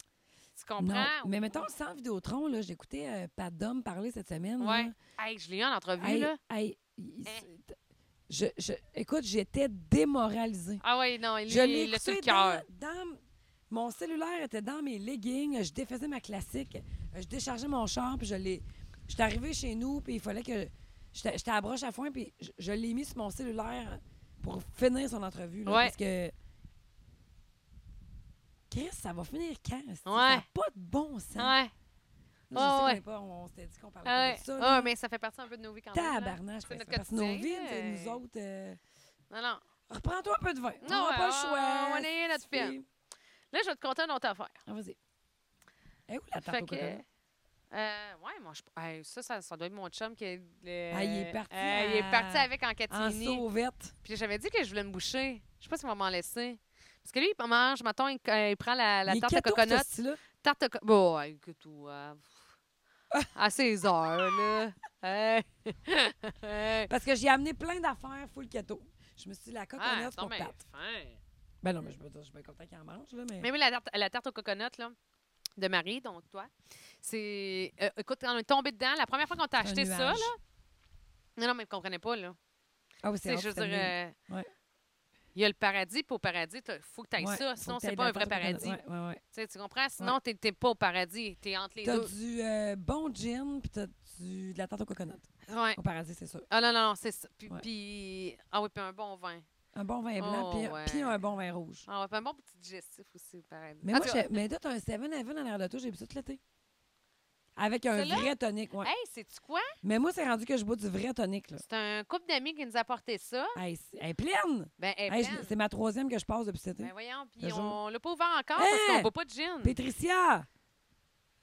S2: Tu comprends?
S1: Non, mais mettons, sans Vidéotron, là, j'écoutais euh, Pat Dom parler cette semaine. là.
S2: Ouais. Hey, je l'ai eu en entrevue,
S1: Hey,
S2: là. Eh.
S1: hey, il- c'est- je, je- écoute, j'étais démoralisée.
S2: Ah ouais, non, lui,
S1: je l'ai
S2: il l'a sur
S1: écouté
S2: le
S1: dans,
S2: cœur.
S1: dans- Mon cellulaire était dans mes leggings, je défaisais ma classique, je déchargeais mon char, puis je l'ai... J'étais arrivée chez nous, puis il fallait que... J'étais j'étais à broche à foin, puis je, je l'ai mis sur mon cellulaire pour finir son entrevue, là,
S2: Ouais.
S1: parce que... Chris, ça va finir quand? esti? Ça
S2: Ouais.
S1: n'a pas de bon sens.
S2: Ouais.
S1: Là, je sais
S2: Ah
S1: qu'on
S2: ouais.
S1: est pas, on, on s'était dit qu'on parlait
S2: Ah,
S1: pas de ça.
S2: ah,
S1: là.
S2: mais ça fait partie un peu de nos vies quand même. là.
S1: Tabarnage,
S2: C'est notre
S1: parce que nos vies,
S2: quotidien,
S1: tu sais, nous
S2: euh,
S1: autres. euh,
S2: Non, non.
S1: Reprends-toi un peu de vin.
S2: Non,
S1: on n'a
S2: ouais,
S1: pas le
S2: on-
S1: choix.
S2: on est notre
S1: Sophie.
S2: film. Là, je vais te conter une autre affaire.
S1: Ah, vas-y. Eh, où la tarte
S2: Fait
S1: au
S2: que.
S1: coca?
S2: euh, ouais, moi, je. hey, ça, ça, ça doit être mon chum qui. est le-
S1: Ah, il est parti
S2: Euh, il est parti
S1: à-
S2: avec en
S1: En
S2: Catimini.
S1: sauvette.
S2: Puis j'avais dit que je voulais me boucher. Je sais pas s'il va m'en laisser. Parce que lui, il mange, mettons, il, euh, il prend la, la
S1: Il est
S2: tarte à
S1: catouf,
S2: coconut.
S1: ce style-là.
S2: Tarte à coconut. Bon, ouais, écoute, ouais. À ses heures,
S1: *laughs*
S2: là. Hey. Ah, Hey.
S1: Parce que j'ai amené plein d'affaires full keto. Je me suis dit, la coconut
S2: Ah, non,
S1: pour
S2: mais
S1: pâte.
S2: fin.
S1: Ben non, mais je peux dire, je suis bien content qu'il en mange, là, mais...
S2: Mais oui, la tarte, la tarte au coconut, là, de Marie, donc toi, c'est. euh, écoute, quand on est tombé dedans, la première fois qu'on t'a
S1: un
S2: acheté ça,
S1: nuage.
S2: là. Non, non, mais vous comprenez pas, là.
S1: Ah oui,
S2: Tu sais,
S1: c'est
S2: je veux
S1: hot, cette
S2: dire,
S1: année.
S2: euh,
S1: Ouais.
S2: il y a le paradis, puis au paradis, il faut que tu ailles
S1: Ouais,
S2: euh, ça,
S1: faut
S2: sinon,
S1: que
S2: c'est
S1: t'ailles
S2: pas
S1: la
S2: un vrai
S1: tarte au
S2: paradis.
S1: coconut. Ouais, ouais, ouais.
S2: Tu sais, tu comprends? Sinon, t'es- t'es pas au paradis. T'es entre les
S1: T'as
S2: deux.
S1: du euh, bon gin, puis t'as du- de la tarte au coconut.
S2: Ouais.
S1: Au paradis, c'est sûr.
S2: Ah non, non, non, c'est ça. Puis,
S1: Ouais.
S2: puis- Ah oui, puis un bon vin.
S1: Un bon vin
S2: Oh,
S1: blanc, puis-
S2: ouais.
S1: puis un bon vin rouge.
S2: Ah ouais, puis un bon petit digestif aussi au paradis.
S1: Mais
S2: En
S1: moi,
S2: tout cas,
S1: j'ai- mais là, t'as un 7-Eleven en l'air de tout, j'ai bu ça tout l'été. Avec un
S2: Celui-là?
S1: vrai tonic, ouais.
S2: Hey, sais-tu quoi?
S1: Mais moi, c'est rendu que je bois du vrai tonic, là.
S2: C'est un couple d'amis qui nous a apporté ça.
S1: Hey, c'est- elle est pleine!
S2: Ben, hey,
S1: Hey, je-
S2: Ben,
S1: c'est ma troisième que je passe depuis cet été.
S2: ben voyons, puis
S1: Le jour.
S2: on l'a pas ouvert encore parce
S1: Hey!
S2: qu'on boit pas de gin.
S1: Patricia!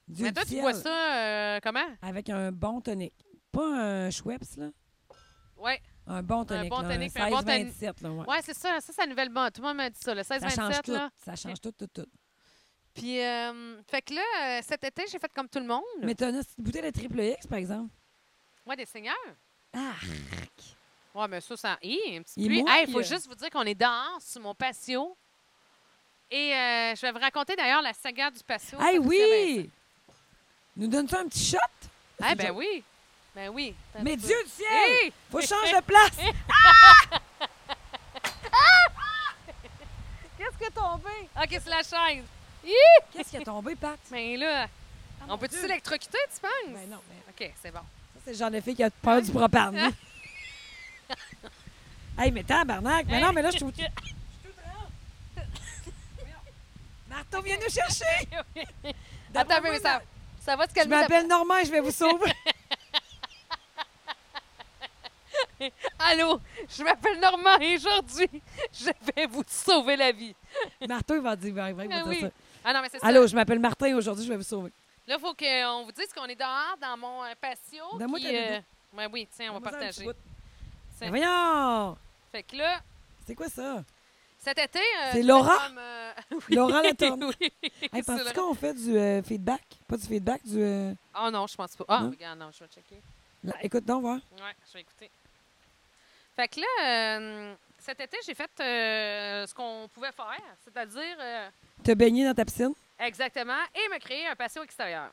S1: Dieu
S2: Mais
S1: Hein? du
S2: toi, tu
S1: ciel!
S2: bois ça euh, comment?
S1: Avec un bon tonic. Pas un Schweppes, là.
S2: Ouais.
S1: Un bon tonic,
S2: bon
S1: là,
S2: tonic, puis un
S1: un
S2: bon tonic.
S1: 27 là, ouais.
S2: Ouais, c'est ça. Ça, c'est la nouvelle bonne. Tout le monde m'a dit ça, le
S1: Ça change
S2: 16-27,
S1: tout.
S2: là.
S1: Ça change tout, tout, tout.
S2: Puis, euh, fait que là, euh, cet été, j'ai fait comme tout le monde.
S1: Mais t'as une petite bouteille de triple X, par exemple.
S2: Ouais, des seigneurs.
S1: Ah!
S2: Ouais, mais ça, ça. Hi, un petit
S1: Il
S2: pluie. Hey,
S1: mouille.
S2: faut juste vous dire qu'on est dehors sur mon patio. Et euh, je vais vous raconter d'ailleurs la saga du patio.
S1: Ah, Hey,
S2: Patricia
S1: oui! Nous donne-tu un petit shot?
S2: Vincent. Eh ben oui. Eh! Ben oui. Attends
S1: Mais
S2: un petit
S1: Dieu du
S2: peu.
S1: ciel!
S2: Hey!
S1: Faut que je change de
S2: *laughs*
S1: place!
S2: Ah! Qu'est-ce qui est tombé? OK, c'est la chaise. Hi!
S1: Qu'est-ce qui est tombé, Pat?
S2: Mais là,
S1: Ah, mon
S2: on peut-tu
S1: Dieu.
S2: s'électrocuter, tu penses?
S1: Ben non, mais
S2: OK, c'est bon. *laughs*
S1: ça, c'est le genre de fille qui a peur du propane. Hey, mais tabarnak! Mais
S2: Hey.
S1: non, mais là, *laughs* je suis. Je suis toute rare. Marteau, viens nous chercher!
S2: Attends,
S1: D'après
S2: un peu,
S1: moi,
S2: mais ça, ça va te
S1: Je
S2: calmer. ça-
S1: m'appelle Normand et je vais vous
S2: *laughs*
S1: sauver.
S2: Allô, je m'appelle Normand et aujourd'hui, *laughs* je vais vous sauver la vie.
S1: Marteau, il va dire, il va arriver, il va
S2: Ah
S1: dire
S2: oui.
S1: ça.
S2: Ah non, mais c'est ça.
S1: Allô, je m'appelle Martin et aujourd'hui, je vais vous sauver.
S2: Là, il faut qu'on vous dise qu'on est dehors dans mon euh, patio.
S1: Donne-moi
S2: qui,
S1: ta
S2: euh,
S1: doudoune.
S2: ouais, oui, tiens, on
S1: Donne-moi
S2: va
S1: ça un petit
S2: partager.
S1: bout.
S2: Tiens.
S1: Mais voyons!
S2: Fait que là,
S1: C'est quoi ça?
S2: cet été. euh,
S1: C'est
S2: tu
S1: Laura?
S2: fais comme, euh, oui. *laughs*
S1: Laura Latourne.
S2: oui.
S1: Hey,
S2: c'est
S1: Penses-tu
S2: Laura.
S1: qu'on fait du euh, feedback? Pas du feedback, du. euh,
S2: Oh non, je pense pas. Ah,
S1: Non?
S2: regarde, non, je vais checker.
S1: la- Écoute, donc, voir.
S2: Ouais, je vais écouter. Fait que là, euh, cet été, j'ai fait euh, ce qu'on pouvait faire, c'est-à-dire euh,
S1: Te baigner dans ta piscine?
S2: exactement et me créer un patio extérieur.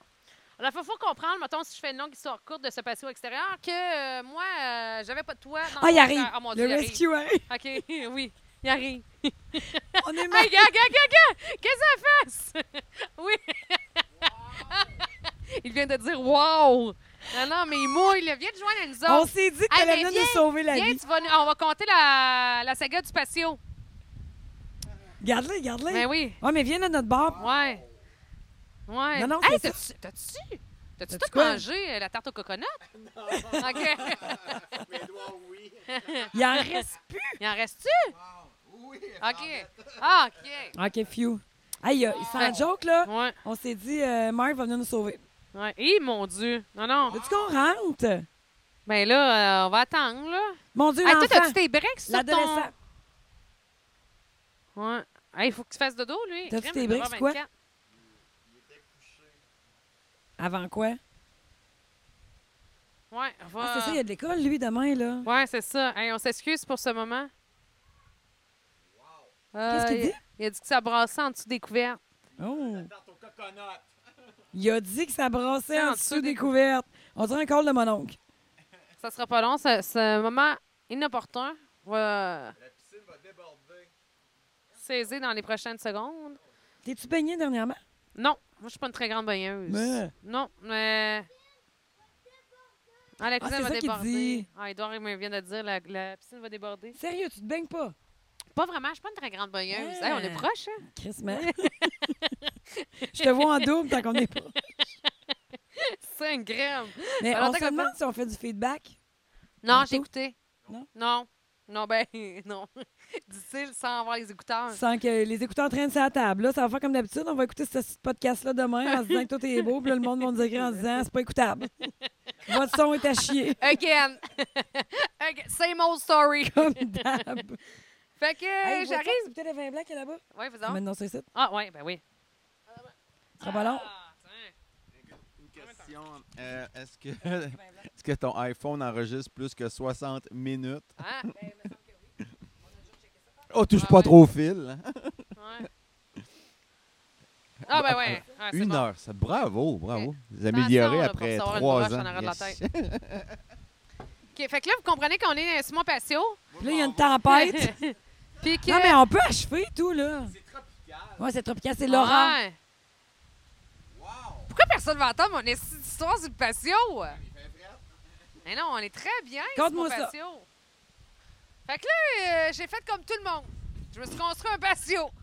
S2: Alors, il faut, faut comprendre, mettons, si je fais une longue histoire courte de ce patio extérieur, que euh, moi, euh, j'avais pas de toit. dans
S1: Ah, il
S2: mon
S1: arrive!
S2: extérieur. Ah, mon Dieu,
S1: Le
S2: il arrive.
S1: rescue arrive!
S2: OK, *laughs* oui, il arrive.
S1: On est
S2: *laughs* Hey,
S1: mal!
S2: gars, gars, gars, gars! Qu'est-ce que ça fasse? *laughs* Oui! il vient de dire wow! Non, non, mais il mouille, là. Viens te joindre à nous
S1: On
S2: autres.
S1: s'est dit que
S2: Hey,
S1: t'allais
S2: mais
S1: venir nous
S2: viens,
S1: sauver la
S2: Viens,
S1: vie.
S2: tu vas nous- on va compter la, la saga du patio.
S1: Garde-le, garde-le.
S2: Ben oui.
S1: Ouais, mais viens dans notre bar.
S2: Ouais. Ouais.
S1: Non, non,
S2: hey,
S1: c'est
S2: t'as-tu, t'as-tu, t'as-tu
S1: T'as-tu
S2: tout
S1: quoi?
S2: mangé euh, la tarte au coconut? OK.
S3: Mes doigts, oui.
S1: Il en reste plus.
S2: Il en reste-tu?
S3: Wow. Oui.
S2: OK. Ah, OK.
S1: OK, few. Hey, euh, sans joke, là,
S2: Ouais,
S1: on s'est dit, euh, Marc va venir nous sauver.
S2: ouais. Hé, mon Dieu. Non, non.
S1: Veux-tu qu'on rentre?
S2: Ben là, euh, on va attendre, là.
S1: Mon Dieu,
S2: Hey, toi,
S1: l'enfant,
S2: t'as-tu tes breaks sur ton...
S1: l'adolescent.
S2: Ouais. Hey, il faut que tu fasses dodo, lui.
S1: T'as-tu
S2: Crème,
S1: tes
S2: il doit avoir
S1: briques, quoi?
S2: 24.
S1: Avant quoi?
S2: Ouais, on va...
S1: Ah, c'est ça, il y a de l'école, lui, demain, là.
S2: Ouais, c'est ça. Hey, on s'excuse pour ce moment. Euh,
S1: Qu'est-ce qu'il
S2: il-
S1: dit?
S2: Il a dit que ça brassait en dessous des couvertes.
S1: Oh.
S3: Tarte au coconut.
S1: Il a dit que ça brassait
S2: C'est
S1: en
S2: en dessous
S1: dessous
S2: des
S1: des couvertes. On dirait encore de mon oncle.
S2: Ça sera pas long. C'est c'est un moment inopportun. On va
S3: La piscine va déborder.
S2: saisir dans les prochaines secondes.
S1: T'es-tu baigné dernièrement?
S2: Non, moi, je suis pas une très grande baigneuse.
S1: Mais-
S2: Non, mais... Ah, la
S1: Ah,
S2: piscine
S1: c'est
S2: va
S1: ça qu'il
S2: déborder.
S1: dit.
S2: Ah, Edouard, il me vient de dire la, la piscine va déborder.
S1: Sérieux, tu te baignes pas?
S2: Pas vraiment, je suis pas une très grande baigneuse.
S1: Ah.
S2: Hey, on est proche, hein?
S1: Chris, man.
S2: *laughs*
S1: Je te vois en double tant qu'on est pas.
S2: C'est une graine.
S1: Mais
S2: Alors,
S1: on
S2: t'as
S1: se
S2: comme
S1: demande si on fait du feedback.
S2: Non,
S1: Tantôt?
S2: j'ai écouté.
S1: Non?
S2: Non. Non, ben, *laughs* non. Dit-il sans avoir les écouteurs.
S1: Sans que les écouteurs traînent sur la table. Là, ça va faire comme d'habitude. On va écouter ce petit podcast-là demain en se disant que tout est beau. Puis là, le monde va nous écrire en se disant c'est pas écoutable. Votre son est à chier. *laughs*
S2: Again. *laughs* Again. Same old story.
S1: Comme d'hab.
S2: Fait que
S1: Hey, vois-tu,
S2: j'arrive.
S1: C'est peut-être le vin blanc qui est là-bas.
S2: Oui, vous autres?
S1: Maintenant, c'est ça.
S2: Ah, oui, ben oui.
S1: Ce sera pas long.
S2: Ah, tiens.
S3: Une question. euh,
S2: *laughs*
S3: est-ce, que,
S2: Ben,
S3: *laughs* est-ce que ton iPhone enregistre plus que 60 minutes?
S2: Ah, ben,
S3: Oh, touche
S2: Ah
S3: pas
S2: ouais.
S3: trop au fil. hein?
S1: *laughs*
S2: ouais. Ah, ben, ouais. Ah, c'est
S3: Une
S2: bon.
S3: heure. Ça, bravo, bravo. Vous
S2: Attention,
S3: améliorez
S2: là, pour
S3: après
S2: savoir une
S3: trois
S2: broche en
S3: ans.
S2: arrière de la
S3: *laughs*
S2: OK, fait que là, vous comprenez qu'on est sur mon patio.
S1: Puis là, il y a une tempête.
S2: *laughs*
S1: *laughs*
S2: Puis que.
S1: Non, mais on peut achever tout, là.
S3: C'est tropical.
S1: Ouais, c'est tropical, c'est Laurent.
S2: Ouais.
S3: Wow.
S2: Pourquoi personne ne va entendre mon esti d'histoire sur le patio? Mais non, on est très bien sur mon
S1: Conte-moi ça.
S2: patio. Fait que là, euh, j'ai fait comme tout le monde. Je me suis construit un patio. *laughs*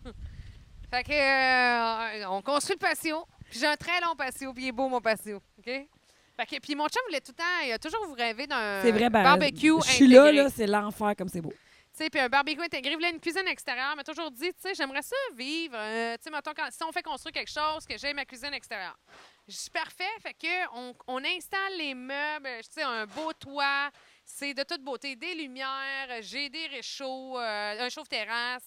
S2: Fait que euh, on construit le patio. Puis j'ai un très long patio, puis il est beau mon patio, OK? Fait que puis mon chum voulait tout le temps, il a toujours vous rêver d'un
S1: C'est vrai, ben,
S2: barbecue
S1: Je suis là,
S2: intégré.
S1: là, c'est l'enfer comme c'est beau.
S2: Tu sais, puis un barbecue intégré, voulait une cuisine extérieure. m'a toujours dit, tu sais, j'aimerais ça vivre. euh, tu sais, mettons, quand- si on fait construire quelque chose, que j'ai ma cuisine extérieure. Je suis parfait, fait que on, on installe les meubles, tu sais, un beau toit, c'est de toute beauté, des lumières, j'ai des réchauds, euh, un chauffe-terrasse.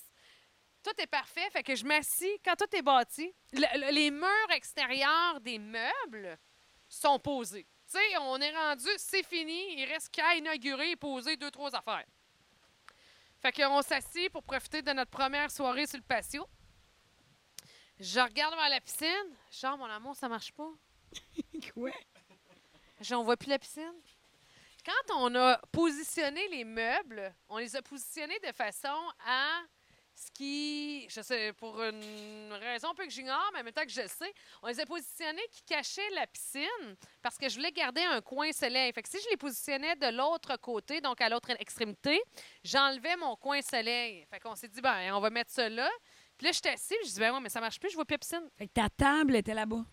S2: Tout est parfait, fait que je m'assis quand tout est bâti. le- le- les murs extérieurs des meubles sont posés. Tu sais, on est rendu, c'est fini, il reste qu'à inaugurer et poser deux, trois affaires. Fait qu'on s'assit pour profiter de notre première soirée sur le patio. Je regarde vers la piscine. Genre, mon amour, ça marche pas.
S1: Quoi?
S2: J'en vois plus la piscine. Quand on a positionné les meubles, on les a positionnés de façon à Ce qui, je sais, pour une raison peu que j'ignore, mais en même temps que je le sais, on les a positionnés qui cachaient la piscine parce que je voulais garder un coin soleil. Fait que si je les positionnais de l'autre côté, donc à l'autre extrémité, j'enlevais mon coin soleil. Fait qu'on s'est dit, ben, on va mettre ça là. Puis là, j'étais assis, puis je dis, ben, ouais, mais ça marche plus, je vois plus la piscine.
S1: Fait que ta table était là-bas.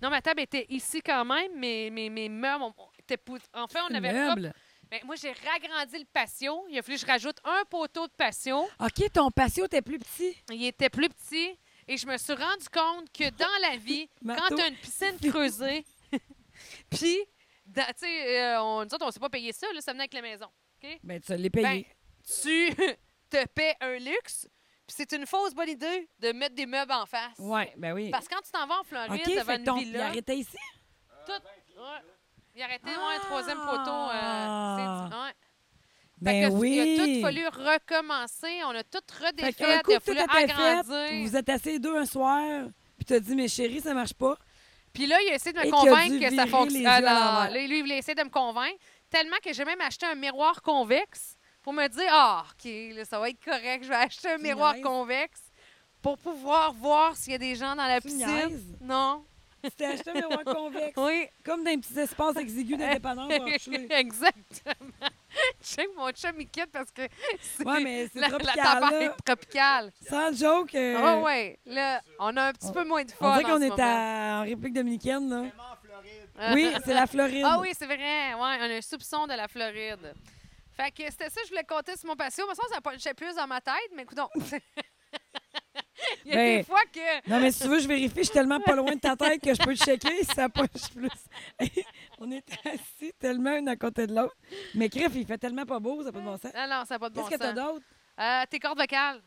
S2: Non, ma table était ici quand même, mais mes, mes meubles on- on- étaient pou- Enfin, on
S1: Une
S2: avait pas-
S1: meuble.
S2: Ben, moi, j'ai ragrandi le patio. Il a fallu que je rajoute un poteau de patio.
S1: OK, ton patio était plus petit.
S2: Il était plus petit. Et je me suis rendu compte que dans
S1: *laughs*
S2: la vie, quand
S1: Marteau.
S2: tu as une piscine creusée, *laughs* puis, dans- tu sais, euh, on, nous autres, on ne s'est pas payé ça, là, ça venait avec la maison.
S1: Ben, tu l'as payé.
S2: Tu *laughs* te paies un luxe, puis c'est une fausse bonne idée de mettre des meubles en face.
S1: ouais, ben oui.
S2: Parce que quand tu t'en vas en Floride
S1: OK,
S2: devant
S1: fait que
S2: une
S1: ton... il
S2: villa...
S1: arrêtait ici.
S2: Tout. Ouais. Il arrêtait ouais, un troisième poteau. euh,
S1: Ah.
S2: c'est- ouais. Fait
S1: Ben
S2: que
S1: oui.
S2: Il a tout fallu recommencer. On a tout redéfait.
S1: Fait qu'un coup,
S2: il a
S1: tout
S2: fallu
S1: était fait,
S2: agrandir.
S1: Vous êtes assis deux un soir, puis t'as dit, mais chérie, ça marche pas.
S2: Puis là, il a essayé
S1: Et
S2: de me
S1: qu'il a
S2: convaincre
S1: dû
S2: que ça
S1: virer les
S2: fonctionne.
S1: yeux
S2: Ah
S1: à
S2: non,
S1: l'envers.
S2: là, lui, il a essayé de me convaincre tellement que j'ai même acheté un miroir convexe pour me dire Ah, OK, là, ça va être correct. Je vais acheter un
S1: Tu
S2: miroir
S1: niaises.
S2: convexe pour pouvoir voir s'il y a des gens dans la
S1: Tu
S2: piscine.
S1: niaises.
S2: Non.
S1: Tu t'es acheté un miroir convexe,
S2: *laughs* Oui.
S1: comme dans un petit espace exigu d'indépendance
S2: *laughs*
S1: pour reculer.
S2: Exactement. Check mon chum, il quitte parce que c'est
S1: Ouais, mais c'est
S2: la, la
S1: tropical,
S2: tempête
S1: là.
S2: tropicale.
S1: Sans joke, euh,
S2: Ah ouais, là, on a un petit peu moins de fun.
S1: on dirait
S2: en
S1: qu'on
S2: ce
S1: est
S2: moment.
S1: à- en République dominicaine. Là.
S3: Vraiment en Floride.
S1: *laughs* Oui, c'est la Floride.
S2: Ah oui, c'est vrai. Ouais, on a un soupçon de la Floride. Fait que c'était ça, je voulais compter sur mon patio. Moi, ça, ça punchait plus dans ma tête, mais écoute, *laughs* Il y a
S1: Ben,
S2: des fois que.
S1: Non, mais si tu veux, je vérifie. Je suis tellement pas loin de ta tête que je peux te checker si ça poche plus. *laughs* on est assis tellement une à côté de l'autre. Mais Criff, il fait tellement pas beau, ça n'a pas de bon sens.
S2: Non, non, ça n'a pas de bon
S1: Qu'est-ce que t'as
S2: sens.
S1: d'autre?
S2: Euh, tes cordes vocales.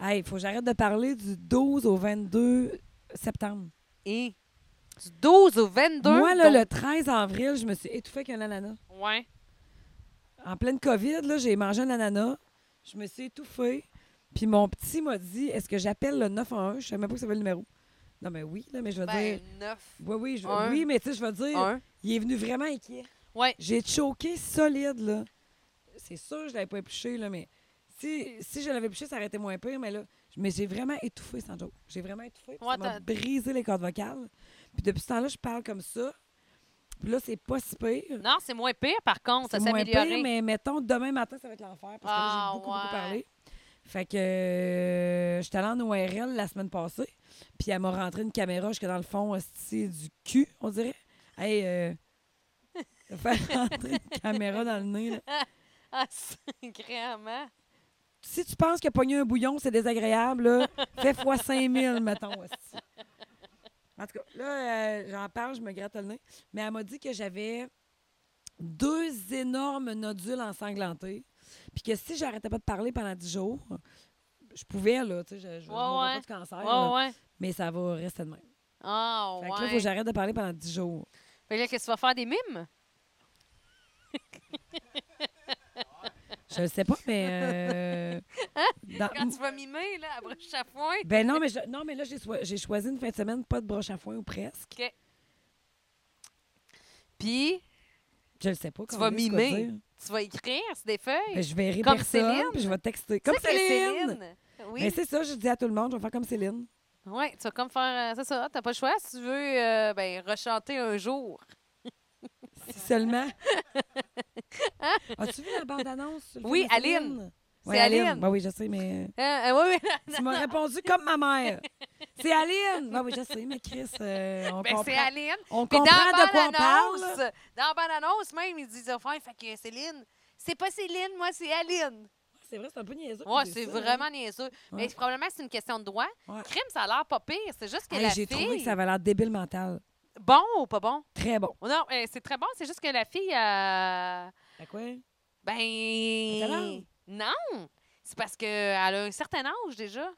S1: Hey, faut que j'arrête de parler du 12 au 22 septembre.
S2: Et. Du 12 au 22.
S1: Moi, là,
S2: donc-
S1: le 13 avril, je me suis étouffée avec un ananas.
S2: Ouais.
S1: En pleine COVID, là, j'ai mangé un ananas. Je me suis étouffée. Puis mon petit m'a dit Est-ce que j'appelle le 911 Je ne savais même pas que ça avait le numéro. Non, mais oui, là, mais je veux
S2: Ben,
S1: dire.
S2: 9.
S1: Oui, oui, je veux-
S2: un.
S1: oui, mais tu sais, je veux dire,
S2: 1.
S1: il est venu vraiment inquiet.
S2: Ouais.
S1: J'ai choqué solide, là. C'est sûr, je l'avais pas épluché, là, mais si, si je l'avais épluché, ça aurait été moins pire, mais là, je- mais j'ai vraiment étouffé, sans joke. J'ai vraiment étouffé. puis
S2: Ouais,
S1: ça m'a
S2: t'as-
S1: brisé les cordes vocales. Puis depuis ce temps-là, je parle comme ça. Puis là, c'est pas si pire.
S2: Non, c'est moins pire, par contre. Ça
S1: C'est
S2: s'est
S1: moins
S2: amélioré.
S1: pire, mais mettons, demain matin, ça va être l'enfer, parce que là,
S2: Ah,
S1: j'ai beaucoup, beaucoup
S2: ouais.
S1: parlé. Fait que euh, j'étais allée en ORL la semaine passée, puis elle m'a rentré une caméra jusque dans le fond, c'est du cul, on dirait. Hey, euh, *laughs* ça fait rentrer une caméra dans le nez, là.
S2: *laughs* Ah, c'est vraiment.
S1: si tu penses que pogner un bouillon, c'est désagréable, là, fais fois 5000, mettons. hostie. En tout cas, là, euh, j'en parle, je me gratte le nez. Mais elle m'a dit que j'avais deux énormes nodules ensanglantés. Puis que si j'arrêtais pas de parler pendant 10 jours, je pouvais, là, tu sais, je, je
S2: Ouais,
S1: mourrais pas
S2: ouais.
S1: de cancer.
S2: Ouais,
S1: là.
S2: ouais.
S1: Mais ça va rester de même.
S2: Ah,
S1: Fait
S2: ouais.
S1: que là, faut que j'arrête de parler pendant 10 jours.
S2: Fait que là, qu'est-ce que tu vas faire des mimes?
S1: Je le sais pas, mais. euh, dans-
S2: Hein? Quand tu vas mimer, là, à broche à foin.
S1: Ben non, mais, je- non, mais là, j'ai soi- j'ai choisi une fin de semaine, pas de broche à foin ou presque.
S2: Puis,
S1: Je le sais pas.
S2: Tu
S1: quand
S2: vas
S1: même, ce qu'on
S2: mimer.
S1: va dire.
S2: tu vas écrire sur des feuilles.
S1: Ben, je verrai
S2: Comme
S1: personne,
S2: Céline.
S1: puis je vais texter.
S2: Tu
S1: Comme
S2: sais que
S1: Céline!
S2: Oui.
S1: Mais c'est ça, je dis à tout le monde, je vais faire comme Céline.
S2: Ouais, tu vas comme faire. euh, C'est ça, t'as pas le choix. Si tu veux, euh, ben, rechanter un jour. *laughs*
S1: Si seulement. As-tu vu la bande-annonce? sur le
S2: Hein? Oui,
S1: film de Céline?
S2: Aline.
S1: Ouais,
S2: C'est
S1: Aline.
S2: Aline.
S1: Ben oui, je sais, mais
S2: oui, oui.
S1: tu
S2: *laughs*
S1: m'as répondu comme ma mère. C'est Aline! Ben oui, je sais, mais Chris, euh, *laughs* on
S2: Ben, c'est
S1: comprend,
S2: Aline.
S1: on
S2: Puis
S1: comprend
S2: dans la
S1: de quoi on parle.
S2: bande-annonce, dans la bande-annonce même, ils disent enfin, fait que Céline, c'est pas Céline, moi, c'est Aline.
S1: C'est vrai, c'est un peu niaiseux.
S2: Ouais,
S1: de
S2: c'est
S1: dire ça,
S2: vraiment niaiseux. Mais
S1: Ouais.
S2: probablement, c'est une question de droit.
S1: Ouais.
S2: Crime, ça a l'air pas pire. C'est juste que
S1: Hey,
S2: la
S1: J'ai
S2: fille.
S1: trouvé que ça avait l'air débile mental.
S2: Bon ou pas bon?
S1: Très bon.
S2: Non, euh, c'est très bon. C'est juste que la fille. euh,
S1: À quoi? quel
S2: Ben.
S1: âge?
S2: Non! C'est parce qu'elle a un certain âge déjà.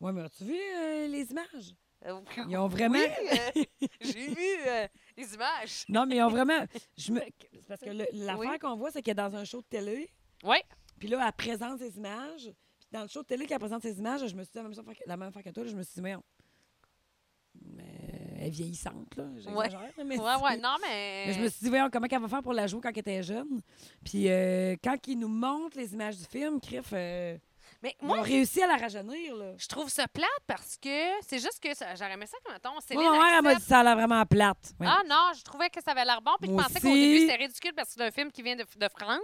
S1: Ouais, mais as-tu vu euh, les images?
S2: Euh,
S1: Ils ont vraiment.
S2: Oui,
S1: *laughs*
S2: euh, J'ai vu euh, les images.
S1: Non, mais ils ont *laughs* vraiment. Je me... c'est Parce que le- l'affaire
S2: Oui.
S1: qu'on voit, c'est qu'elle est dans un show de télé.
S2: Oui.
S1: Puis là, elle présente ses images. Puis dans le show de télé qu'elle présente ses images, je me suis dit la même, chose que- la même affaire que toi. là, je me suis dit, mais. on- mais elle est vieillissante, là. J'exagère, là, mais.
S2: Ouais, ouais,
S1: c'est-
S2: non, mais.
S1: Mais je me suis dit, voyons, comment elle va faire pour la jouer quand elle était jeune. Puis euh, quand ils nous montrent les images du film, Criff, euh,
S2: Mais
S1: Ils ont
S2: moi,
S1: réussi à la rajeunir, là.
S2: je trouve ça plate parce que c'est juste que ça- j'aurais aimé ça comme mettons, Céline
S1: Moi, ma mère, elle m'a dit
S2: accepte.
S1: ça a l'air vraiment plate. Ouais.
S2: Ah non, je trouvais que ça avait l'air bon. Puis je
S1: Moi
S2: pensais qu'au
S1: aussi.
S2: début, c'était ridicule parce que c'est un film qui vient de, de France.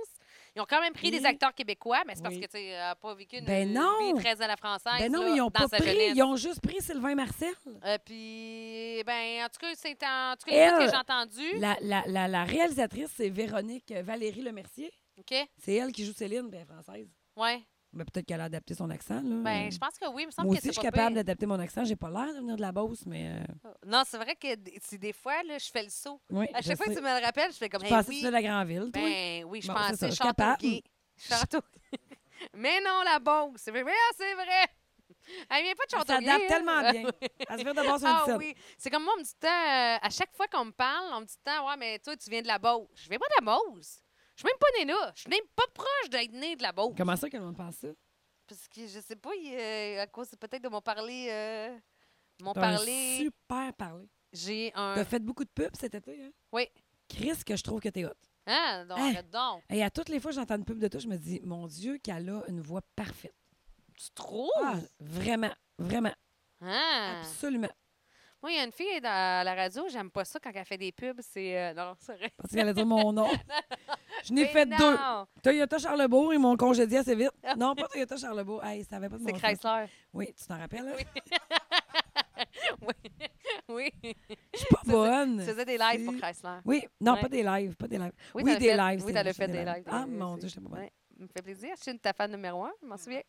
S2: Ils ont quand même pris des
S1: Oui.
S2: acteurs québécois, mais c'est parce
S1: Oui.
S2: que tu n'as pas vécu une,
S1: Ben
S2: une
S1: non.
S2: vie très à la française.
S1: ben non,
S2: là,
S1: ils ont
S2: dans
S1: pas
S2: sa
S1: pris.
S2: jeunesse.
S1: Ils ont juste pris Sylvain Marcel.
S2: Euh, puis, ben, en tout cas, c'est en tout cas
S1: Elle,
S2: tout ce que j'ai entendu.
S1: La, la, la, la réalisatrice, c'est Véronique euh, Valérie Lemercier.
S2: OK?
S1: C'est elle qui joue Céline, bien française.
S2: Ouais.
S1: Mais peut-être qu'elle a adapté son accent, là.
S2: Ben,
S1: Euh,
S2: je pense que oui. Il me semble
S1: Moi
S2: que
S1: aussi, je
S2: c'est
S1: suis
S2: pas
S1: capable
S2: pire.
S1: d'adapter mon accent. J'ai pas l'air de venir de la Beauce, mais... euh,
S2: Non, c'est vrai que d- c'est des fois, là, je fais le saut.
S1: oui,
S2: À
S1: je
S2: chaque fois que
S1: sais.
S2: tu me le rappelles, je fais comme
S1: Je
S2: hey,
S1: pensais que tu
S2: oui.
S1: venais de la Grande-Ville, toi.
S2: Ben oui, je
S1: Bon, c'est ça,
S2: pensais
S1: je suis
S2: Châteauguay. Châteauguay. *laughs* Mais non, la Beauce. C'est vrai. Mais ah, c'est vrai. Elle vient pas de
S1: Ça
S2: Châteauguay.
S1: s'adapte
S2: elle.
S1: tellement
S2: *laughs*
S1: bien. Elle se vire de Beauce sur une
S2: Ah
S1: scène.
S2: oui. C'est comme moi, on me dit tout le temps, euh, à chaque fois qu'on me parle, on me dit tout le temps, ouais, mais toi, tu viens de la Beauce. Je viens pas de la Beauce. Je suis même pas née là. Je suis même pas proche d'être née de la Beauce.
S1: Comment ça que le monde pense ça?
S2: Parce que je sais pas, il, euh, à cause peut-être de mon parler. euh, mon
S1: T'as
S2: parler.
S1: un super parlé.
S2: J'ai un.
S1: T'as fait beaucoup de pubs cet été, hein?
S2: Oui.
S1: Chris, que je trouve que t'es hot.
S2: Hein? Donc,
S1: Hein?
S2: arrête donc.
S1: Et à toutes les fois que j'entends une pub de toi, je me dis, mon Dieu, qu'elle a une voix parfaite.
S2: Tu trouves?
S1: Ah, vraiment, vraiment,
S2: Hein?
S1: absolument.
S2: Moi, il y a une fille à la radio, j'aime pas ça quand elle fait des pubs. C'est. euh, non, c'est vrai.
S1: Parce qu'elle a dit mon
S2: *laughs*
S1: nom. Je n'ai
S2: Mais
S1: fait
S2: non! Ah.
S1: deux. Toyota Charlebourg, ils m'ont congédié assez vite. Non, pas Toyota Charlebourg. Hey, ça avait pas de
S2: C'est
S1: bon sens. *laughs*
S2: Chrysler.
S1: Oui, tu t'en rappelles, là?
S2: Oui. oui.
S1: Je suis pas bonne.
S2: Tu faisais des lives pour
S1: Si.
S2: Chrysler.
S1: Oui, non,
S2: Ouais.
S1: pas des lives, pas des lives. Oui,
S2: t'en as
S1: des
S2: fait-
S1: lives,
S2: Oui,
S1: c'est
S2: t'en
S1: vrai,
S2: as fait
S1: j'ai
S2: des
S1: des
S2: lives.
S1: lives. Ah,
S2: euh,
S1: mon
S2: c'est-
S1: Dieu, j'étais pas bonne.
S2: Ouais. Ça me fait plaisir. Je suis une de ta fan numéro un, je m'en souviens.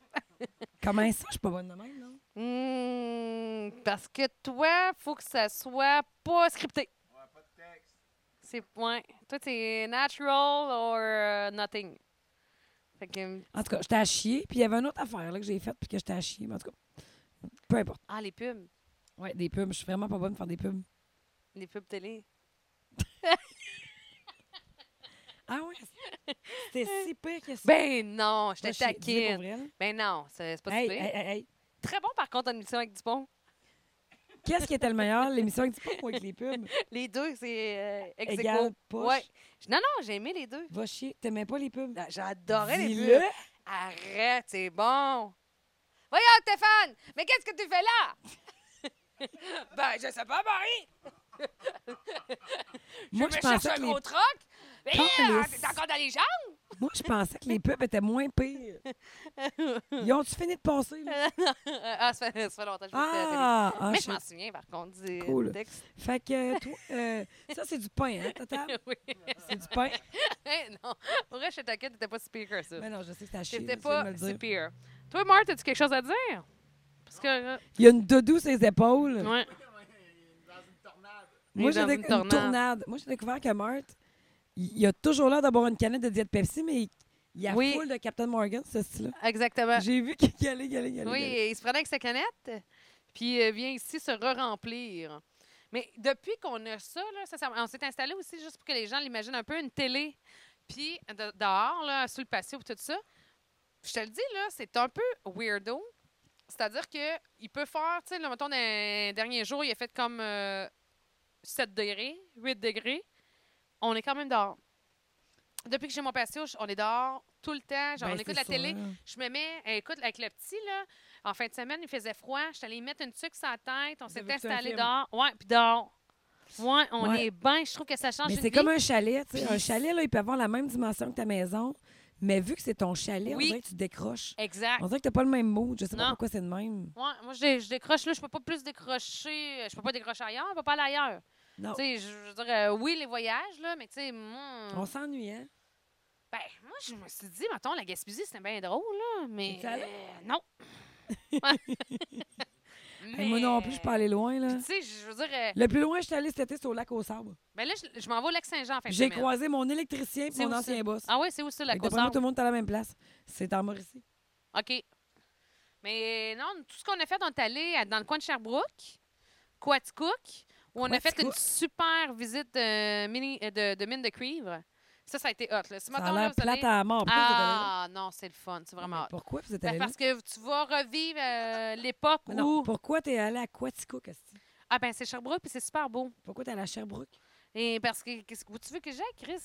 S1: Comment ça, je suis pas bonne de même, non?
S2: Hmm, parce que toi, faut que ça soit pas scripté.
S3: pas de texte.
S2: C'est point. Toi, t'es natural or euh, nothing. Fait que, hum,
S1: En tout cas, j'étais à chier. Puis il y avait une autre affaire là, que j'ai faite, puis que j'étais à chier. Mais en tout cas, peu importe.
S2: ah, les pubs.
S1: Ouais, des pubs. Je suis vraiment pas bonne pour faire des pubs.
S2: Les pubs télé.
S1: Ah oui? *laughs* C'était si pire que ça.
S2: Ben non,
S1: Moi,
S2: je te
S1: je suis- dis-le pour
S2: taquine.
S1: vrai, là.
S2: Ben non, c'est c'est pas
S1: Hey,
S2: si pire.
S1: hey, hey, hey.
S2: Très bon, par contre, en émission avec Dupont.
S1: Qu'est-ce qui était le meilleur? L'émission avec du pop ou avec les pubs?
S2: Les deux, c'est euh, ex aequo.
S1: Égal, poche.
S2: Ouais. Je- Non, non, j'ai aimé les deux.
S1: Va chier. T'aimais pas les pubs?
S2: Ah, J'adorais les
S1: Ben, Dis-le.
S2: pubs. Arrête, c'est bon. Voyons, Stéphane, mais qu'est-ce que tu fais là? *laughs* ben, je sais pas, Marie.
S1: Moi,
S2: je
S1: je
S2: me cherche
S1: pensais
S2: un
S1: que les...
S2: gros troc. Mais euh,
S1: Calisse.
S2: t'es encore dans les jambes?
S1: Moi, je pensais que les pubs étaient moins pires. Ils ont-tu fini de passer? là?
S2: *laughs* ah, ça fait, ça fait longtemps que je me suis fait la télé.
S1: Ah! ah,
S2: mais
S1: shit.
S2: je m'en souviens, par contre, du
S1: Cool.
S2: du texte. *laughs*
S1: Fait que, toi, euh, ça, c'est du pain, hein, Tata?
S2: oui. *laughs*
S1: C'est du pain?
S2: Hey, non, en vrai, je t'inquiète, t'étais pas si pire que ça.
S1: Mais Ben non, je sais que c'est à chier.
S2: C'était
S1: tu viens de me
S2: pas
S1: le
S2: si
S1: dire.
S2: pire. Toi, Marthe, as-tu quelque chose à dire? Parce que. euh,
S1: Il y a une doudou sur les épaules.
S2: ouais.
S1: Moi, j'ai
S2: dans
S1: déc-
S2: une
S1: une
S2: tornade.
S1: tornade. Moi, j'ai découvert que Meurthe, il il a toujours l'air d'avoir une canette de diète Pepsi, mais il, il a
S2: Oui.
S1: full de Captain Morgan, ce style-là.
S2: Exactement.
S1: J'ai vu qu'il allait, qu'il allait, qu'il allait.
S2: Oui, il se prenait avec sa canette, puis euh, vient ici se re-remplir. Mais depuis qu'on a ça, là, ça, ça- on s'est installé aussi juste pour que les gens l'imaginent un peu, une télé, puis de- dehors, là, sous le patio, puis tout ça. Je te le dis, là, c'est un peu weirdo. C'est-à-dire que il peut faire, tu sais, le mettons, d'un dernier jour, il a fait comme euh, 7 degrés, 8 degrés. On est quand même dehors. Depuis que j'ai mon patio, je- on est dehors tout le temps. Genre,
S1: Ben,
S2: on écoute
S1: c'est
S2: la
S1: ça,
S2: télé,
S1: hein.
S2: je me mets, eh, écoute, avec le petit, là, en fin de semaine, il faisait froid. Je suis allée mettre une tuque sur la tête. On
S1: Vous
S2: s'est
S1: avez écouté un
S2: installé
S1: film.
S2: dehors. Ouais, puis dehors. Ouais, on
S1: Ouais.
S2: est bien. Je trouve que ça change
S1: Mais
S2: une
S1: c'est
S2: vie.
S1: comme un chalet, tu sais.
S2: Puis-
S1: Un chalet, là, il peut avoir la même dimension que ta maison, mais vu que c'est ton chalet,
S2: Oui.
S1: on dirait que tu décroches.
S2: Exact.
S1: On dirait que t'as pas le même mood. Je sais
S2: Non.
S1: pas pourquoi c'est le même.
S2: Ouais, moi, je, dé- je décroche là. Je peux pas plus décrocher. euh, Je peux pas décrocher ailleurs. On peut pas aller ailleurs.
S1: Non.
S2: Tu sais, je, je veux dire, euh, oui, les voyages, là, mais tu sais, moi...
S1: On s'ennuie, hein?
S2: Ben, moi, je me suis dit, mettons, la Gaspésie, c'était bien drôle, là, mais...
S1: Es-tu allée? *laughs*
S2: euh, non.
S1: Hey, moi non plus, je peux aller loin, là.
S2: Puis, Tu sais, je veux dire... euh,
S1: Le plus loin que je suis allée cet été, c'est au lac au sable.
S2: ben là, je, je m'en vais au Lac-Saint-Jean en fin de
S1: J'ai
S2: semaine.
S1: croisé mon électricien et
S2: C'est
S1: mon
S2: où
S1: ancien
S2: ça?
S1: boss.
S2: Ah oui, c'est où ça, la
S1: Fait que d'après moi,
S2: Côte-Nord?
S1: tout le monde est à la même place. C'est en Mauricie.
S2: OK. Mais non, tout ce qu'on a fait, on est allé à- dans le coin de Sherbrooke, Quaticook, où on a fait une
S1: Coaticook.
S2: super visite de, mini, euh, de, de mine de cuivre. Ça, ça a été hot. Là. Ce
S1: Ça
S2: matin,
S1: a
S2: là,
S1: l'air
S2: vous allez-
S1: plate à mort. Pourquoi vous êtes allée là?
S2: Ah non, c'est le fun. C'est vraiment
S1: Mais
S2: hot.
S1: Pourquoi vous êtes
S2: Ben,
S1: allé là?
S2: parce que tu vas revivre
S1: *laughs*
S2: euh, l'époque
S1: Mais Non,
S2: où...
S1: pourquoi t'es allé à Quatico, Casti?
S2: Ah ben c'est Sherbrooke, puis c'est super beau.
S1: Pourquoi t'es allé à Sherbrooke?
S2: Et parce que, qu'est-ce que où tu veux que j'aille, Chris?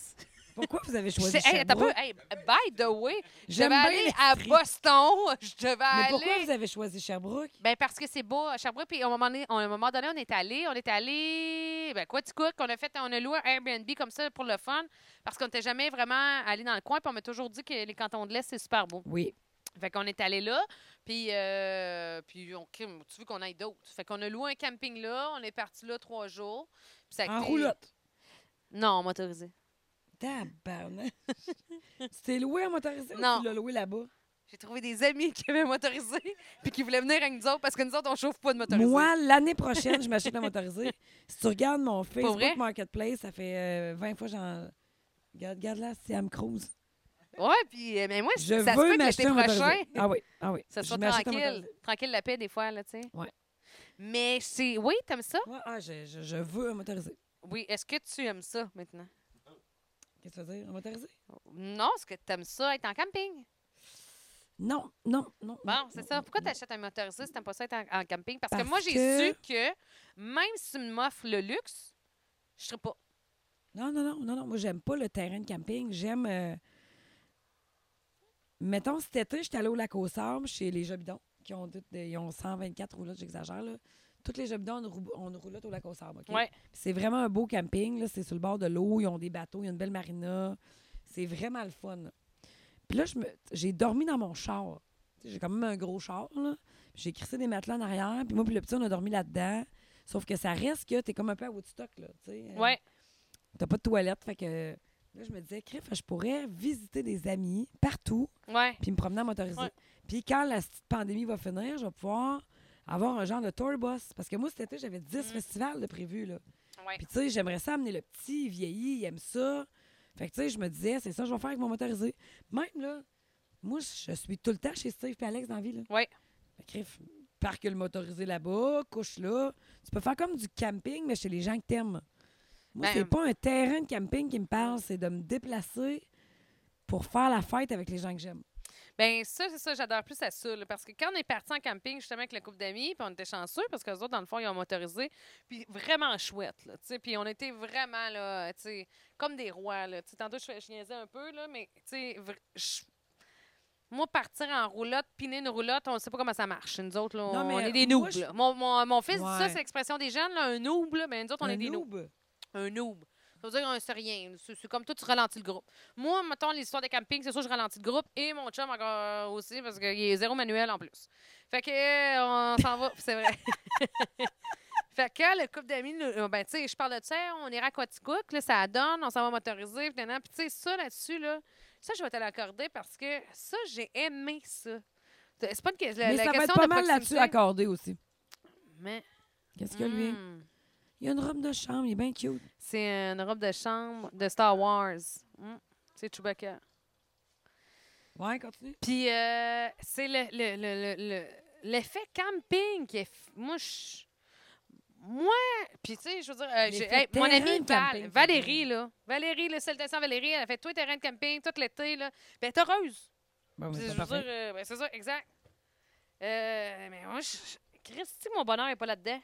S1: Pourquoi vous avez choisi
S2: J'étais- Hey, attends un peu.
S1: Sherbrooke?
S2: Hey, by the way, je
S1: J'aime
S2: devais
S1: bien
S2: aller à
S1: l'esprit.
S2: Boston. *laughs* Je devais
S1: Mais
S2: aller.
S1: pourquoi vous avez choisi Sherbrooke?
S2: Ben parce que c'est beau à Sherbrooke. Puis à un moment donné, on, à un moment donné, on est allé, on est allé, ben quoi tu cook, on a fait, on a loué un Airbnb comme ça pour le fun, parce qu'on n'était jamais vraiment allé dans le coin. Puis on m'a toujours dit que les cantons de l'Est c'est super beau.
S1: Oui.
S2: Fait qu'on est allé là, puis euh, puis on crime, tu veux qu'on aille d'autres. Fait qu'on a loué un camping là, on est parti là trois jours. Puis ça a
S1: En
S2: coûté-
S1: roulotte.
S2: Non, motorisé.
S1: Tabarnak. *laughs* C'était loué en motorisé ou
S2: Non.
S1: tu l'as loué là-bas?
S2: J'ai trouvé des amis *laughs* qui avaient motorisé, puis qui voulaient venir avec nous autres parce que nous autres on chauffe pas de motorisé.
S1: Moi, l'année prochaine, je m'achète un motorisé. *laughs* Si tu regardes mon
S2: vrai?
S1: Facebook Marketplace, ça fait euh, 20 fois j'en. Regarde, regarde là, c'est Am Cruise.
S2: Ouais, puis euh, mais moi
S1: Je
S2: ça se peut
S1: veux
S2: que l'été
S1: m'acheter un
S2: prochain.
S1: motorisé. Ah oui, ah oui.
S2: Ça
S1: Je
S2: soit
S1: m'achète un
S2: tranquille.
S1: motorisé.
S2: Tranquille la paix des fois, là, tu sais.
S1: Ouais.
S2: Mais c'est. Oui, t'aimes ça?
S1: Ouais, ah, je, je- je veux un motorisé.
S2: Oui. Est-ce que tu aimes ça maintenant?
S1: Qu'est-ce que ça veut dire, un motorisé?
S2: Non, est-ce que t'aimes ça être en camping?
S1: Non, non, non.
S2: Bon,
S1: non,
S2: c'est
S1: non,
S2: ça. Pourquoi
S1: non.
S2: t'achètes un motorisé si t'aimes pas ça être en, en camping? Parce, que
S1: Mm. Parce
S2: moi, j'ai
S1: que-
S2: su que même si tu m'offres le luxe, je serais pas.
S1: Non, non, non, non, non. Moi, j'aime pas le terrain de camping. J'aime. euh, Mettons, cet été, j'étais allée au lac aux Sables chez les Jobidons, qui ont, toutes des- ils ont 124 roulottes, j'exagère, là. Toutes les Jobidons ont une, rou- ont une roulotte au lac aux Sables, OK?
S2: Ouais.
S1: Puis C'est vraiment un beau camping, là. C'est sur le bord de l'eau, ils ont des bateaux, il y a une belle marina. C'est vraiment le fun. là. Puis là, je me- j'ai dormi dans mon char. Tu sais, J'ai quand même un gros char, là. J'ai crissé des matelas en arrière, puis moi, puis le petit, on a dormi là-dedans. Sauf que ça reste que t'es comme un peu à Woodstock, là, tu sais. Euh,
S2: Ouais.
S1: T'as pas de toilette. Fait que là, je me disais, crif, je pourrais visiter des amis partout,
S2: Ouais.
S1: puis me promener en motorisé.
S2: Ouais.
S1: Puis quand la petite pandémie va finir, je vais pouvoir avoir un genre de tour bus. Parce que moi, cet été, j'avais 10 festivals de prévus, là.
S2: Ouais.
S1: Puis tu sais, j'aimerais ça amener le petit, il vieillit, il aime ça. Fait que tu sais, je me disais, c'est ça que je vais faire avec mon motorisé. Même là, moi, je suis tout le temps chez Steve et Alex dans la vie, là.
S2: Ouais.
S1: Fait que, crif, parque le motorisé là-bas, couche là. Tu peux faire comme du camping, mais chez les gens que t'aimes. Moi,
S2: Ben,
S1: c'est pas un terrain de camping qui me parle, c'est de me déplacer pour faire la fête avec les gens que j'aime.
S2: Ben ça, c'est ça, j'adore plus à ça. là, parce que quand on est parti en camping, justement, avec le couple d'amis, puis on était chanceux, parce qu'eux autres, dans le fond, ils ont motorisé, puis vraiment chouette, là, tu sais. Puis on était vraiment, là, tu sais, comme des rois, là. Tu sais, tantôt, je, je niaisais un peu, là, mais, tu sais, vr- je- moi, partir en roulotte, piner une roulotte, on sait pas comment ça marche. Nous autres, là,
S1: Non,
S2: on
S1: mais euh,
S2: est des
S1: moi,
S2: noobs,
S1: je-
S2: là. Mon, mon, mon fils dit ça,
S1: Ouais.
S2: c'est l'expression des jeunes, là, un noob, là. Ben, nous autres, on
S1: Un
S2: est des noobs.
S1: noob.
S2: Un noob. Ça veut dire qu'on sait rien. C'est c'est comme toi, tu ralentis le groupe. Moi, mettons, l'histoire des campings, c'est sûr, je ralentis le groupe et mon chum encore aussi parce qu'il est zéro manuel en plus. Fait que, euh, on s'en va, c'est vrai. *laughs* fait que, le couple d'amis, nous- euh, ben, tu sais, je parle de ça, on est à Quaticook, là, ça donne, on s'en va motoriser, puis nanana. Puis, tu sais, ça là-dessus, là, ça, je vais te l'accorder parce que ça, j'ai aimé ça. C'est pas une que- la,
S1: Mais
S2: la
S1: ça va
S2: question
S1: être pas
S2: de
S1: mal
S2: proximité.
S1: là-dessus accordé aussi.
S2: Mais,
S1: Qu'est-ce que lui?
S2: hmm,
S1: Il a une robe de chambre, il est bien cute.
S2: c'est une robe de chambre de Star Wars. Hmm, C'est Chewbacca.
S1: Ouais, continue.
S2: Puis euh, c'est le, le, le, le- le- l'effet camping qui est. f- Moi, je. Moi, puis tu sais, je veux dire, euh, j'ai-
S1: L'effet
S2: hey, mon
S1: terrain
S2: amie
S1: de
S2: Val-
S1: camping,
S2: Valérie, là, Valérie, le salutations Valérie, elle a fait tout le terrain de camping tout l'été, là. Ben, t'es heureuse.
S1: Bon,
S2: Puis,
S1: mais
S2: je
S1: c'est
S2: veux dire,
S1: parfait.
S2: euh, ben, c'est ça, exact. Euh, mais moi, je, je- Christy, mon bonheur n'est pas là-dedans.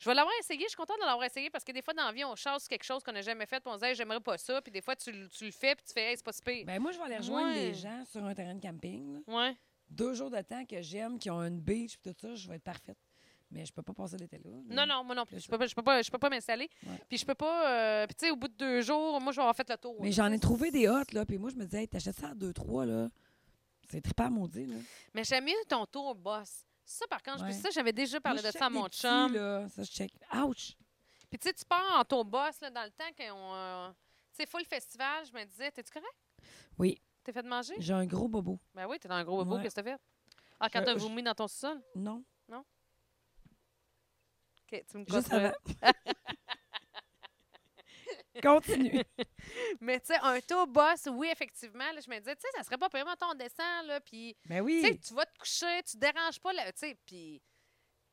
S2: Je vais l'avoir essayé, je suis contente de l'avoir essayé parce que des fois, dans la vie, on chasse quelque chose qu'on n'a jamais fait, puis on se dit, Hey, j'aimerais pas ça, puis des fois, tu, le- tu le fais, puis tu fais, hey, c'est pas si pire.
S1: Ben, moi, je vais aller rejoindre
S2: Ouais.
S1: des gens sur un terrain de camping. là.
S2: ouais.
S1: Deux jours de temps que j'aime, qui ont une beach et tout ça, je vais être parfaite. Mais je peux pas passer l'été là.
S2: Non, non, moi non plus.
S1: C'est
S2: Je peux pas, je peux pas, je peux pas m'installer.
S1: Ouais.
S2: Puis je peux pas. euh, puis tu sais, au bout de deux jours, moi, je vais avoir fait le tour.
S1: Mais j'en ai trouvé des hot, là. Puis moi, je me disais, hey, t'achètes ça à 2-3, là. C'est trippant maudit, là.
S2: Mais j'aime mieux ton tour, boss. Ça, par contre, je-
S1: Ouais.
S2: ça, j'avais déjà parlé
S1: Moi,
S2: de
S1: je
S2: ça à
S1: check des
S2: mon
S1: petits,
S2: chum.
S1: là. Ça, je check. Ouch!
S2: Puis tu sais, tu pars en tour boss là, dans le temps qu'on. euh, tu sais, full festival, je me disais, t'es-tu correct?
S1: Oui,
S2: T'es fait de manger?
S1: j'ai un gros bobo.
S2: Ben oui, t'es dans un gros bobo,
S1: Ouais.
S2: qu'est-ce que t'as fait? Ah, quand
S1: Je-
S2: t'as
S1: je-
S2: vomi dans ton sol?
S1: Non,
S2: Ok, tu me
S1: juste
S2: gosses, là.
S1: avant. *laughs*
S2: *laughs*
S1: Continue.
S2: Mais tu sais, un tour boss, oui, effectivement. Là, je me disais, tu sais, ça serait pas pire, mettons, on descend, là, puis
S1: Ben
S2: Tu sais,
S1: oui.
S2: tu vas te coucher, tu déranges pas, là, tu sais, puis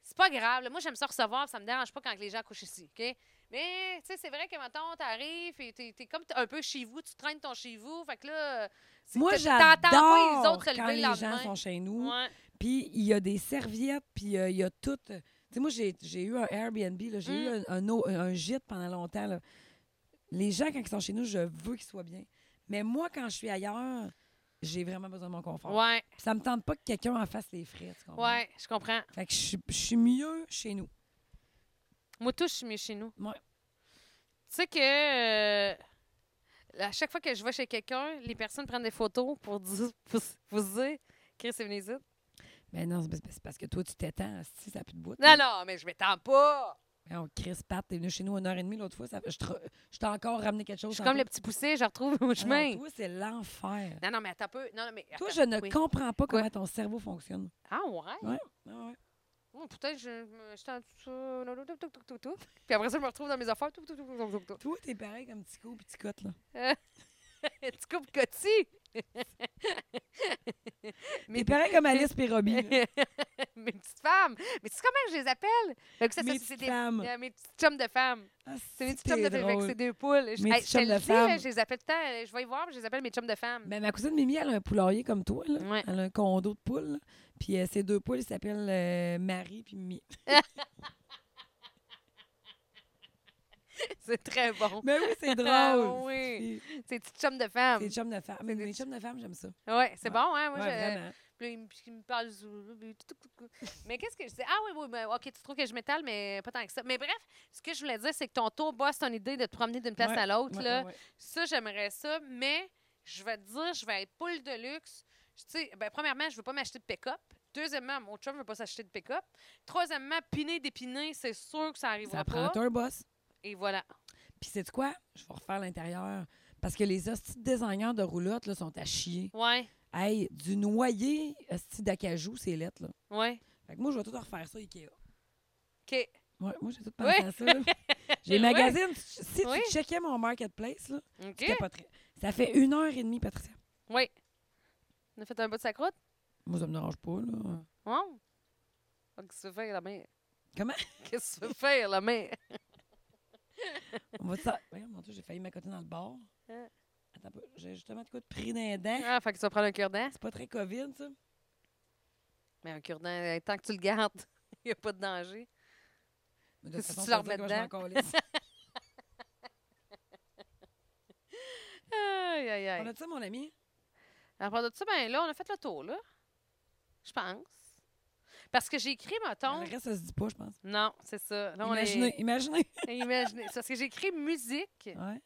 S2: c'est pas grave. là. Moi, j'aime ça recevoir, ça me dérange pas quand les gens couchent ici, OK? Mais, tu sais, c'est vrai que, mettons, t'arrives et t'es, t'es comme t- un peu chez vous, tu traînes ton chez vous, fait que là... c'est-
S1: Moi,
S2: t- t'entends pas les
S1: j'adore
S2: autres se
S1: quand
S2: lever
S1: les
S2: le
S1: gens
S2: lendemain.
S1: sont chez nous.
S2: Ouais.
S1: Puis il y a des serviettes, puis euh, il y a tout. Tu sais, moi, j'ai j'ai eu un Airbnb, là, j'ai
S2: Mm.
S1: eu un, un au- un gîte pendant longtemps. là. Les gens, quand ils sont chez nous, je veux qu'ils soient bien. Mais moi, quand je suis ailleurs, j'ai vraiment besoin de mon confort.
S2: Ouais,
S1: Puis Ça me tente pas que quelqu'un en fasse les frais. tu comprends?
S2: ouais, je comprends.
S1: Fait que je suis- je suis mieux chez nous.
S2: Moi, tout, je suis mieux chez nous.
S1: Ouais.
S2: Tu sais que euh, à chaque fois que je vais chez quelqu'un, les personnes prennent des photos pour dire, pour, pour se dire Chris est venu ici.
S1: Mais non, c'est parce- c'est parce que toi, tu t'étends. Si ça n'a plus de bout.
S2: Non, non, mais je m'étends pas.
S1: Mais on Chris Pat, t'es venu chez nous une heure et demie l'autre fois. Ça, je te- je t'ai encore ramené quelque
S2: Je
S1: chose. Ah
S2: suis comme le petit poussé, je retrouve au chemin.
S1: Toi, c'est l'enfer.
S2: Non, non, mais attends un peu. Non, non, mais
S1: Toi,
S2: attends,
S1: je ne
S2: oui.
S1: comprends pas
S2: Quoi?
S1: comment ton cerveau fonctionne.
S2: Ah, ouais?
S1: Ouais. Ah ouais.
S2: Oh, Peut-être que je me- je tente ça. tout, tout, tout, tout, tout. Puis après ça, je me retrouve dans mes affaires. tout, tout, tout, tout, tout, tout.
S1: *laughs* Toi, t'es pareil comme Tico et Ticotte, là.
S2: Tu coupes Coty.
S1: T'es
S2: *laughs* Mes
S1: pareil comme Alice et Robbie. là.
S2: mes petites femmes. Mais tu sais comment je les appelle? Fait que ça, ça,
S1: Mes
S2: *laughs* c'est
S1: petites
S2: des-
S1: femmes.
S2: euh, mes petites chums de femmes.
S1: Ah,
S2: C'est mes petites
S1: t'es
S2: chums de femmes. Fait que
S1: drôle.
S2: C'est des poules. Je,
S1: Mes
S2: hey,
S1: petites
S2: je te
S1: chums
S2: le
S1: de
S2: dis, là,
S1: femmes.
S2: je les appelle tout le temps. euh, Je vais y voir, puis je les appelle mes chums de femmes.
S1: Ben, ma cousine Mimi, elle a un poulailler comme toi. Là.
S2: Ouais.
S1: Elle a un condo de poules. là. Puis euh, ses deux poules, ils s'appellent euh, Marie puis Mimi.
S2: *laughs* C'est très bon.
S1: Ben oui,
S2: *laughs*
S1: c'est
S2: Ah
S1: drôle.
S2: oui.
S1: C'est
S2: C'est des petites chums de femmes.
S1: des chums de femmes. Mais
S2: des
S1: les chums de femmes, j'aime ça.
S2: Ouais, c'est
S1: Ouais.
S2: bon, hein? Moi,
S1: ouais,
S2: je-
S1: vraiment.
S2: Puis là, il me- puis il me parle Zoulou, puis tout, tout, tout,
S1: *laughs*
S2: tout. Mais qu'est-ce que je disais? Ah oui, oui, mais OK, tu trouves que je m'étale, mais pas tant que ça. Mais bref, ce que je voulais dire, c'est que ton tour, boss, ton idée de te promener d'une place
S1: Ouais,
S2: à l'autre,
S1: Ouais,
S2: là,
S1: ouais, ouais.
S2: ça, j'aimerais ça, mais je vais te dire, je vais être poule de luxe. Tu sais, ben, premièrement, je veux pas m'acheter de pick-up. Deuxièmement, mon chum veut pas s'acheter de pick-up. Troisièmement, piner d'épiner, c'est sûr que ça arrivera
S1: Ça prend
S2: pas.
S1: un boss.
S2: Et voilà.
S1: Puis c'est quoi? Je vais refaire l'intérieur. Parce que les hosties de designers de roulotte là, sont à chier.
S2: Ouais,
S1: Hey, du noyer hostie d'acajou, c'est lettre, là.
S2: ouais.
S1: Fait que moi, je vais tout refaire ça, Ikea.
S2: OK.
S1: Ouais, moi, j'ai tout pensé
S2: Oui.
S1: à ça.
S2: *laughs*
S1: là. J'ai
S2: Oui.
S1: magazine. Si
S2: Oui.
S1: tu checkais mon marketplace, là,
S2: OK.
S1: tu capoterais. Ça fait une heure et demie, Patricia.
S2: Oui. On a fait un bout de sa croûte?
S1: Moi, ça me dérange pas, là.
S2: Non. Ah, Qu'est-ce que tu veux faire, la mère?
S1: Comment?
S2: *laughs* Qu'est-ce que tu veux faire, la mère?
S1: On va ça. Voyons, mon Dieu, j'ai failli m'accoter dans le bar.
S2: Hein?
S1: Attends un peu. J'ai justement de quoi de pris dans les dents.
S2: Ah, fait que tu vas prendre un cure-dent.
S1: C'est pas très COVID, ça.
S2: Mais un cure-dent, euh, tant que tu le gardes, *laughs* il n'y a pas de danger.
S1: Mais de
S2: Si
S1: toute façon,
S2: tu
S1: tu
S2: le
S1: leur
S2: remets dedans. *laughs* Aïe, aïe,
S1: On
S2: aïe.
S1: a ça, mon ami?
S2: À part de ça, ben là, on a fait le tour, là. Je pense. Parce que j'ai écrit, mettons.
S1: Le reste, ça se dit pas, je pense.
S2: Non, c'est ça. Là, on est- *laughs*
S1: imaginez, imaginez.
S2: Imaginez. C'est Parce que j'ai écrit musique.
S1: Ouais.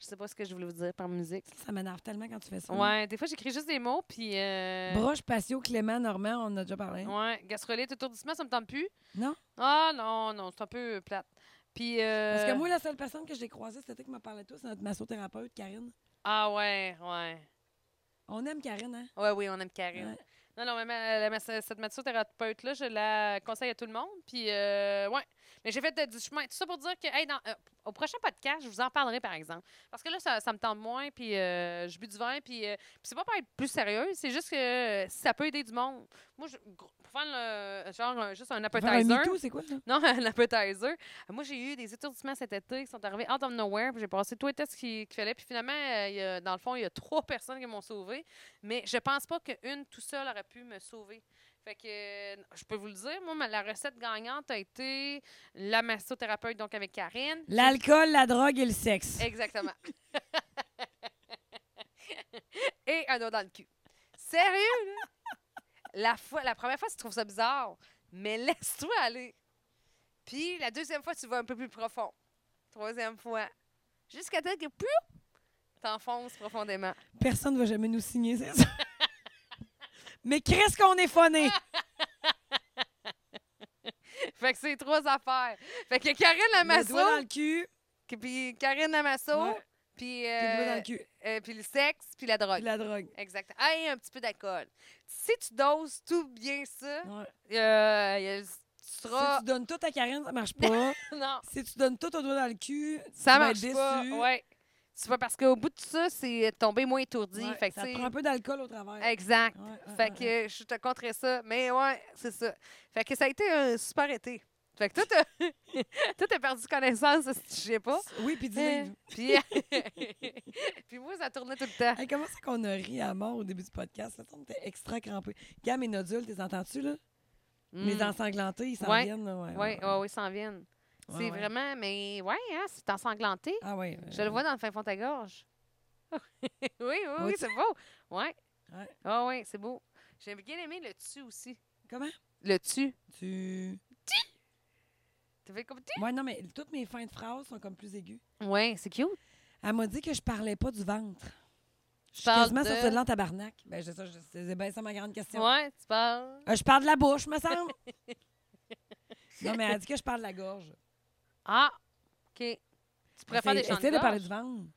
S2: Je sais pas ce que je voulais vous dire par musique.
S1: Ça, ça m'énerve tellement quand tu fais ça.
S2: Ouais, des fois, j'écris juste des mots, puis. euh,
S1: Broche, patio, Clément, Normand, on en a déjà parlé.
S2: Ouais, gastrolite, étourdissement, ça me tente plus.
S1: Non?
S2: Ah, hein? non, non, c'est un peu plate. Puis. euh,
S1: Parce que moi, la seule personne que j'ai croisée, c'était qui m'a parlé de toi, c'est notre massothérapeute, Karine.
S2: Ah, ouais, ouais.
S1: On aime Karine, hein?
S2: Ouais, oui, on aime Karine.
S1: Ouais.
S2: Non, non, mais ma- la, ma- cette massothérapeute-là, je la conseille à tout le monde. Puis, euh, ouais. Mais j'ai fait de- du chemin. Tout ça pour dire que, hey, dans- euh, au prochain podcast, je vous en parlerai, par exemple. Parce que là, ça, ça me tente moins, puis euh, je bu du vin, puis, euh, puis c'est pas pour être plus sérieux, c'est juste que euh, ça peut aider du monde. Moi, je, gros, pour faire le, genre un- juste un
S1: Faire un
S2: appetizer.
S1: MeToo, c'est quoi, ça?
S2: *laughs* Non, un appetizer. Moi, j'ai eu des étourdissements cet été qui sont arrivés out of nowhere. puis J'ai passé tout les tests qu'il qu'il fallait. Puis finalement, euh, il y a- dans le fond, il y a trois *laughs* personnes qui m'ont sauvé. Mais je pense pas qu'une tout seule aurait pu me sauver. Fait que euh, je peux vous le dire, moi, ma- la recette gagnante a été la massothérapeute, donc avec Karine.
S1: L'alcool, la drogue et le sexe.
S2: Exactement. *laughs* Et un doigt dans le cul. Sérieux, là? La, fois, la première fois, tu trouves ça bizarre, mais laisse-toi aller. Puis la deuxième fois, tu vas un peu plus profond. Troisième fois. Jusqu'à temps que plus t'enfonces profondément.
S1: Personne ne va jamais nous signer, c'est
S2: *laughs*
S1: ça? Mais qu'est-ce qu'on est phoné?
S2: Fait que c'est trois affaires. Fait que Karine
S1: Le doigt dans
S2: Lamasso,
S1: le cul,
S2: puis Karine Lamasso,
S1: Ouais.
S2: puis,
S1: puis le doigt dans
S2: euh,
S1: le cul,
S2: euh, puis le sexe, puis la drogue.
S1: puis la drogue.
S2: Exact. Ah, et un petit peu d'alcool. Si tu doses tout bien ça,
S1: Ouais.
S2: Euh, y a- ah, tu seras.
S1: Si tu donnes tout à Karine, ça marche pas.
S2: *laughs* Non,
S1: si tu donnes tout au doigt dans le cul,
S2: ça
S1: tu vas
S2: marche
S1: être déçu.
S2: pas. Ouais. Tu vois, parce qu'au bout de ça, c'est tomber moins étourdi.
S1: Ouais,
S2: fait que,
S1: ça
S2: tu
S1: te
S2: sais,
S1: prend un peu d'alcool au travers.
S2: Exact.
S1: Ouais, ouais,
S2: Fait
S1: ouais, ouais.
S2: que je te compterais ça. Mais ouais, c'est ça. Fait que ça a été un super été. Fait que toi, t'as- *laughs* toi, t'as perdu connaissance, je sais pas.
S1: Oui, puis
S2: Euh,
S1: dis-le.
S2: Puis, puis *laughs* moi, ça tournait tout le temps.
S1: Hey, comment c'est qu'on a ri à mort au début du podcast? Là, on était extra crampés. Gars, mes nodules, t'es entends-tu, là?
S2: Mm.
S1: Les ensanglantés, ils s'en
S2: Ouais.
S1: viennent, là, ouais,
S2: Oui,
S1: ouais,
S2: ouais, ouais, ils s'en viennent.
S1: Ouais,
S2: c'est
S1: ouais.
S2: vraiment, mais ouais, hein, c'est ensanglanté.
S1: Ah oui.
S2: Je le vois dans le fin fond de ta gorge. *laughs* oui, oui, oui,
S1: Vois-tu?
S2: c'est beau. Ouais.
S1: Ouais.
S2: Ah oui, c'est beau. J'ai bien aimé le tu aussi.
S1: Comment?
S2: Le tu.
S1: Tu.
S2: Tu fait comme tu?
S1: Moi, non, mais toutes mes fins de phrases sont comme plus aiguës.
S2: Ouais, c'est cute.
S1: Elle m'a dit que je parlais pas du ventre. Je suis
S2: Parle
S1: quasiment
S2: de-
S1: sortie de là en tabarnak. Ben, c'est ça, je- c'est ben ça ma grande question.
S2: Ouais, tu parles.
S1: Euh, je parle de la bouche, me
S2: *laughs*
S1: semble. non, mais elle dit que je parle de la gorge.
S2: Ah, OK. Tu préfères
S1: Essaye-
S2: des chants de
S1: essaye de parler
S2: gorge?
S1: du ventre.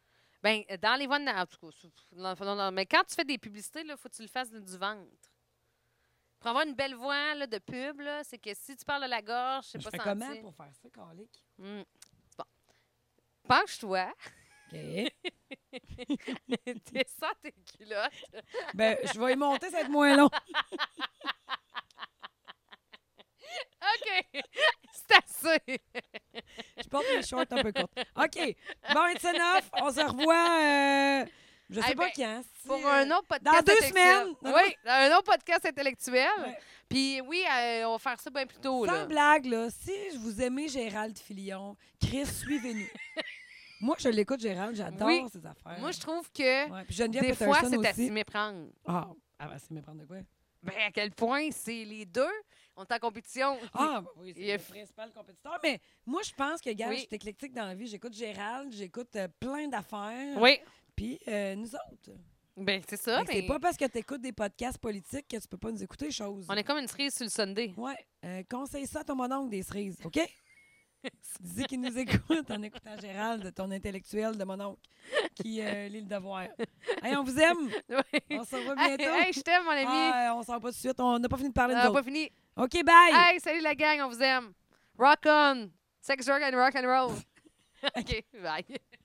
S2: Ben, euh, dans les voies de na- en tout cas, sou- dans le fond, non, non, mais quand tu fais des publicités, il faut que tu le fasses du ventre. Pour avoir une belle voix là, de pub, là, c'est que si tu parles de la gorge, c'est
S1: Je
S2: pas
S1: fais
S2: senti.
S1: comment pour faire ça, calique?
S2: Hmm. Bon. Penche-toi,
S1: OK.
S2: *laughs* descends tes culottes.
S1: ben, je vais y monter, ça va être moins long.
S2: OK, *laughs* c'est assez.
S1: Je porte mes shorts un peu courtes. OK. Bon, it's enough. On se revoit. euh, je sais
S2: Eh
S1: pas
S2: ben,
S1: quand. si,
S2: Pour
S1: euh,
S2: un autre podcast
S1: dans deux
S2: intellectuel.
S1: semaines. Non,
S2: Oui, dans un autre podcast intellectuel.
S1: Ouais.
S2: Puis oui, euh, on va faire ça bien plus tôt.
S1: Sans
S2: là.
S1: blague, là, si vous aimez Gérald Filion, Chris,
S2: *laughs*
S1: suivez-nous. Moi, je l'écoute, Gérald, j'adore
S2: Oui.
S1: ses affaires.
S2: Moi, je trouve que
S1: Ouais, puis Geneviève
S2: des fois,
S1: Peterson
S2: c'est à s'y
S1: aussi.
S2: méprendre.
S1: Ah, ah ben, c'est méprendre de quoi?
S2: Ben, à quel point c'est les deux, on est en compétition.
S1: Ah, ben oui, c'est
S2: Il a
S1: le
S2: f-
S1: principal compétiteur. Mais moi, je pense que, gars,
S2: Oui.
S1: je suis éclectique dans la vie. J'écoute Gérald, j'écoute euh, plein d'affaires.
S2: Oui,
S1: Puis euh, nous autres.
S2: ben c'est ça,
S1: Fait que
S2: mais
S1: C'est pas parce que tu écoutes des podcasts politiques que tu peux pas nous écouter, chose.
S2: on est comme une cerise sur le Sunday.
S1: Ouais, euh, conseille ça à ton mononcle des cerises, OK? *laughs* Dis qu'il nous écoute en écoutant Gérald, ton intellectuel de mononcle, qui euh, lit le devoir. Hey, on vous aime!
S2: Oui.
S1: *laughs* On se revoit
S2: Hey,
S1: bientôt!
S2: hey, je t'aime, mon ami.
S1: Ah, euh, on s'en va pas tout de suite, on n'a pas fini de parler
S2: on
S1: de
S2: n'a
S1: nous
S2: pas
S1: autres.
S2: fini.
S1: OK, bye!
S2: Hey, salut
S1: *laughs*
S2: la gang, on vous aime. Rock on. Sex, drug and rock and roll. *laughs* OK, bye.